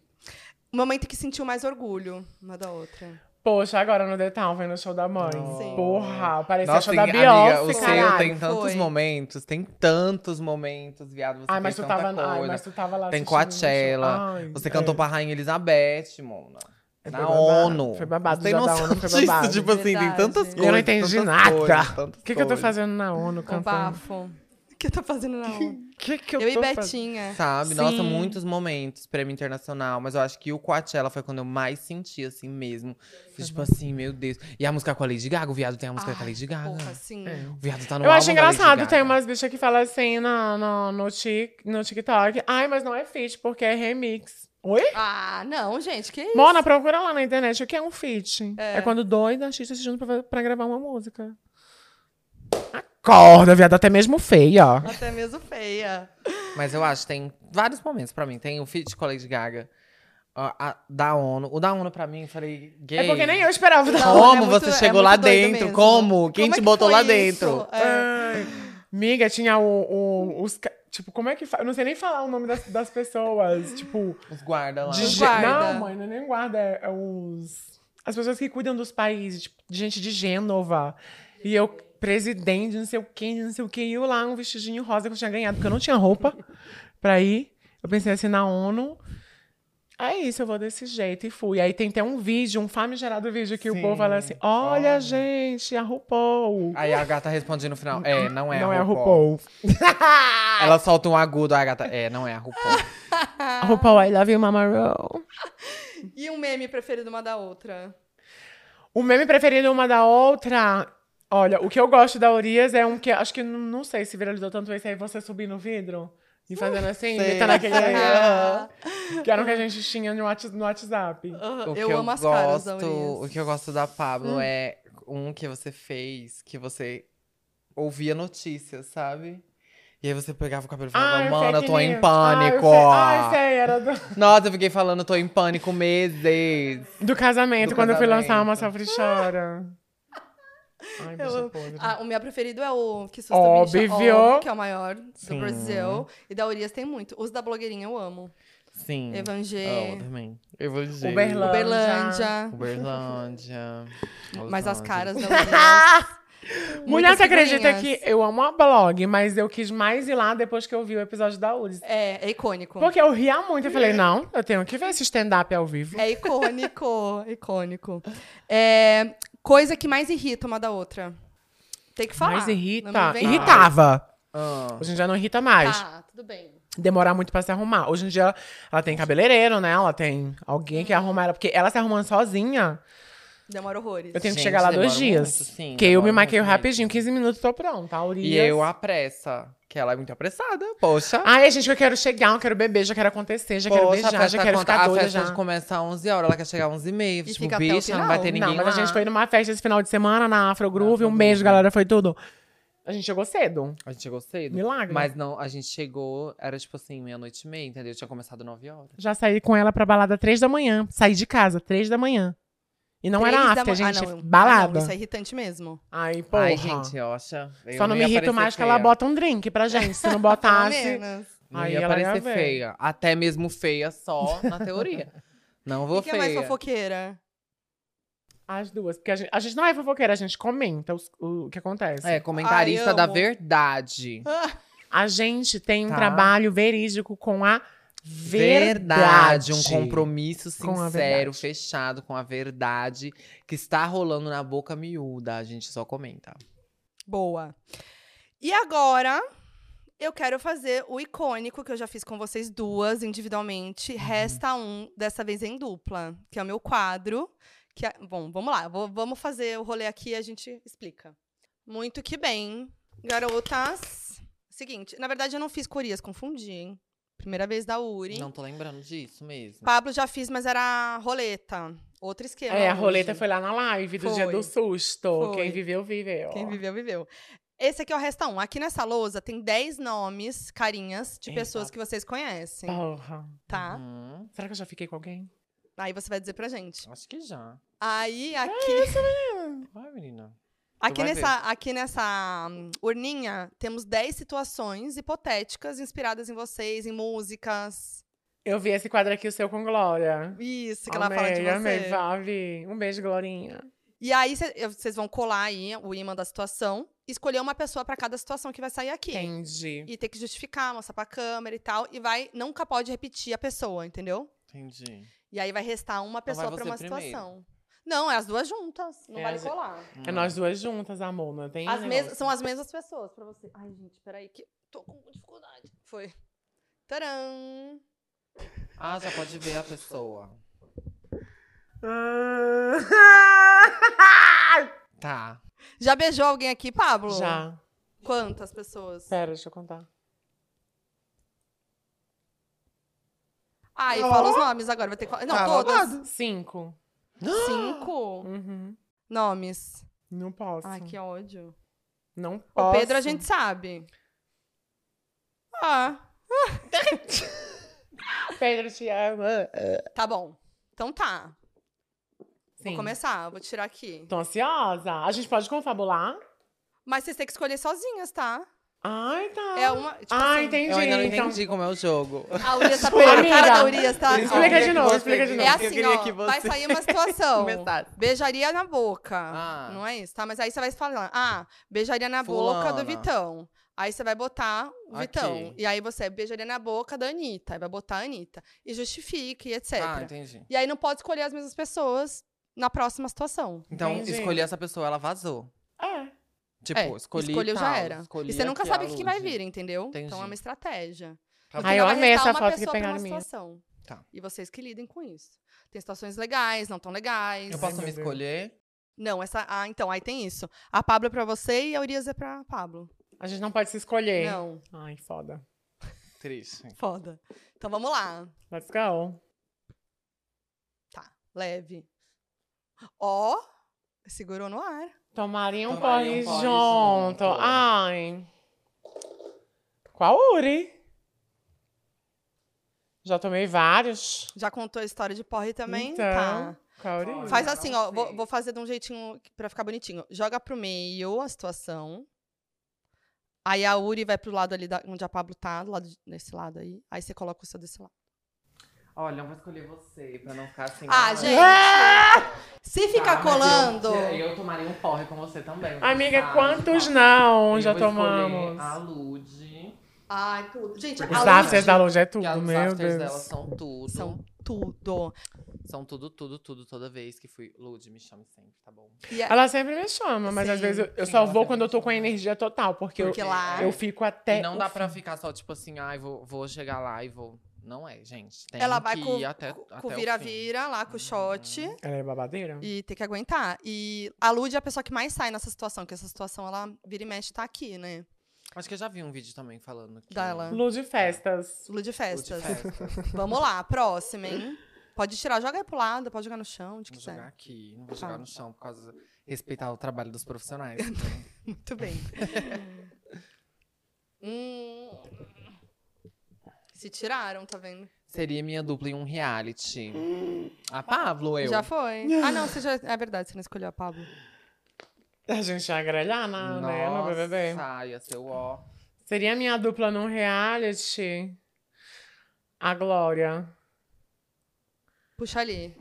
Speaker 1: O momento que sentiu mais orgulho uma da outra.
Speaker 2: Poxa, agora no The Town, vem no show da mãe.
Speaker 1: Sim.
Speaker 2: Porra, parecia
Speaker 3: Nossa,
Speaker 2: show
Speaker 3: tem,
Speaker 2: da
Speaker 3: amiga, o
Speaker 2: Beyoncé,
Speaker 3: seu
Speaker 2: caralho.
Speaker 3: tem tantos
Speaker 1: foi.
Speaker 3: momentos, tem tantos momentos, viado. Você
Speaker 2: Ai, mas tu
Speaker 3: fez
Speaker 2: tava,
Speaker 3: tanta
Speaker 2: ai,
Speaker 3: coisa.
Speaker 2: mas tu tava lá
Speaker 3: Tem
Speaker 2: assistindo no
Speaker 3: Coachella,
Speaker 2: show. Ai,
Speaker 3: Você
Speaker 2: é.
Speaker 3: cantou pra Rainha Elizabeth, mona.
Speaker 2: Foi
Speaker 3: Na
Speaker 2: É babado,
Speaker 3: ONU.
Speaker 2: Foi babado,
Speaker 3: Você tem
Speaker 2: já da
Speaker 3: noção
Speaker 2: ONU foi
Speaker 3: disso?
Speaker 2: babado.
Speaker 3: Tipo assim, tem
Speaker 1: Verdade.
Speaker 3: tantas
Speaker 1: Eu
Speaker 3: coisas.
Speaker 1: não
Speaker 2: entendi
Speaker 3: tantas
Speaker 2: nada.
Speaker 3: coisas, tantas
Speaker 2: O que, que eu tô
Speaker 3: coisas.
Speaker 2: fazendo na ONU
Speaker 1: O
Speaker 2: cantando?
Speaker 1: bafo. O que eu tô fazendo na aula?
Speaker 2: (laughs) O que, que eu,
Speaker 1: Eu,
Speaker 2: tô
Speaker 1: e
Speaker 2: fazendo?
Speaker 1: Betinha.
Speaker 3: Sabe? Nossa,
Speaker 2: Sim.
Speaker 3: muitos momentos, prêmio internacional. Mas eu acho que o Coachella foi quando eu mais senti, assim mesmo. Tipo assim, meu Deus. E a música com a Lady Gaga, o viado tem a música
Speaker 1: Ai,
Speaker 3: com a Lady Gaga.
Speaker 1: Porra, sim.
Speaker 3: O viado tá no
Speaker 2: Eu acho
Speaker 3: álbum da Lady
Speaker 2: engraçado, tem
Speaker 3: Gaga.
Speaker 2: umas bichas que falam assim no, no, no, tic, no TikTok. Ai, mas não é feat, porque é remix. Oi?
Speaker 1: Ah, não, gente, que isso?
Speaker 2: Mona, procura lá na internet o que é um feat. É, quando dois artistas se juntam pra, pra gravar uma música. Acorda, viado, até mesmo feia.
Speaker 1: Até mesmo feia.
Speaker 3: Mas eu acho, tem vários momentos pra mim. Tem o feat com a Lady Gaga, a, a- da ONU. O da ONU pra mim, eu falei, gay.
Speaker 2: É porque nem eu esperava.
Speaker 1: Não,
Speaker 2: Não.
Speaker 3: Como
Speaker 1: é muito-
Speaker 3: você
Speaker 1: é
Speaker 3: chegou
Speaker 1: muito
Speaker 3: lá
Speaker 1: doido
Speaker 3: dentro?
Speaker 1: mesmo.
Speaker 3: Como? Quem
Speaker 1: Como é
Speaker 3: te
Speaker 1: que
Speaker 3: botou
Speaker 1: foi
Speaker 3: lá
Speaker 1: isso?
Speaker 3: dentro? Ah.
Speaker 1: É.
Speaker 2: Miga, tinha o, o- os. ca- Tipo, como é que fala? Eu não sei nem falar o nome das, das pessoas. Tipo.
Speaker 3: Os guarda lá.
Speaker 2: De
Speaker 1: Os
Speaker 2: ge-
Speaker 1: guarda.
Speaker 2: Não, mãe, não é nem guarda, é, é os. As pessoas que cuidam dos países, tipo, de gente de Gênova. E eu, presidente, não sei o quê, não sei o quê, e eu lá, um vestidinho rosa que eu tinha ganhado, porque eu não tinha roupa (laughs) pra ir. Eu pensei assim, na ONU. É isso, eu vou desse jeito. E fui. Aí tem até um vídeo, um famigerado vídeo que o
Speaker 3: Sim.
Speaker 2: povo fala assim: Olha,
Speaker 3: Olha.
Speaker 2: gente, a RuPaul.
Speaker 3: Aí a gata responde no final, é, não é
Speaker 2: não
Speaker 3: a
Speaker 2: é a RuPaul.
Speaker 3: RuPaul. Ela solta um agudo, aí a gata, é, não é
Speaker 1: (laughs)
Speaker 3: a RuPaul.
Speaker 2: A RuPaul, I love you, Mama Ru.
Speaker 1: E um meme preferido uma da outra?
Speaker 2: O meme preferido é uma da outra. Olha, o que eu gosto da Urias é um que acho que não, não sei se viralizou tanto esse aí você subir no vidro e fazendo assim,
Speaker 3: sei,
Speaker 2: imitando aquele.
Speaker 3: sei.
Speaker 1: Ah.
Speaker 2: Aham. que era o que a gente tinha no Whats- no WhatsApp.
Speaker 1: Aham,
Speaker 3: O que
Speaker 1: eu amo as caras da Hum.
Speaker 3: gosto, O
Speaker 1: Urias.
Speaker 3: que eu gosto da Pablo é um que você fez, que você ouvia notícias, sabe? E aí você pegava o cabelo e
Speaker 1: Ah,
Speaker 3: falava,
Speaker 2: Ai,
Speaker 3: mano, eu
Speaker 2: fake
Speaker 3: tô em
Speaker 1: é."
Speaker 2: news.
Speaker 3: pânico.
Speaker 2: Ai, Ah, eu sei, ai, sei, era do,
Speaker 3: Nossa, eu fiquei falando, eu tô em pânico meses.
Speaker 2: do casamento,
Speaker 3: Do
Speaker 2: quando eu fui lançar
Speaker 3: casamento.
Speaker 2: uma selfie chora. Ai, bicha
Speaker 1: Eu-
Speaker 2: podre.
Speaker 1: Ah, o meu preferido é o que susta
Speaker 2: Óbvio.
Speaker 1: bicha, óbvio, que é o maior do
Speaker 3: Sim.
Speaker 1: Brasil. E da Urias tem muito. Os da blogueirinha eu amo.
Speaker 3: Sim. Amo
Speaker 1: Evangé,
Speaker 3: também. Evangelho.
Speaker 1: Uberlândia.
Speaker 2: Uberlândia.
Speaker 3: Uberlândia.
Speaker 1: Mas as
Speaker 3: Uberlândia.
Speaker 1: caras
Speaker 3: (laughs)
Speaker 1: da Urias.
Speaker 2: Mulher,
Speaker 1: muitas
Speaker 2: você acredita que
Speaker 1: figurinhas.
Speaker 2: eu amo a blog, mas eu quis mais ir lá depois que eu vi o episódio da Uri.
Speaker 1: É, é icônico.
Speaker 2: Porque eu ria muito. Eu falei, não, eu tenho que ver esse stand-up ao vivo.
Speaker 1: É icônico, (laughs) icônico. É, coisa que mais irrita uma da outra. Tem que falar.
Speaker 2: Mas irrita.
Speaker 1: Não me vem-
Speaker 2: Irritava.
Speaker 3: Ah.
Speaker 2: Hoje em dia não irrita mais.
Speaker 1: Tá, tudo bem.
Speaker 2: Demorar muito pra se arrumar. Hoje em dia ela tem cabeleireiro, né? Ela tem alguém que
Speaker 1: Uhum.
Speaker 2: arruma ela. Porque ela se arrumando sozinha,
Speaker 1: Demora horrores.
Speaker 2: eu tenho que
Speaker 3: Gente,
Speaker 2: chegar lá
Speaker 3: demora
Speaker 2: dois dias.
Speaker 3: muito, sim,
Speaker 2: Porque eu me
Speaker 3: demora
Speaker 2: maqueio
Speaker 3: muito mesmo.
Speaker 2: rapidinho, 15 minutos tô pronta. Aurias.
Speaker 3: E eu a pressa, que ela é muito apressada, poxa.
Speaker 2: Ai, é gente, eu quero chegar, eu quero beber, já quero acontecer, já quero
Speaker 3: Poxa, a
Speaker 2: beijar,
Speaker 3: festa
Speaker 2: já quero
Speaker 3: conta-
Speaker 2: ficar
Speaker 3: a
Speaker 2: doida
Speaker 3: festa
Speaker 2: já.
Speaker 3: começa às 11 horas, ela quer chegar às 11h30.
Speaker 1: E
Speaker 3: Tipo,
Speaker 1: fica até o
Speaker 3: bicha, não
Speaker 1: final.
Speaker 3: vai ter ninguém
Speaker 2: Não, mas
Speaker 3: lá.
Speaker 2: a gente foi numa festa esse final de semana na Afro Groove. Um
Speaker 3: Afro
Speaker 2: beijo,
Speaker 3: Groove.
Speaker 2: galera, foi tudo. A gente chegou cedo.
Speaker 3: A gente chegou cedo.
Speaker 2: Milagre.
Speaker 3: Mas não, a gente chegou, era tipo assim, meia-noite e meia, entendeu? Tinha começado 9 horas.
Speaker 2: Já saí com ela pra balada três da manhã. Saí de casa, três da manhã. E não
Speaker 1: Três
Speaker 2: era
Speaker 1: da
Speaker 2: after,
Speaker 1: ma-
Speaker 2: gente.
Speaker 1: Ah, não.
Speaker 2: Balada.
Speaker 1: Ah, não, isso é irritante mesmo.
Speaker 2: Ai, porra.
Speaker 3: Ai, gente, oxa. eu
Speaker 2: Só não me
Speaker 3: ia
Speaker 2: irrito
Speaker 3: parecer
Speaker 2: mais que
Speaker 3: feia.
Speaker 2: ela bota um drink pra gente. Tá, Se
Speaker 1: (laughs)
Speaker 2: não
Speaker 1: Pelo
Speaker 2: botasse.
Speaker 1: menos.
Speaker 3: Não
Speaker 2: Aí
Speaker 3: ia
Speaker 2: ela ia
Speaker 3: parecer
Speaker 2: ver.
Speaker 3: feia. Até mesmo feia só na teoria. Não vou
Speaker 1: O que é
Speaker 3: feia.
Speaker 1: mais fofoqueira?
Speaker 2: as duas. Porque a gente, a gente não é fofoqueira, a gente comenta os- o que acontece.
Speaker 3: É, comentarista
Speaker 1: Ai,
Speaker 3: da
Speaker 1: amo.
Speaker 3: verdade.
Speaker 2: A gente tem um
Speaker 3: Tá.
Speaker 2: trabalho verídico com a verdade.
Speaker 3: Verdade, um compromisso
Speaker 2: Com a
Speaker 3: sincero,
Speaker 2: verdade.
Speaker 3: fechado com a verdade que está rolando na boca miúda. A gente só comenta.
Speaker 1: Boa. E agora, eu quero fazer o icônico que eu já fiz com vocês duas individualmente.
Speaker 2: Uhum.
Speaker 1: Resta um, dessa vez em dupla, que é o meu quadro. Que é- Bom, vamos lá. vou- vamos fazer o rolê aqui e a gente explica. Muito que bem, garotas. Seguinte, na verdade eu não fiz Corias, confundi, hein? Primeira vez da Uri.
Speaker 3: Não tô lembrando disso mesmo.
Speaker 1: Pablo já fiz, mas era roleta. Outro esquema.
Speaker 2: É, a
Speaker 1: hoje.
Speaker 2: roleta foi lá na live do dia
Speaker 1: Foi.
Speaker 2: do susto.
Speaker 1: Foi.
Speaker 2: Quem viveu, viveu.
Speaker 1: Quem viveu, viveu. Esse aqui é o Resta 1. Aqui nessa lousa tem 10 nomes, carinhas de
Speaker 3: Eita.
Speaker 1: pessoas que vocês conhecem,
Speaker 2: Porra.
Speaker 1: tá?
Speaker 3: Uhum.
Speaker 2: Será que eu já fiquei com alguém?
Speaker 1: Aí você vai dizer pra gente.
Speaker 3: Acho que já.
Speaker 1: Aí aqui.
Speaker 3: Vai, menina.
Speaker 1: Aqui
Speaker 3: vai
Speaker 1: nessa, aqui nessa hum, urninha, temos 10 situações hipotéticas inspiradas em vocês, em músicas.
Speaker 2: Eu vi esse quadro aqui, o seu com Glória.
Speaker 1: Isso, que ela
Speaker 2: amei,
Speaker 1: fala de você.
Speaker 2: amei, Vavi. Um beijo, Glorinha.
Speaker 1: E aí vocês vão colar aí o imã da situação, escolher uma pessoa pra cada situação que vai sair aqui.
Speaker 2: Entendi.
Speaker 1: E ter que justificar, mostrar pra câmera e tal. E vai, nunca pode repetir a pessoa, entendeu?
Speaker 3: Entendi.
Speaker 1: E aí vai restar uma
Speaker 3: Então vai
Speaker 1: pessoa pra
Speaker 3: você
Speaker 1: uma
Speaker 3: primeiro.
Speaker 1: situação. Não, é as duas juntas. Não
Speaker 2: É,
Speaker 1: vale
Speaker 2: as-
Speaker 1: colar.
Speaker 2: É
Speaker 3: Hum.
Speaker 2: nós duas juntas, amor, não é tem um
Speaker 1: As
Speaker 2: negócio.
Speaker 1: mes- são as mesmas pessoas pra você. Ai, gente, peraí, que tô com dificuldade. Foi. Tcharam!
Speaker 3: Ah, já pode ver a pessoa.
Speaker 2: Ah!
Speaker 3: Tá.
Speaker 1: Já beijou alguém aqui, Pablo?
Speaker 2: Já.
Speaker 1: Quantas pessoas?
Speaker 3: É.
Speaker 2: Pera, deixa eu contar.
Speaker 1: Ai,
Speaker 3: Ó.
Speaker 1: fala os nomes agora. Vai ter que falar. Não,
Speaker 3: Tá
Speaker 1: todas.
Speaker 2: Cinco.
Speaker 1: Cinco
Speaker 2: Uhum.
Speaker 1: nomes.
Speaker 2: Não posso.
Speaker 1: Ai, que ódio.
Speaker 2: Não
Speaker 1: O
Speaker 2: posso.
Speaker 1: Pedro a gente sabe. Ah,
Speaker 2: Pedro te ama.
Speaker 1: tá bom. Então tá.
Speaker 2: Sim.
Speaker 1: Vou começar, vou tirar aqui.
Speaker 2: Tô ansiosa. A gente pode confabular?
Speaker 1: Mas vocês têm que escolher sozinhas, tá?
Speaker 2: Ai, tá.
Speaker 1: É uma. Tipo
Speaker 2: ah,
Speaker 1: assim,
Speaker 2: entendi.
Speaker 3: Eu ainda não
Speaker 2: então...
Speaker 3: entendi como é o jogo.
Speaker 1: A Urias
Speaker 3: (laughs)
Speaker 1: tá pegando a cara
Speaker 2: Amiga,
Speaker 1: da Urias, tá?
Speaker 2: explica
Speaker 1: Ó,
Speaker 2: de novo, explica de
Speaker 1: É
Speaker 2: novo.
Speaker 3: Eu
Speaker 1: assim,
Speaker 3: queria
Speaker 1: ó,
Speaker 3: que você...
Speaker 1: vai sair uma situação.
Speaker 3: comentasse.
Speaker 1: beijaria na boca.
Speaker 3: Ah.
Speaker 1: Não é isso, tá? Mas aí você vai falar, ah, beijaria na boca
Speaker 3: Fulana.
Speaker 1: do Vitão. Aí você vai botar o
Speaker 3: Aqui.
Speaker 1: Vitão. E aí você beijaria na boca da Anitta. Aí vai botar a Anitta. E justifique, etc.
Speaker 3: Ah, entendi.
Speaker 1: e aí não pode escolher as mesmas pessoas na próxima situação.
Speaker 3: Então,
Speaker 2: Entendi.
Speaker 3: escolhi essa pessoa, ela vazou.
Speaker 2: É.
Speaker 3: Tipo,
Speaker 1: É,
Speaker 3: escolhi
Speaker 1: escolheu já
Speaker 3: tal,
Speaker 1: era.
Speaker 3: escolhi
Speaker 1: e você nunca
Speaker 3: aqui
Speaker 1: sabe
Speaker 3: a
Speaker 1: o que vai
Speaker 3: Lud.
Speaker 1: vir, entendeu? Então
Speaker 3: Entendi.
Speaker 1: é uma estratégia.
Speaker 3: Tá
Speaker 1: No
Speaker 2: Ai, eu
Speaker 1: final, vai
Speaker 2: amei
Speaker 1: restar uma
Speaker 2: essa foto que
Speaker 1: pessoa pra
Speaker 2: pegaram
Speaker 1: uma
Speaker 2: minha.
Speaker 1: situação.
Speaker 3: Tá.
Speaker 1: E vocês que lidem com isso. Tem situações legais, não tão legais.
Speaker 3: Eu
Speaker 2: Ai,
Speaker 3: posso
Speaker 2: meu
Speaker 3: me
Speaker 2: Deus.
Speaker 3: escolher?
Speaker 1: Não, essa. Ah, então, aí tem isso. A Pablo é pra você e a Urias é pra Pablo.
Speaker 2: A gente não pode se escolher.
Speaker 1: Não,
Speaker 2: Ai, foda.
Speaker 3: Triste.
Speaker 1: foda. Então vamos lá.
Speaker 2: Let's go.
Speaker 1: Tá, leve. Ó, segurou no ar.
Speaker 2: Tomaria um corre
Speaker 3: Tomaria um corre
Speaker 2: junto.
Speaker 3: junto.
Speaker 2: Ai. Qual Uri? Já tomei vários.
Speaker 1: Já contou a história de porre também?
Speaker 2: Então,
Speaker 1: Tá.
Speaker 2: qual Uri?
Speaker 3: Olha.
Speaker 1: Faz
Speaker 3: não
Speaker 1: assim, ó. Vou,
Speaker 3: sei.
Speaker 1: vou fazer de um jeitinho pra ficar bonitinho. Joga pro meio a situação. Aí a Uri vai pro lado ali da, onde a Pablo tá, do lado de- desse lado aí. Aí você coloca o seu desse lado.
Speaker 3: Olha, eu vou escolher você, pra não ficar assim...
Speaker 1: Ah,
Speaker 3: ai,
Speaker 1: gente! Se fica
Speaker 3: tá, mas eu-
Speaker 1: colando.
Speaker 3: Eu, tomaria um porre com você também. você
Speaker 2: Amiga,
Speaker 3: sabe,
Speaker 2: quantos
Speaker 3: tá?
Speaker 2: não
Speaker 3: Eu
Speaker 2: já
Speaker 3: vou escolher
Speaker 2: tomamos?
Speaker 3: A Lud.
Speaker 1: Ai, tudo. Gente,
Speaker 3: Porque
Speaker 1: a
Speaker 2: Os
Speaker 3: Lud-
Speaker 2: afters
Speaker 1: Lud
Speaker 2: da Lud é
Speaker 3: que as
Speaker 2: tudo, meu
Speaker 3: afters dela
Speaker 2: Deus.
Speaker 3: são tudo. São...
Speaker 1: são tudo.
Speaker 3: tudo, tudo, tudo, toda vez que fui... Lud, me chame sempre, tá bom?
Speaker 1: E é-
Speaker 2: Ela sempre me chama, mas às
Speaker 1: Sim,
Speaker 2: vezes eu, eu
Speaker 3: sim,
Speaker 2: só
Speaker 3: ela
Speaker 2: vou
Speaker 3: sempre
Speaker 2: quando eu tô
Speaker 3: me
Speaker 2: com a
Speaker 3: chama.
Speaker 2: energia total, porque eu,
Speaker 1: Porque lá-
Speaker 3: é
Speaker 2: eu fico
Speaker 3: E
Speaker 2: até.
Speaker 3: não
Speaker 2: o
Speaker 3: dá
Speaker 2: fim.
Speaker 3: pra ficar só, tipo assim, ai, vou, vou chegar lá e vou... Não é, gente. Tem
Speaker 1: ela vai
Speaker 3: que
Speaker 1: com,
Speaker 3: ir até,
Speaker 1: com-
Speaker 3: até
Speaker 1: com
Speaker 3: o fim. Uhum.
Speaker 1: vira-vira lá, com o shot.
Speaker 2: Ela é babadeira?
Speaker 1: E tem que aguentar. E a Lud é a pessoa que mais sai nessa situação, que essa situação ela vira e mexe tá aqui, né?
Speaker 3: Acho que eu já vi um vídeo também falando que...
Speaker 1: Dela.
Speaker 2: Lud festas.
Speaker 1: Lud
Speaker 3: Lud
Speaker 1: festas.
Speaker 3: festas.
Speaker 1: (laughs) Vamos lá, próxima, hein? Pode tirar, joga aí pro lado, pode jogar no chão, onde
Speaker 3: Vou
Speaker 1: quiser. (laughs)
Speaker 3: jogar aqui, não vou
Speaker 1: Tá.
Speaker 3: jogar no chão por causa respeitar o trabalho dos profissionais. né?
Speaker 1: Muito
Speaker 3: (laughs)
Speaker 1: bem. Hum. Se tiraram, tá vendo?
Speaker 3: Seria minha dupla em um reality.
Speaker 1: (gasps)
Speaker 3: A Pablo, eu.
Speaker 1: Já foi. Ah, não, você já. É verdade, você não escolheu a Pablo.
Speaker 2: A gente ia grelhar na, né, no BBB.
Speaker 3: Nossa, ia ser o ó.
Speaker 2: Seria a minha dupla num reality? A Glória.
Speaker 1: Puxa ali.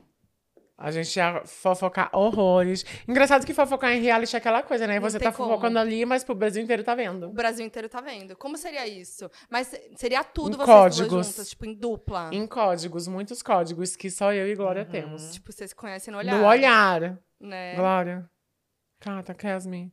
Speaker 2: A gente ia fofocar horrores. Engraçado que fofocar em reality é aquela coisa, né?
Speaker 1: Não
Speaker 2: Você
Speaker 1: tem
Speaker 2: tá
Speaker 1: como.
Speaker 2: fofocando ali, mas pro Brasil inteiro tá
Speaker 1: O
Speaker 2: vendo.
Speaker 1: Brasil inteiro tá vendo. Como seria isso? Mas se- seria tudo
Speaker 2: Em
Speaker 1: vocês duas
Speaker 2: códigos.
Speaker 1: juntas, tipo, em dupla.
Speaker 2: Um Em códigos, muitos códigos que só eu e Glória temos.
Speaker 1: Tipo, vocês se conhecem no olhar.
Speaker 2: No olhar.
Speaker 1: Né?
Speaker 2: Glória. Cata, Kesme.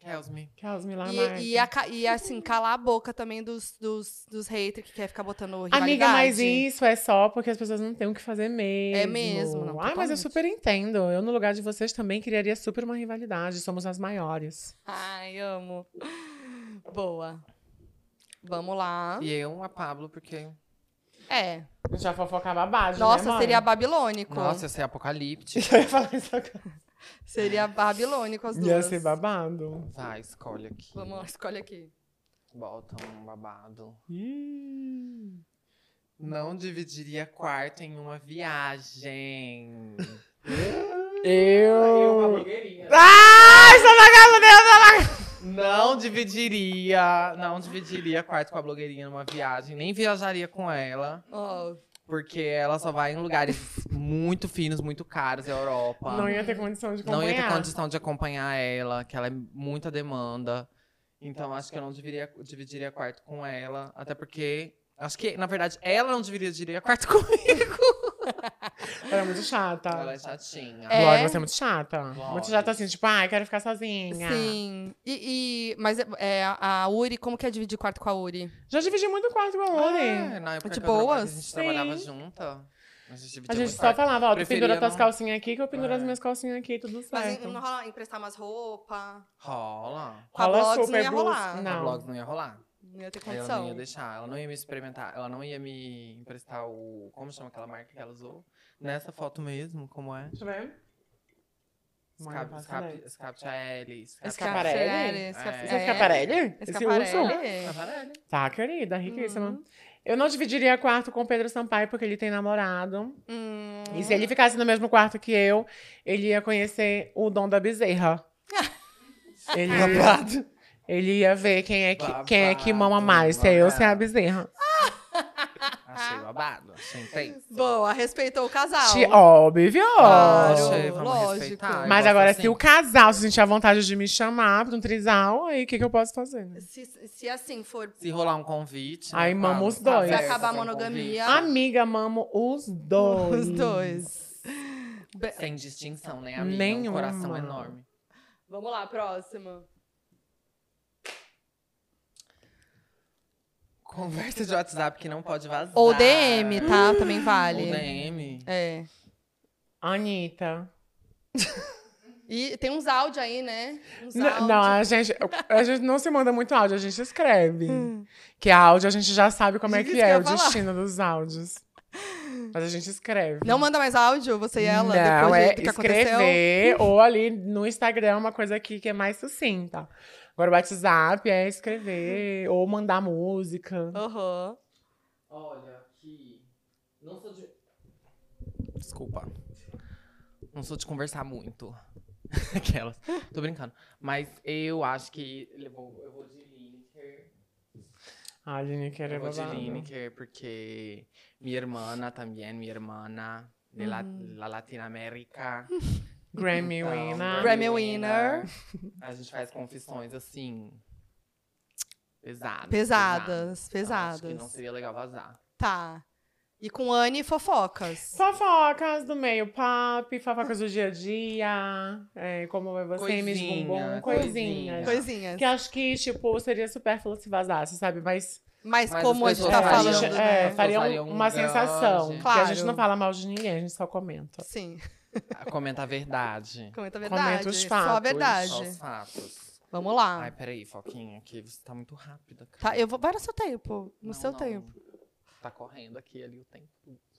Speaker 3: Kelsme.
Speaker 2: Kesme lá mais.
Speaker 1: E, e, a ca- e, assim, calar a boca também dos, dos, dos haters que quer ficar botando rivalidade.
Speaker 2: Amiga, mas isso é só porque as pessoas não têm o que fazer mesmo.
Speaker 1: É mesmo, não,
Speaker 2: Ai, mas eu
Speaker 1: totalmente.
Speaker 2: super entendo. Eu, no lugar de vocês, também criaria super uma rivalidade. Somos as maiores.
Speaker 1: Ai, amo. Boa. Vamos lá.
Speaker 3: E eu, a Pablo, porque.
Speaker 1: É.
Speaker 2: A gente vai fofocar babado, né,
Speaker 1: Nossa,
Speaker 2: mãe? (laughs)
Speaker 1: seria babilônico.
Speaker 3: Nossa, ia ser apocalíptico.
Speaker 2: Eu ia falar isso agora.
Speaker 1: Seria babilônico as duas.
Speaker 2: (laughs) Ia ser babado.
Speaker 3: Vai, escolhe aqui.
Speaker 1: Vamos lá, escolhe aqui.
Speaker 3: Bota um babado.
Speaker 2: Ih.
Speaker 3: Não dividiria quarto em uma viagem. Eu uma
Speaker 2: Eu.
Speaker 3: blogueirinha.
Speaker 2: Ai, sou vagabundo, eu sou vagabundo.
Speaker 3: Não dividiria, não dividiria quarto com a blogueirinha numa viagem, nem viajaria com ela,
Speaker 1: Ó,
Speaker 3: porque ela só vai em lugares muito finos, muito caros, Europa.
Speaker 2: Não ia ter condição de acompanhar.
Speaker 3: Não ia ter condição de acompanhar ela, que ela é muita demanda. Então acho que eu não dividiria, dividiria quarto com ela, até porque acho que na verdade ela não dividiria quarto comigo.
Speaker 2: Ela é muito chata.
Speaker 3: Ela é chatinha.
Speaker 1: É.
Speaker 2: Glória, você é muito chata.
Speaker 3: Glória.
Speaker 2: Muito chata assim, tipo, ai, quero ficar sozinha.
Speaker 3: ah.
Speaker 1: sim. E, e- mas é, é, a Uri, como que é dividir quarto com a Uri?
Speaker 2: Já dividi muito quarto com a Lori.
Speaker 3: É, na época
Speaker 1: De
Speaker 3: que eu trabalhava,
Speaker 1: boas?
Speaker 3: A gente
Speaker 2: Sim.
Speaker 3: trabalhava junta. A gente, dividia
Speaker 2: A gente
Speaker 3: muito
Speaker 2: só
Speaker 3: quarto.
Speaker 2: falava, ó, tu
Speaker 3: Preferia
Speaker 2: pendura tuas
Speaker 3: não.
Speaker 2: calcinhas aqui, que eu penduro
Speaker 3: É.
Speaker 2: as minhas calcinhas aqui, tudo
Speaker 1: Mas
Speaker 2: certo.
Speaker 1: um- não rola emprestar umas roupas?
Speaker 3: Rola.
Speaker 1: Com a
Speaker 2: Rola
Speaker 1: blogs não
Speaker 2: super
Speaker 1: ia
Speaker 2: blues,
Speaker 1: rolar.
Speaker 2: Não.
Speaker 3: A blogs não ia rolar.
Speaker 1: Não ia ter
Speaker 3: Aí Ela É, não ia
Speaker 1: condição.
Speaker 3: deixar, ela não ia me experimentar, ela não ia me emprestar o. Como chama aquela marca que ela usou? Nessa foto mesmo, como é?
Speaker 2: Deixa eu ver. Mãe,
Speaker 3: Escape,
Speaker 2: não faço
Speaker 3: escape,
Speaker 2: ideia.
Speaker 3: escape L.
Speaker 2: Escaparelli?
Speaker 1: Escaparelli.
Speaker 2: Você
Speaker 1: É.
Speaker 2: fica parelha? Esse urso?
Speaker 1: Escaparelli.
Speaker 2: Tá, querida, riquíssima.
Speaker 1: Uhum.
Speaker 2: Eu não dividiria quarto com o Pedro Sampaio, porque ele tem namorado.
Speaker 1: Hum.
Speaker 2: E se ele ficasse no mesmo quarto que eu, ele ia conhecer o Dom
Speaker 1: (laughs)
Speaker 2: da Bezerra. ele, ia, ele ia ver quem é que, quem é que mama
Speaker 3: Babado,
Speaker 2: mais, se é eu ou se é a
Speaker 3: babado.
Speaker 2: Bezerra.
Speaker 3: Achei babado, achei intenso.
Speaker 1: Boa, respeitou Ah, o casal.
Speaker 2: Ti- Óbvio!
Speaker 1: Claro.
Speaker 3: Achei, vamos
Speaker 1: lógico.
Speaker 3: respeitar.
Speaker 2: Mas
Speaker 3: Eu gosto
Speaker 2: agora,
Speaker 3: assim.
Speaker 2: se o casal se sentir a vontade de me chamar pra um trisal, aí o que, que eu posso fazer? né?
Speaker 1: Se, se assim for.
Speaker 3: Se rolar um convite.
Speaker 2: Aí
Speaker 3: né,
Speaker 2: mama
Speaker 3: claro,
Speaker 2: os dois.
Speaker 3: conversa,
Speaker 2: Se acabar
Speaker 1: a
Speaker 3: um
Speaker 1: monogamia.
Speaker 3: convite.
Speaker 2: Amiga, mamo os dois.
Speaker 1: Tá. Os dois. Be-
Speaker 3: Sem distinção, né, amiga? Um
Speaker 2: Nenhuma.
Speaker 3: coração enorme.
Speaker 1: Vamos lá, próximo.
Speaker 3: Conversa de WhatsApp que não pode vazar.
Speaker 1: Ou DM, tá?
Speaker 2: Ah.
Speaker 1: Também vale.
Speaker 3: Ou DM.
Speaker 1: É.
Speaker 2: Anitta.
Speaker 1: E tem uns áudios aí, né? Uns
Speaker 2: N-
Speaker 1: áudios.
Speaker 2: Não, ah. a gente, a gente não se manda muito áudio, a gente escreve. Que áudio a gente já sabe como é
Speaker 1: Hum. Isso
Speaker 2: que
Speaker 1: que eu
Speaker 2: é
Speaker 1: ia
Speaker 2: o
Speaker 1: falar.
Speaker 2: destino dos áudios. Mas a gente escreve.
Speaker 1: Não manda mais áudio, você e ela,
Speaker 2: Não,
Speaker 1: depois
Speaker 2: é
Speaker 1: de- do que aconteceu.
Speaker 2: escrever ou ali no Instagram uma coisa aqui que é mais sucinta. Agora o WhatsApp é escrever
Speaker 1: Hum.
Speaker 2: ou mandar música.
Speaker 1: Aham.
Speaker 3: Olha, aqui. Não sou de. Desculpa. Não sou de conversar muito. (laughs) Aquelas. Tô brincando. Mas eu acho que. Eu vou, eu vou de Lineker.
Speaker 2: Ah, Lineker é
Speaker 3: Eu vou de
Speaker 2: babado.
Speaker 3: Lineker, porque minha irmã também, minha irmã de la, la Latinoamérica.
Speaker 2: Grammy
Speaker 3: Então,
Speaker 2: Uhum. winner.
Speaker 1: Grammy winner.
Speaker 2: (laughs)
Speaker 3: A gente faz confissões assim. Pesadas. Então,
Speaker 1: Pesadas,
Speaker 3: Acho que não
Speaker 1: pesadas.
Speaker 3: seria legal vazar.
Speaker 1: Tá. E com Anne, fofocas.
Speaker 2: Fofocas do meio pop, fofocas do dia a dia, é, como é você, Miss
Speaker 3: Coisinha,
Speaker 2: Bumbum,
Speaker 3: coisinha.
Speaker 2: coisinhas.
Speaker 1: Coisinhas.
Speaker 2: É. Que acho que, tipo, seria supérfluo se vazasse, sabe? Mas
Speaker 1: Mas,
Speaker 3: Mas
Speaker 1: como a
Speaker 3: as
Speaker 1: gente tá
Speaker 3: pessoas
Speaker 2: a
Speaker 1: falando,
Speaker 2: gente,
Speaker 1: né?
Speaker 2: é, faria
Speaker 3: Faria um
Speaker 2: uma
Speaker 3: grande.
Speaker 2: sensação. Porque a gente
Speaker 1: Claro.
Speaker 2: não fala mal de ninguém, a gente só comenta.
Speaker 1: Sim, (laughs)
Speaker 3: Comenta a verdade.
Speaker 1: comenta a
Speaker 2: Comenta
Speaker 1: verdade.
Speaker 2: os
Speaker 1: Só a
Speaker 2: fatos,
Speaker 1: (laughs) verdade.
Speaker 3: Só os fatos.
Speaker 1: Vamos lá.
Speaker 3: Ai, peraí, Foquinha, que você tá muito rápida. cara.
Speaker 1: Tá, eu vou. Vai no seu tempo. No
Speaker 3: Não,
Speaker 1: seu
Speaker 3: não.
Speaker 1: tempo.
Speaker 3: Tá correndo aqui ali o tempo.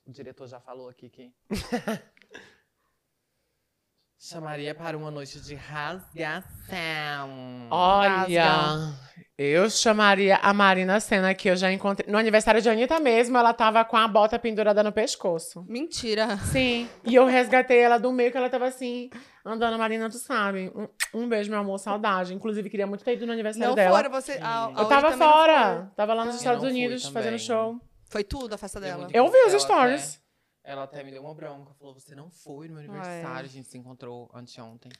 Speaker 3: O diretor já falou
Speaker 2: (laughs)
Speaker 3: aqui que. Chamaria para uma noite de rasgação.
Speaker 2: Olha, eu chamaria a Marina Senna, que eu já encontrei. No aniversário de Anitta mesmo, ela tava com a bota pendurada no pescoço.
Speaker 1: Mentira.
Speaker 2: Sim. E eu resgatei ela do meio que ela tava assim, andando, Marina, tu sabe. Um, um beijo, meu amor, saudade. Inclusive, queria muito ter ido no aniversário
Speaker 1: Não
Speaker 2: dela.
Speaker 1: fora você. a- a
Speaker 3: Eu
Speaker 2: Eu
Speaker 1: Auri
Speaker 2: tava
Speaker 1: também não
Speaker 2: fora.
Speaker 1: foi.
Speaker 2: Tava lá nos
Speaker 1: Eu
Speaker 2: Estados
Speaker 3: não fui
Speaker 2: Unidos
Speaker 3: também.
Speaker 2: fazendo show.
Speaker 1: Foi tudo a festa
Speaker 3: Eu
Speaker 1: dela.
Speaker 3: muito-
Speaker 2: Eu vi
Speaker 3: Ela
Speaker 2: os stories.
Speaker 3: Ela até me deu uma bronca. Falou: Você não foi no meu
Speaker 1: Ai.
Speaker 3: aniversário. A gente se encontrou anteontem.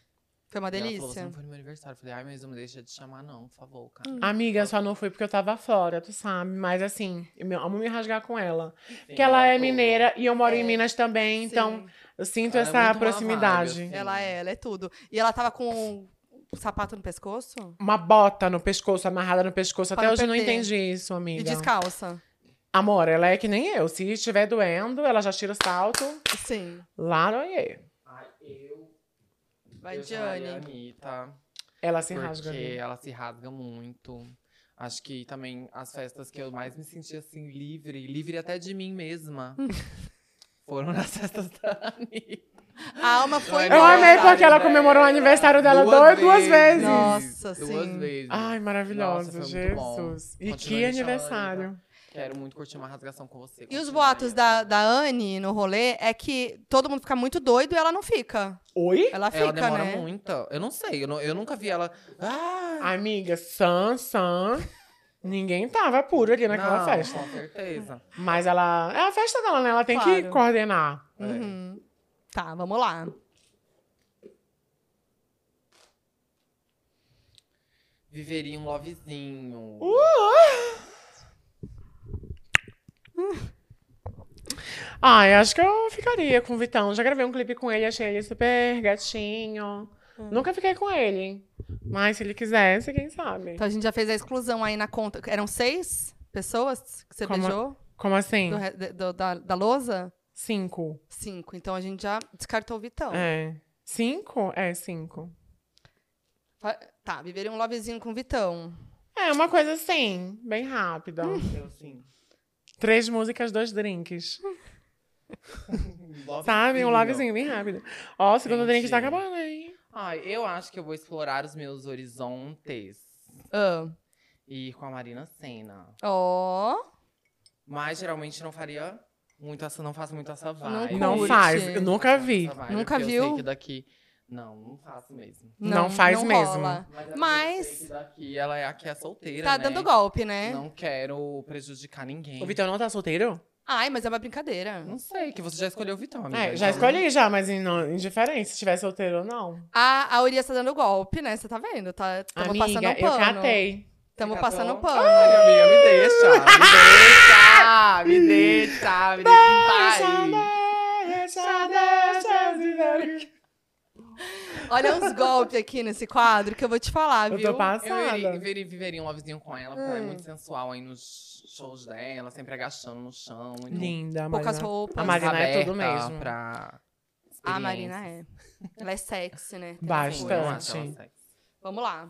Speaker 1: Foi uma
Speaker 3: E Ela falou: assim. Você
Speaker 1: delícia.
Speaker 3: não foi no meu aniversário. Eu falei: Ai, mas não deixa de chamar, não, por favor, cara.
Speaker 2: Amiga, só não fui porque eu tava fora, tu sabe. Mas assim, eu me- amo me rasgar com ela.
Speaker 3: Sim,
Speaker 2: Porque ela é
Speaker 3: tudo.
Speaker 2: mineira e eu moro
Speaker 1: É.
Speaker 2: em Minas também, então
Speaker 1: Sim,
Speaker 2: eu sinto
Speaker 3: Ela é
Speaker 2: essa
Speaker 3: muito uma
Speaker 2: proximidade.
Speaker 3: vibe, assim.
Speaker 1: Ela é, ela é tudo. E ela tava com um sapato no pescoço?
Speaker 2: Uma bota no pescoço, amarrada no pescoço.
Speaker 1: Pra
Speaker 2: Até
Speaker 1: não
Speaker 2: hoje eu não
Speaker 1: perder.
Speaker 2: entendi isso,
Speaker 1: E
Speaker 2: amiga.
Speaker 1: descalça.
Speaker 2: Amor, ela é que nem eu. Se estiver doendo, ela já tira o salto.
Speaker 1: Sim.
Speaker 2: Lá não é.
Speaker 3: Ai, eu.
Speaker 1: Vai,
Speaker 3: eu chamaria a
Speaker 1: Diane.
Speaker 3: Anitta.
Speaker 2: Ela se
Speaker 3: porque
Speaker 2: rasga. ali.
Speaker 3: ela se rasga muito. Acho que também as festas que eu mais me senti assim livre, livre até de mim
Speaker 2: (laughs)
Speaker 3: mesma. Foram nas festas da Anitta.
Speaker 1: A alma foi.
Speaker 3: Eu
Speaker 2: Eu amei
Speaker 1: embora.
Speaker 2: porque ela comemorou o aniversário dela duas, duas vezes.
Speaker 1: Nossa,
Speaker 3: duas
Speaker 1: sim.
Speaker 3: vezes.
Speaker 2: Ai, maravilhosa,
Speaker 3: Nossa, foi muito bom.
Speaker 2: Jesus. E
Speaker 3: Continua
Speaker 2: que
Speaker 3: me chamando,
Speaker 2: aniversário.
Speaker 3: Quero muito curtir uma rasgação com você.
Speaker 1: E os
Speaker 3: Continua
Speaker 1: boatos
Speaker 3: aí.
Speaker 1: da, da Anne no rolê é que todo mundo fica muito doido e ela não fica.
Speaker 2: Oi?
Speaker 1: Ela fica,
Speaker 3: Ela demora
Speaker 1: né?
Speaker 3: muito. Eu não sei, eu, não- eu nunca vi ela. Ah,
Speaker 2: Amiga, San, San. Ninguém tava puro ali naquela
Speaker 3: não,
Speaker 2: festa.
Speaker 3: Com certeza.
Speaker 2: Mas ela. É a festa dela, né? Ela tem que
Speaker 1: Claro.
Speaker 2: coordenar.
Speaker 3: É.
Speaker 1: Uhum. Tá, vamos lá.
Speaker 3: Viveria um lovezinho.
Speaker 2: Uh! Ah, eu acho que eu ficaria com o Vitão. Já gravei um clipe com ele, achei ele super gatinho.
Speaker 1: Hum.
Speaker 2: Nunca fiquei com ele, hein? Mas se ele quisesse, quem sabe?
Speaker 1: Então a gente já fez a exclusão aí na conta. Eram seis pessoas que você
Speaker 2: Como-
Speaker 1: beijou
Speaker 2: Como assim?
Speaker 1: do re- de- do- da, da lousa?
Speaker 2: Cinco.
Speaker 1: Cinco. Então a gente já descartou o Vitão.
Speaker 2: É. Cinco? É, cinco.
Speaker 1: Fa- Tá, viveria um lovezinho com o Vitão.
Speaker 2: É, uma coisa assim, bem rápida.
Speaker 1: Hum.
Speaker 3: Eu assim, sim.
Speaker 2: Três músicas, dois drinks.
Speaker 3: Lovezinho.
Speaker 2: Sabe? Um lovezinho bem rápido. Ó, o segundo drink
Speaker 3: Entendi.
Speaker 2: tá acabando, hein?
Speaker 3: Ai, eu acho que eu vou explorar os meus horizontes.
Speaker 1: Ah,
Speaker 3: E ir com a Marina Senna.
Speaker 1: Ó.
Speaker 3: Mas geralmente não faria muito essa. Não faço muito
Speaker 1: Não
Speaker 3: essa vibe.
Speaker 2: Não
Speaker 1: Curte.
Speaker 2: faz. Eu nunca vi.
Speaker 3: Essa vibe,
Speaker 1: Nunca
Speaker 3: porque Eu sei
Speaker 1: viu?
Speaker 3: que daqui. Não, não faço mesmo.
Speaker 2: Não faz mesmo.
Speaker 1: rola.
Speaker 3: é eu
Speaker 1: Mas-
Speaker 3: sei que daqui ela é a que é solteira.
Speaker 1: Tá
Speaker 3: né?
Speaker 1: dando golpe, né?
Speaker 3: Não quero prejudicar ninguém.
Speaker 2: O Vitão não tá solteiro?
Speaker 1: Ai, mas é uma brincadeira.
Speaker 3: Não sei, que você já escolheu o Vitão, amiga.
Speaker 2: É, já
Speaker 3: então-
Speaker 2: escolhi já, mas em- não- indiferente se tiver solteiro ou não.
Speaker 1: A, a Urias tá dando golpe, né? Você tá vendo? Tá, tamo
Speaker 2: Amiga,
Speaker 1: passando pano.
Speaker 2: eu catei.
Speaker 1: Tamo
Speaker 3: Você
Speaker 1: passando
Speaker 3: catou?
Speaker 1: pano.
Speaker 3: Ai, amiga, me deixa. Me deixa, me deixa, me deixa em paz.
Speaker 2: Deixa, deixa, deixa.
Speaker 1: Olha uns golpes aqui nesse quadro que eu vou te falar,
Speaker 2: Eu
Speaker 1: viu?
Speaker 2: tô
Speaker 3: Eu iria-
Speaker 2: passada.
Speaker 3: viveria, viveria um lovezinho com ela, porque ela é
Speaker 1: Hum.
Speaker 3: muito sensual aí nos shows dela, sempre agachando no chão. e não-
Speaker 2: Linda,
Speaker 1: Poucas
Speaker 2: Marina.
Speaker 1: roupas.
Speaker 2: A Marina é tudo
Speaker 3: aberta
Speaker 2: mesmo.
Speaker 3: Pra
Speaker 1: A Marina é. Ela é sexy, né? Tem
Speaker 2: Bastante.
Speaker 1: essa
Speaker 3: experiências. Sim,
Speaker 1: coisa.
Speaker 3: eu acho ela sexy.
Speaker 1: Vamos lá.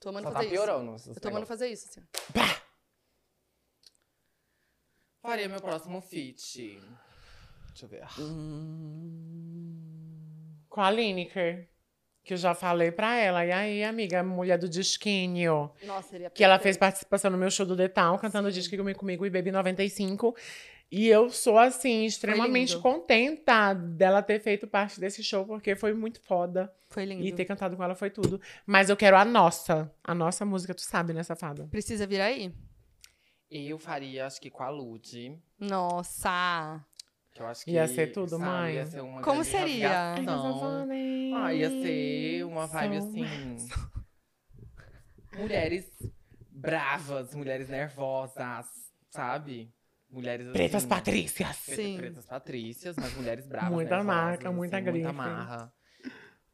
Speaker 1: Tô amando
Speaker 3: Só tá
Speaker 1: fazer isso.
Speaker 3: piorando. esses
Speaker 1: Eu tô amando
Speaker 3: negócios.
Speaker 1: fazer isso. assim.
Speaker 3: Faria meu próximo feat. Deixa eu ver.
Speaker 2: Com a Lineker. Que eu já falei pra ela. E aí, amiga, mulher do disquinho.
Speaker 1: Nossa, seria
Speaker 2: Que ela fez
Speaker 1: perfeito.
Speaker 2: participação no meu show do Detal, cantando Disque Comigo Comigo e Baby 95. E eu sou, assim, extremamente
Speaker 1: lindo.
Speaker 2: contenta dela ter feito parte desse show, porque foi muito foda.
Speaker 1: Foi lindo.
Speaker 2: E ter cantado com ela foi tudo. Mas eu quero a nossa. A nossa música, tu sabe, né, safada?
Speaker 1: Precisa vir aí?
Speaker 3: Eu faria, acho que com a Lud.
Speaker 1: Nossa!
Speaker 3: Que eu acho que,
Speaker 2: Ia ser tudo,
Speaker 3: sabe,
Speaker 2: mãe.
Speaker 3: Ia ser uma
Speaker 1: Como
Speaker 3: grande
Speaker 1: seria?
Speaker 3: rasgação. Ah, ia ser uma vibe
Speaker 2: Som. (laughs)
Speaker 3: assim. Mulheres bravas, mulheres nervosas, sabe? Mulheres assim,
Speaker 2: Pretas Patrícias!
Speaker 3: preta-
Speaker 1: Sim.
Speaker 3: Pretas patrícias, mas mulheres bravas.
Speaker 2: Muita
Speaker 3: nervosas,
Speaker 2: marca, muita
Speaker 3: assim, Muita
Speaker 2: grife.
Speaker 3: marra.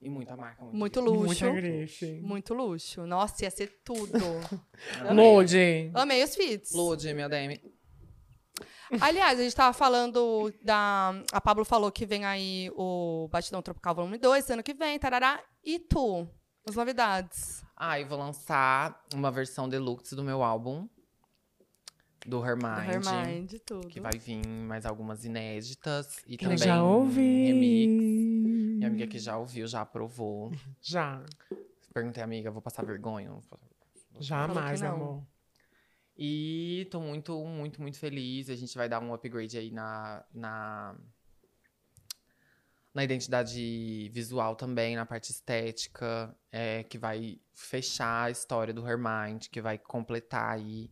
Speaker 3: E muita marca.
Speaker 1: Muito
Speaker 3: grife.
Speaker 1: luxo.
Speaker 2: Muita grife.
Speaker 1: Muito luxo. Nossa, ia ser
Speaker 3: (laughs)
Speaker 1: tudo.
Speaker 3: Amei.
Speaker 2: Lode!
Speaker 1: Amei os feats.
Speaker 3: Lud, minha DM.
Speaker 1: Aliás, a gente tava falando da. A Pablo falou que vem aí o Batidão Tropical Volume 2 ano que vem, tarará. E tu? As novidades.
Speaker 3: Ah, eu vou lançar uma versão deluxe do meu álbum. Do
Speaker 1: Do Hermind, tudo.
Speaker 3: Ah, que vai vir mais algumas inéditas e
Speaker 2: Eu
Speaker 3: também
Speaker 2: já ouvi.
Speaker 3: remix. Minha amiga que já ouviu, já (laughs) aprovou.
Speaker 2: Já.
Speaker 3: Perguntei, amiga, vou passar vergonha? Vou passar-
Speaker 2: Jamais,
Speaker 1: Falou que não.
Speaker 2: amor.
Speaker 3: E tô muito, muito, muito feliz. A gente vai dar um upgrade aí na, na, na identidade visual também, na parte estética, é, que vai fechar a história do Hermind, que vai completar aí.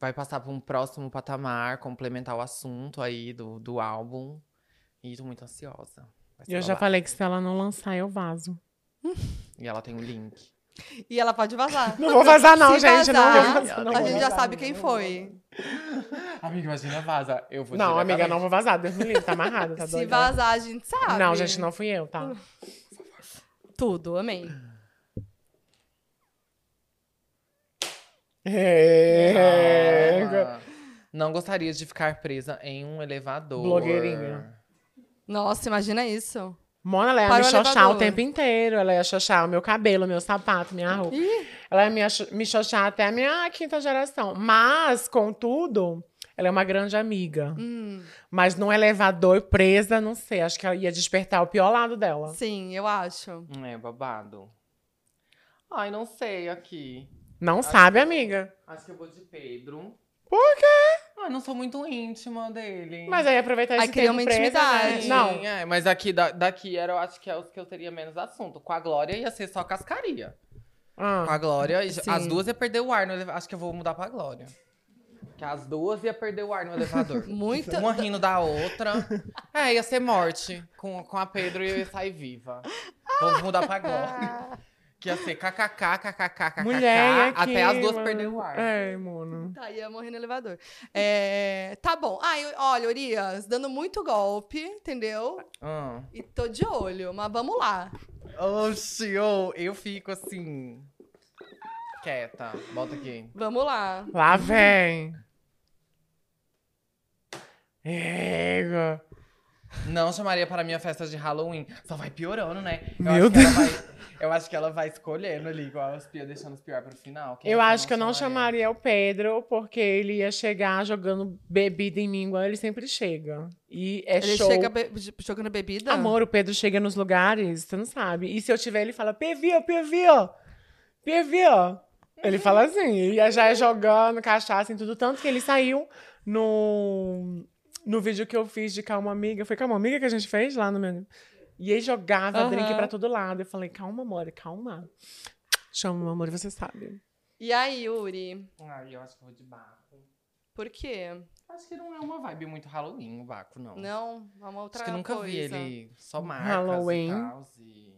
Speaker 3: Vai passar para um próximo patamar, complementar o assunto aí do, do álbum. E tô muito ansiosa. Vai ser
Speaker 2: E eu já
Speaker 3: babado.
Speaker 2: falei que se ela não lançar, eu vaso.
Speaker 3: E ela tem o link.
Speaker 1: E ela pode vazar.
Speaker 2: Não vou vazar, não,
Speaker 1: Se
Speaker 2: gente.
Speaker 1: vazar,
Speaker 2: não vou vazar, não
Speaker 1: a
Speaker 2: vou
Speaker 1: gente já
Speaker 2: vazar.
Speaker 1: sabe quem foi.
Speaker 3: Amiga, imagina vaza. Eu vou
Speaker 2: Não, amiga, não
Speaker 3: diretamente.
Speaker 2: vou vazar. Deus me
Speaker 3: (laughs)
Speaker 2: livre, tá amarrada, tá
Speaker 1: Se
Speaker 2: doida.
Speaker 1: vazar, a gente sabe.
Speaker 2: Não, gente, não fui eu, tá?
Speaker 1: Tudo, amei.
Speaker 2: É.
Speaker 3: Ah, Não gostaria de ficar presa em um elevador.
Speaker 2: Blogueirinha.
Speaker 1: Nossa, imagina isso.
Speaker 2: Mona, ela ia
Speaker 1: Para
Speaker 2: me
Speaker 1: o
Speaker 2: xoxar
Speaker 1: elevador.
Speaker 2: o tempo inteiro. Ela ia xoxar o meu cabelo, meu sapato, minha roupa.
Speaker 1: Ih,
Speaker 2: Ela ia me, ach- me xoxar até a minha quinta geração. Mas, contudo, ela é uma grande amiga.
Speaker 1: hum,
Speaker 2: Mas num elevador presa, não sei. Acho que ela ia despertar o pior lado dela.
Speaker 3: Hum,
Speaker 1: sim, eu acho.
Speaker 3: É, babado. Ai, não sei aqui.
Speaker 2: Não sabe, amiga.
Speaker 3: Acho que eu vou de Pedro.
Speaker 2: Por
Speaker 3: quê? Ah, eu não sou muito íntima dele.
Speaker 2: Mas aí aproveitar esse
Speaker 1: Aí cria
Speaker 2: tempo
Speaker 1: uma
Speaker 2: presa, né?
Speaker 1: intimidade.
Speaker 3: Sim,
Speaker 2: Não,
Speaker 3: é, mas aqui, da- daqui era, eu acho que é os que eu teria menos assunto. Com a Glória ia ser só cascaria. Com
Speaker 2: Ah,
Speaker 3: a Glória, e-
Speaker 1: Sim.
Speaker 3: as duas ia perder o ar no elevador. Acho que eu vou mudar pra Glória. Que as duas ia perder o ar no elevador.
Speaker 1: Muita-
Speaker 2: Então,
Speaker 3: Uma rindo
Speaker 2: (laughs)
Speaker 3: da outra. É, ia ser morte. Com, com a Pedro e eu ia sair viva. Vamos mudar pra
Speaker 2: (laughs)
Speaker 3: Glória. Que ia ser kkk, kkk,
Speaker 2: mulher
Speaker 3: kkk.
Speaker 2: aqui,
Speaker 3: Até as duas
Speaker 2: mano.
Speaker 3: perder o ar.
Speaker 2: É, mano.
Speaker 1: Tá, ia morrer no elevador. É, tá bom. Ah, eu- olha, Urias, dando muito golpe, entendeu?
Speaker 3: Ah.
Speaker 1: E tô de olho, mas vamos lá.
Speaker 3: Oxi, ô, eu fico assim. Quieta. Bota aqui.
Speaker 1: Vamos lá.
Speaker 2: Lá vem. Ego.
Speaker 3: Não chamaria para minha festa de Halloween. Só vai piorando, né? Eu
Speaker 2: Meu
Speaker 3: acho que ela vai- eu acho que ela vai escolhendo ali, igual as pior, deixando os pior pro final. Quem
Speaker 2: Eu
Speaker 3: é
Speaker 2: acho que eu não chamaria o Pedro, porque ele ia chegar jogando bebida em mim, igual ele sempre chega. E é
Speaker 1: Ele
Speaker 2: show.
Speaker 1: chega be- j- jogando bebida.
Speaker 2: Amor, o Pedro chega nos lugares, você não sabe. E se eu tiver, ele fala, Pevio, Pevio, Pevio. Ele fala assim, e já é jogando cachaça em tudo. Tanto que ele saiu no, no vídeo que eu fiz de Calma Amiga. Foi Calma Amiga que a gente fez lá no meu... E ele jogava
Speaker 1: Aham.
Speaker 2: drink pra todo lado. Eu falei, calma, amor, calma. Chama, amor, você sabe.
Speaker 1: E aí, Uri?
Speaker 3: Ai, eu acho que eu vou de Baco.
Speaker 1: Por quê?
Speaker 3: Acho que não é uma vibe muito Halloween, o Baco, não.
Speaker 1: Não, é uma outra
Speaker 3: acho que eu nunca vi
Speaker 1: coisa.
Speaker 3: ele só marcas
Speaker 2: Hum, Halloween.
Speaker 3: e tal, e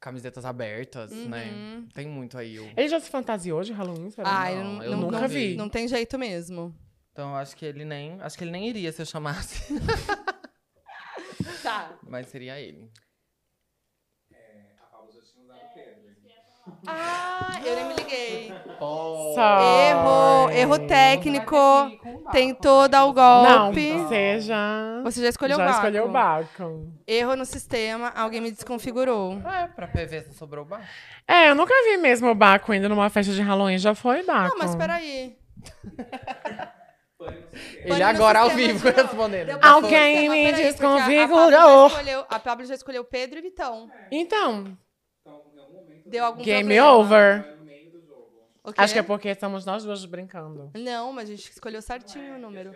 Speaker 3: camisetas abertas, né?
Speaker 1: Uhum.
Speaker 3: Tem muito aí. O...
Speaker 2: Ele já se fantasiou de Halloween, será?
Speaker 1: Ah,
Speaker 3: Não,
Speaker 1: eu
Speaker 3: eu
Speaker 1: não-
Speaker 2: nunca
Speaker 1: não-
Speaker 2: vi.
Speaker 1: Não tem jeito mesmo.
Speaker 3: Então eu acho que ele nem, acho que ele nem iria se eu chamasse, (laughs)
Speaker 1: Tá.
Speaker 3: mas seria ele.
Speaker 1: Ah, eu nem me liguei.
Speaker 2: Oh. Sorry.
Speaker 1: Erro, erro técnico. Tentou dar o
Speaker 2: né? Não,
Speaker 1: golpe.
Speaker 2: você já...
Speaker 1: Você já escolheu
Speaker 2: já
Speaker 1: o barco.
Speaker 2: escolheu o Baco.
Speaker 1: Erro no sistema, alguém me desconfigurou.
Speaker 3: É, pra PV só sobrou o Baco.
Speaker 2: É, eu nunca vi mesmo o Baco indo numa festa de Halloween. Já foi Baco.
Speaker 1: Não, mas peraí. Pode
Speaker 3: Ele
Speaker 1: ir no
Speaker 3: agora ao
Speaker 1: sistema
Speaker 3: vivo
Speaker 1: de novo.
Speaker 3: (laughs) respondendo.
Speaker 1: Deu pra
Speaker 2: Alguém
Speaker 1: sistema,
Speaker 2: me
Speaker 1: peraí, porque a- A Pablo, já
Speaker 2: desconfigurou.
Speaker 1: escolheu, a Pablo já escolheu Pedro e Vitão.
Speaker 2: Então,
Speaker 1: Deu algum
Speaker 2: game
Speaker 1: problema.
Speaker 2: over.
Speaker 1: O
Speaker 2: Acho que
Speaker 1: quê?
Speaker 2: é porque estamos nós duas brincando.
Speaker 1: Não, mas a gente escolheu certinho o número.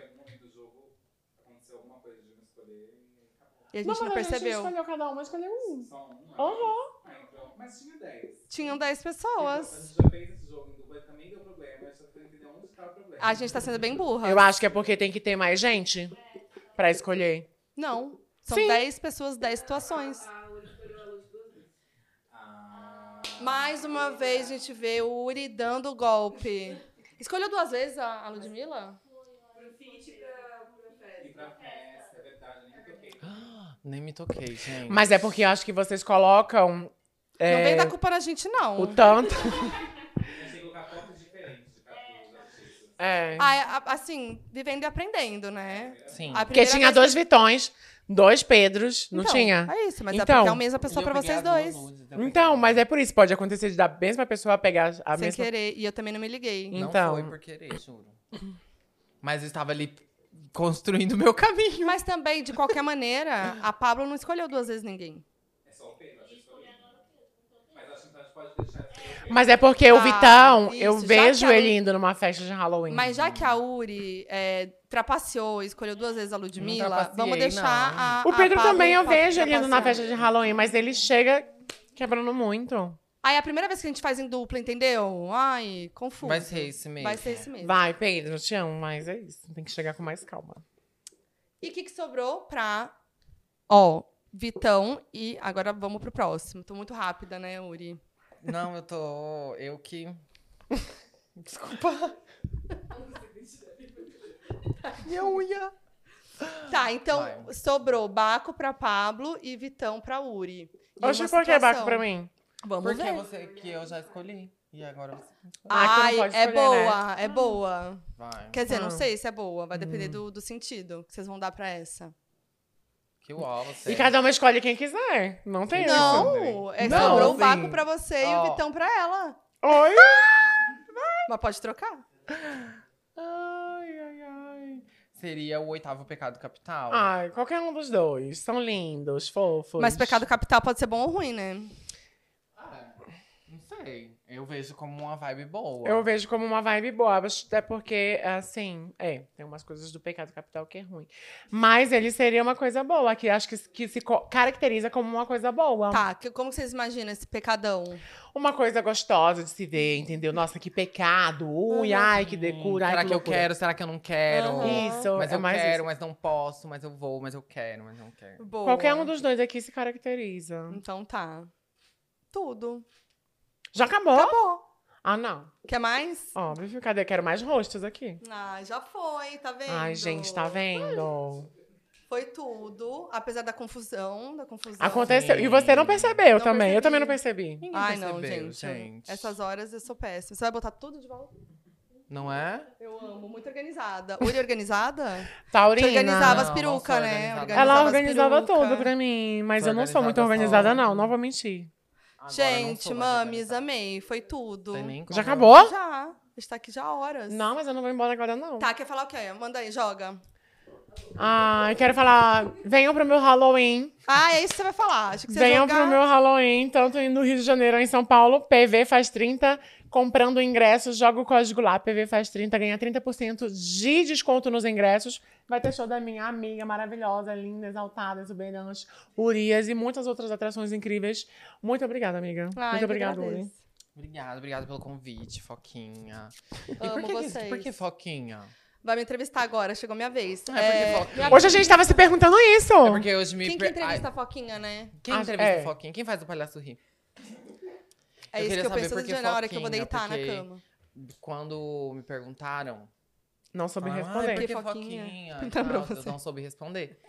Speaker 1: E a gente não, percebeu.
Speaker 2: escolheu cada uma, escolheu um.
Speaker 4: né? Mas tinha 10.
Speaker 1: Tinham 10 pessoas.
Speaker 4: A gente já fez esse jogo em dupla e também deu problema. Eu só queria entender onde tá o problema.
Speaker 1: A gente tá sendo bem burra.
Speaker 2: Eu acho que é porque tem que ter mais gente pra escolher.
Speaker 1: Não. São
Speaker 2: Sim.
Speaker 1: 10 pessoas, 10 situações. Mais uma vez a gente vê o Uri dando o golpe. Escolheu duas vezes a, a Ludmilla?
Speaker 3: Ah, Nem me toquei, gente.
Speaker 2: Mas é porque eu acho que vocês colocam
Speaker 1: Não vem dar culpa na gente, não.
Speaker 2: É. o tanto. É.
Speaker 1: Ah, é, a- assim, vivendo e aprendendo, né?
Speaker 3: Sim.
Speaker 1: A
Speaker 2: Porque
Speaker 1: primeira
Speaker 2: tinha
Speaker 1: vez-
Speaker 2: dois Vitões, dois Pedros, não
Speaker 1: Então,
Speaker 2: tinha?
Speaker 1: É isso, mas é
Speaker 2: Então.
Speaker 1: porque é a mesma pessoa
Speaker 3: E eu
Speaker 1: pra
Speaker 3: peguei
Speaker 1: vocês
Speaker 3: as duas
Speaker 1: dois.
Speaker 3: luzes, eu
Speaker 2: Então,
Speaker 3: peguei.
Speaker 2: mas é por isso. Pode acontecer de da mesma pessoa pegar a
Speaker 1: sem
Speaker 2: mesma...
Speaker 1: querer. E eu também não me liguei.
Speaker 3: Não
Speaker 2: Então.
Speaker 3: foi por querer, juro. Mas eu estava ali construindo o meu caminho.
Speaker 1: Mas também, de qualquer maneira, a Pablo não escolheu duas vezes ninguém.
Speaker 2: Mas é porque o
Speaker 1: Ah,
Speaker 2: Vitão, eu
Speaker 1: isso, já
Speaker 2: vejo
Speaker 1: que a-
Speaker 2: ele indo numa festa de Halloween.
Speaker 1: Mas já que a Uri é, trapaceou, escolheu duas vezes a
Speaker 3: Não
Speaker 1: Ludmilla,
Speaker 3: trapaceei,
Speaker 1: vamos deixar
Speaker 3: não.
Speaker 1: a.
Speaker 2: O
Speaker 1: a
Speaker 2: Pedro
Speaker 1: Pablo
Speaker 2: também eu
Speaker 1: fa-
Speaker 2: vejo ele indo na
Speaker 1: trapacear.
Speaker 2: festa de Halloween, mas ele chega quebrando muito.
Speaker 1: Aí é a primeira vez que a gente faz em dupla, entendeu? Ai, confuso.
Speaker 3: Vai ser esse mesmo.
Speaker 1: Vai ser esse mesmo.
Speaker 2: Vai, Pedro, te amo, mas é isso. Tem que chegar com mais calma.
Speaker 1: E o que, que sobrou pra. Ó, Vitão e. Agora vamos pro próximo. Tô muito rápida, né, Uri?
Speaker 3: É. Não, eu tô. Eu que. Desculpa. Minha unha.
Speaker 1: Tá, então
Speaker 3: Vai.
Speaker 1: sobrou Baco pra Pablo e Vitão pra Uri. E
Speaker 2: Oxe,
Speaker 1: uma
Speaker 2: por que
Speaker 1: situação.
Speaker 2: Baco pra mim?
Speaker 1: Vamos
Speaker 3: Porque
Speaker 1: ver.
Speaker 3: você que eu já escolhi. E agora você.
Speaker 2: Ah, que não
Speaker 1: Ai,
Speaker 2: pode
Speaker 1: é
Speaker 2: escolher,
Speaker 1: boa, é boa.
Speaker 3: Vai.
Speaker 1: Quer dizer, não
Speaker 2: Ah. Hum.
Speaker 1: sei se é boa, vai depender do, do sentido que vocês vão dar pra essa.
Speaker 3: Que uau, você.
Speaker 2: E cada uma escolhe quem quiser. Não tem isso.
Speaker 1: Não, é,
Speaker 3: Não,
Speaker 1: sobrou o
Speaker 3: assim,
Speaker 1: Baco pra você e o
Speaker 3: ó.
Speaker 1: Vitão pra ela.
Speaker 2: Oi?
Speaker 1: Mas pode trocar.
Speaker 3: Ai, ai, ai. Seria o oitavo pecado capital.
Speaker 1: Ah.
Speaker 2: Ai, qualquer um dos dois. São lindos,
Speaker 1: é
Speaker 2: fofos.
Speaker 1: Mas pecado capital pode ser bom ou ruim, né?
Speaker 3: Não sei. sei. Eu vejo como uma vibe boa.
Speaker 2: Eu vejo como uma vibe boa, até porque, assim, é, tem umas coisas do pecado capital que é ruim. Mas ele seria uma coisa boa, que acho que, que se co- caracteriza como uma coisa boa.
Speaker 1: Tá, que- como que vocês imaginam esse pecadão?
Speaker 2: Uma coisa gostosa de se ver, entendeu? Nossa, que pecado. Ui, ai, que decura. ai,
Speaker 3: Será que, eu
Speaker 2: loucura.
Speaker 3: quero? Será que eu não quero?
Speaker 1: Aham.
Speaker 2: Isso,
Speaker 3: Mas
Speaker 2: é
Speaker 3: eu
Speaker 2: mais
Speaker 3: quero,
Speaker 2: isso.
Speaker 3: mas não posso, mas eu vou, mas eu quero, mas não quero.
Speaker 1: Boa.
Speaker 2: Qualquer um dos dois aqui se caracteriza.
Speaker 1: Então tá. Tudo.
Speaker 2: Já acabou?
Speaker 1: Acabou.
Speaker 2: Ah, não.
Speaker 1: Quer mais?
Speaker 2: Óbvio, cadê? Quero mais rostos aqui.
Speaker 1: Ah, já foi, tá vendo?
Speaker 2: Ai, gente, tá vendo?
Speaker 1: Foi tudo, apesar da confusão, da confusão.
Speaker 2: Aconteceu.
Speaker 3: Sim.
Speaker 2: E você não percebeu
Speaker 1: Não
Speaker 2: também. Eu
Speaker 1: percebi.
Speaker 2: também não percebi.
Speaker 3: Ninguém
Speaker 1: Ai, não,
Speaker 3: percebeu,
Speaker 1: gente. Essas horas eu sou péssima. Você vai botar tudo de volta?
Speaker 3: Não é?
Speaker 1: Eu amo, muito organizada. Oi, organizada? Te
Speaker 2: Taurina.
Speaker 1: organizava as
Speaker 3: Não,
Speaker 1: perucas,
Speaker 3: sou
Speaker 1: né?
Speaker 3: organizada.
Speaker 2: Ela
Speaker 1: as
Speaker 2: organizava
Speaker 1: peruca.
Speaker 2: tudo pra mim, mas
Speaker 3: Sou
Speaker 2: eu não sou muito
Speaker 3: organizada,
Speaker 2: organizada, não.
Speaker 3: sou.
Speaker 2: Não vou mentir.
Speaker 3: Agora eu não
Speaker 1: Gente,
Speaker 3: sou mais
Speaker 1: mames,
Speaker 3: organizada.
Speaker 1: amei. Foi tudo.
Speaker 3: Tem nem como
Speaker 2: Já
Speaker 3: eu-
Speaker 2: acabou?
Speaker 1: Já. Está aqui já há horas.
Speaker 2: Não, mas eu não vou embora agora, não.
Speaker 1: Tá, quer falar o quê? Manda aí, joga.
Speaker 2: Ai, Ah, quero falar. Venham pro meu Halloween.
Speaker 1: Ah, é isso que você vai falar. Acho que você ia
Speaker 2: Venham
Speaker 1: jogar.
Speaker 2: pro meu Halloween, tanto no Rio de Janeiro ou em São Paulo. PV faz 30. Comprando ingressos, joga o código lá. PV faz 30, ganha 30% de desconto nos ingressos. Vai ter show da minha amiga maravilhosa, linda, exaltada, exuberante, Urias e muitas outras atrações incríveis. Muito obrigada, amiga.
Speaker 1: Ai,
Speaker 2: Muito
Speaker 1: eu
Speaker 2: obrigada,
Speaker 1: agradeço.
Speaker 2: Uri.
Speaker 3: Obrigado, obrigado pelo convite, Foquinha. E
Speaker 1: Amo
Speaker 3: por que, que-
Speaker 1: vocês.
Speaker 3: por que Foquinha?
Speaker 1: Vai me entrevistar agora, chegou minha vez.
Speaker 3: É,
Speaker 1: É,
Speaker 3: porque Foquinha.
Speaker 2: Hoje a gente tava se perguntando isso.
Speaker 3: É porque hoje me.
Speaker 1: Quem que
Speaker 3: per-
Speaker 1: entrevista
Speaker 3: Ai,
Speaker 1: a Foquinha, né?
Speaker 3: quem
Speaker 2: Ah,
Speaker 3: entrevista
Speaker 2: é.
Speaker 3: Foquinha? Quem faz o palhaço rir?
Speaker 1: É
Speaker 3: Eu
Speaker 1: isso
Speaker 3: queria
Speaker 1: que eu
Speaker 3: saber
Speaker 1: penso
Speaker 3: por
Speaker 1: todo
Speaker 3: que
Speaker 1: dia na hora que eu vou
Speaker 3: Foquinha,
Speaker 1: deitar
Speaker 3: porque-
Speaker 1: na cama.
Speaker 3: Quando me perguntaram.
Speaker 2: Não soube
Speaker 3: falaram, "Ai,
Speaker 2: responder.
Speaker 3: por que
Speaker 1: Porque Foquinha? (laughs)
Speaker 3: Foquinha?
Speaker 1: Então,
Speaker 3: Então,
Speaker 1: pra
Speaker 3: eu
Speaker 1: você.
Speaker 3: não soube responder.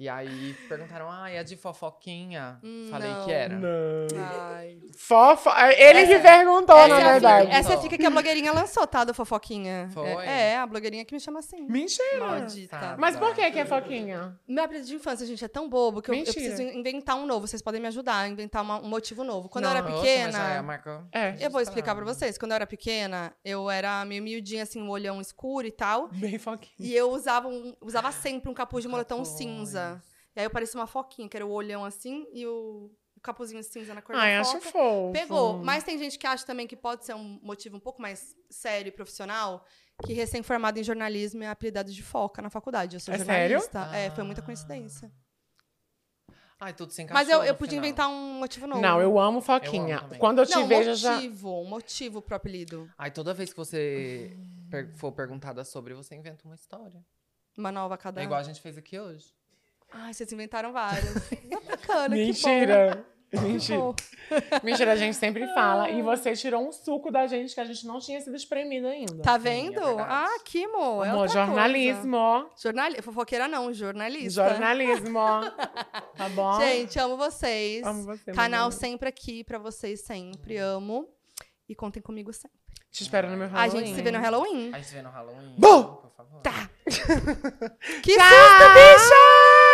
Speaker 3: E aí perguntaram, ah, é a de fofoquinha?
Speaker 1: Hum,
Speaker 3: Falei
Speaker 1: não.
Speaker 3: que era.
Speaker 2: Não.
Speaker 1: Ai.
Speaker 2: Fofo. Ele que perguntou,
Speaker 1: Essa,
Speaker 2: na
Speaker 1: é a
Speaker 2: verdade.
Speaker 1: Fica, essa é a fica que a blogueirinha lançou, tá? Do Fofoquinha.
Speaker 3: Foi?
Speaker 1: É, é, a blogueirinha que me chama assim.
Speaker 2: Mentira.
Speaker 1: Maldita.
Speaker 3: Mas-
Speaker 2: Mas por que que é foquinha?
Speaker 1: Meu apelido de infância, gente, é tão bobo que eu, eu
Speaker 2: Mentira.
Speaker 1: preciso inventar um novo. Vocês podem me ajudar a inventar uma- um motivo novo. Quando eu era
Speaker 3: Nossa, mas já é a
Speaker 1: pequena.
Speaker 3: marca
Speaker 2: É.
Speaker 1: Eu vou explicar pra
Speaker 3: registrada.
Speaker 1: vocês. Quando eu era pequena, eu era meio miudinha, assim, um olhão escuro e tal.
Speaker 2: Bem foquinha.
Speaker 1: E eu usava, um- usava sempre um capuz de
Speaker 3: Tá
Speaker 1: moletom
Speaker 3: Hum. Capuz.
Speaker 1: cinza. E aí eu parecia uma foquinha, que era o olhão assim e o, o capuzinho cinza na cor
Speaker 2: Ai,
Speaker 1: da
Speaker 2: acho
Speaker 1: foca.
Speaker 2: fofo.
Speaker 1: Pegou. Mas tem gente que acha também que pode ser um motivo um pouco mais sério e profissional, que recém-formado em jornalismo é apelidado de foca na faculdade. Eu sou
Speaker 2: É sério?
Speaker 1: jornalista. É, foi muita
Speaker 3: Ah.
Speaker 1: coincidência.
Speaker 3: Ai, tudo se encaixou
Speaker 1: Mas eu, eu
Speaker 3: no
Speaker 1: podia
Speaker 3: final.
Speaker 1: inventar um motivo novo.
Speaker 2: Não, eu amo foquinha.
Speaker 3: Eu amo também.
Speaker 2: Quando eu te
Speaker 1: Não, um
Speaker 2: vejo, eu já...
Speaker 1: motivo, um motivo pro apelido.
Speaker 3: Ai, toda vez que você per- for perguntada sobre, você inventa uma história.
Speaker 1: Uma nova a cada
Speaker 3: É igual a
Speaker 1: ano.
Speaker 3: gente fez aqui hoje.
Speaker 1: Ai, vocês inventaram
Speaker 2: (laughs)
Speaker 1: várias. Tá bacana,
Speaker 2: Mentira.
Speaker 1: que bom. né?
Speaker 2: (laughs) Mentira.
Speaker 1: Bom.
Speaker 2: Mentira, a gente sempre fala. E você tirou um suco da gente que a gente não tinha sido espremido ainda.
Speaker 1: Tá
Speaker 3: Sim, é
Speaker 1: vendo?
Speaker 3: verdade.
Speaker 1: ah, que amor. é
Speaker 2: Amor,
Speaker 1: outra
Speaker 2: jornalismo, ó.
Speaker 1: coisa. Jornali... Fofoqueira não, jornalista.
Speaker 2: Jornalismo, ó. Tá bom?
Speaker 1: é. Gente, amo vocês.
Speaker 2: Amo você,
Speaker 1: Canal
Speaker 2: Manu.
Speaker 1: sempre aqui pra vocês sempre. Amo. E contem comigo sempre.
Speaker 2: Te espero no meu
Speaker 1: A
Speaker 2: Halloween.
Speaker 1: gente se vê no Halloween. tá
Speaker 3: A gente vê no Halloween.
Speaker 2: Bom!
Speaker 3: Por favor.
Speaker 1: Que susto, bicho!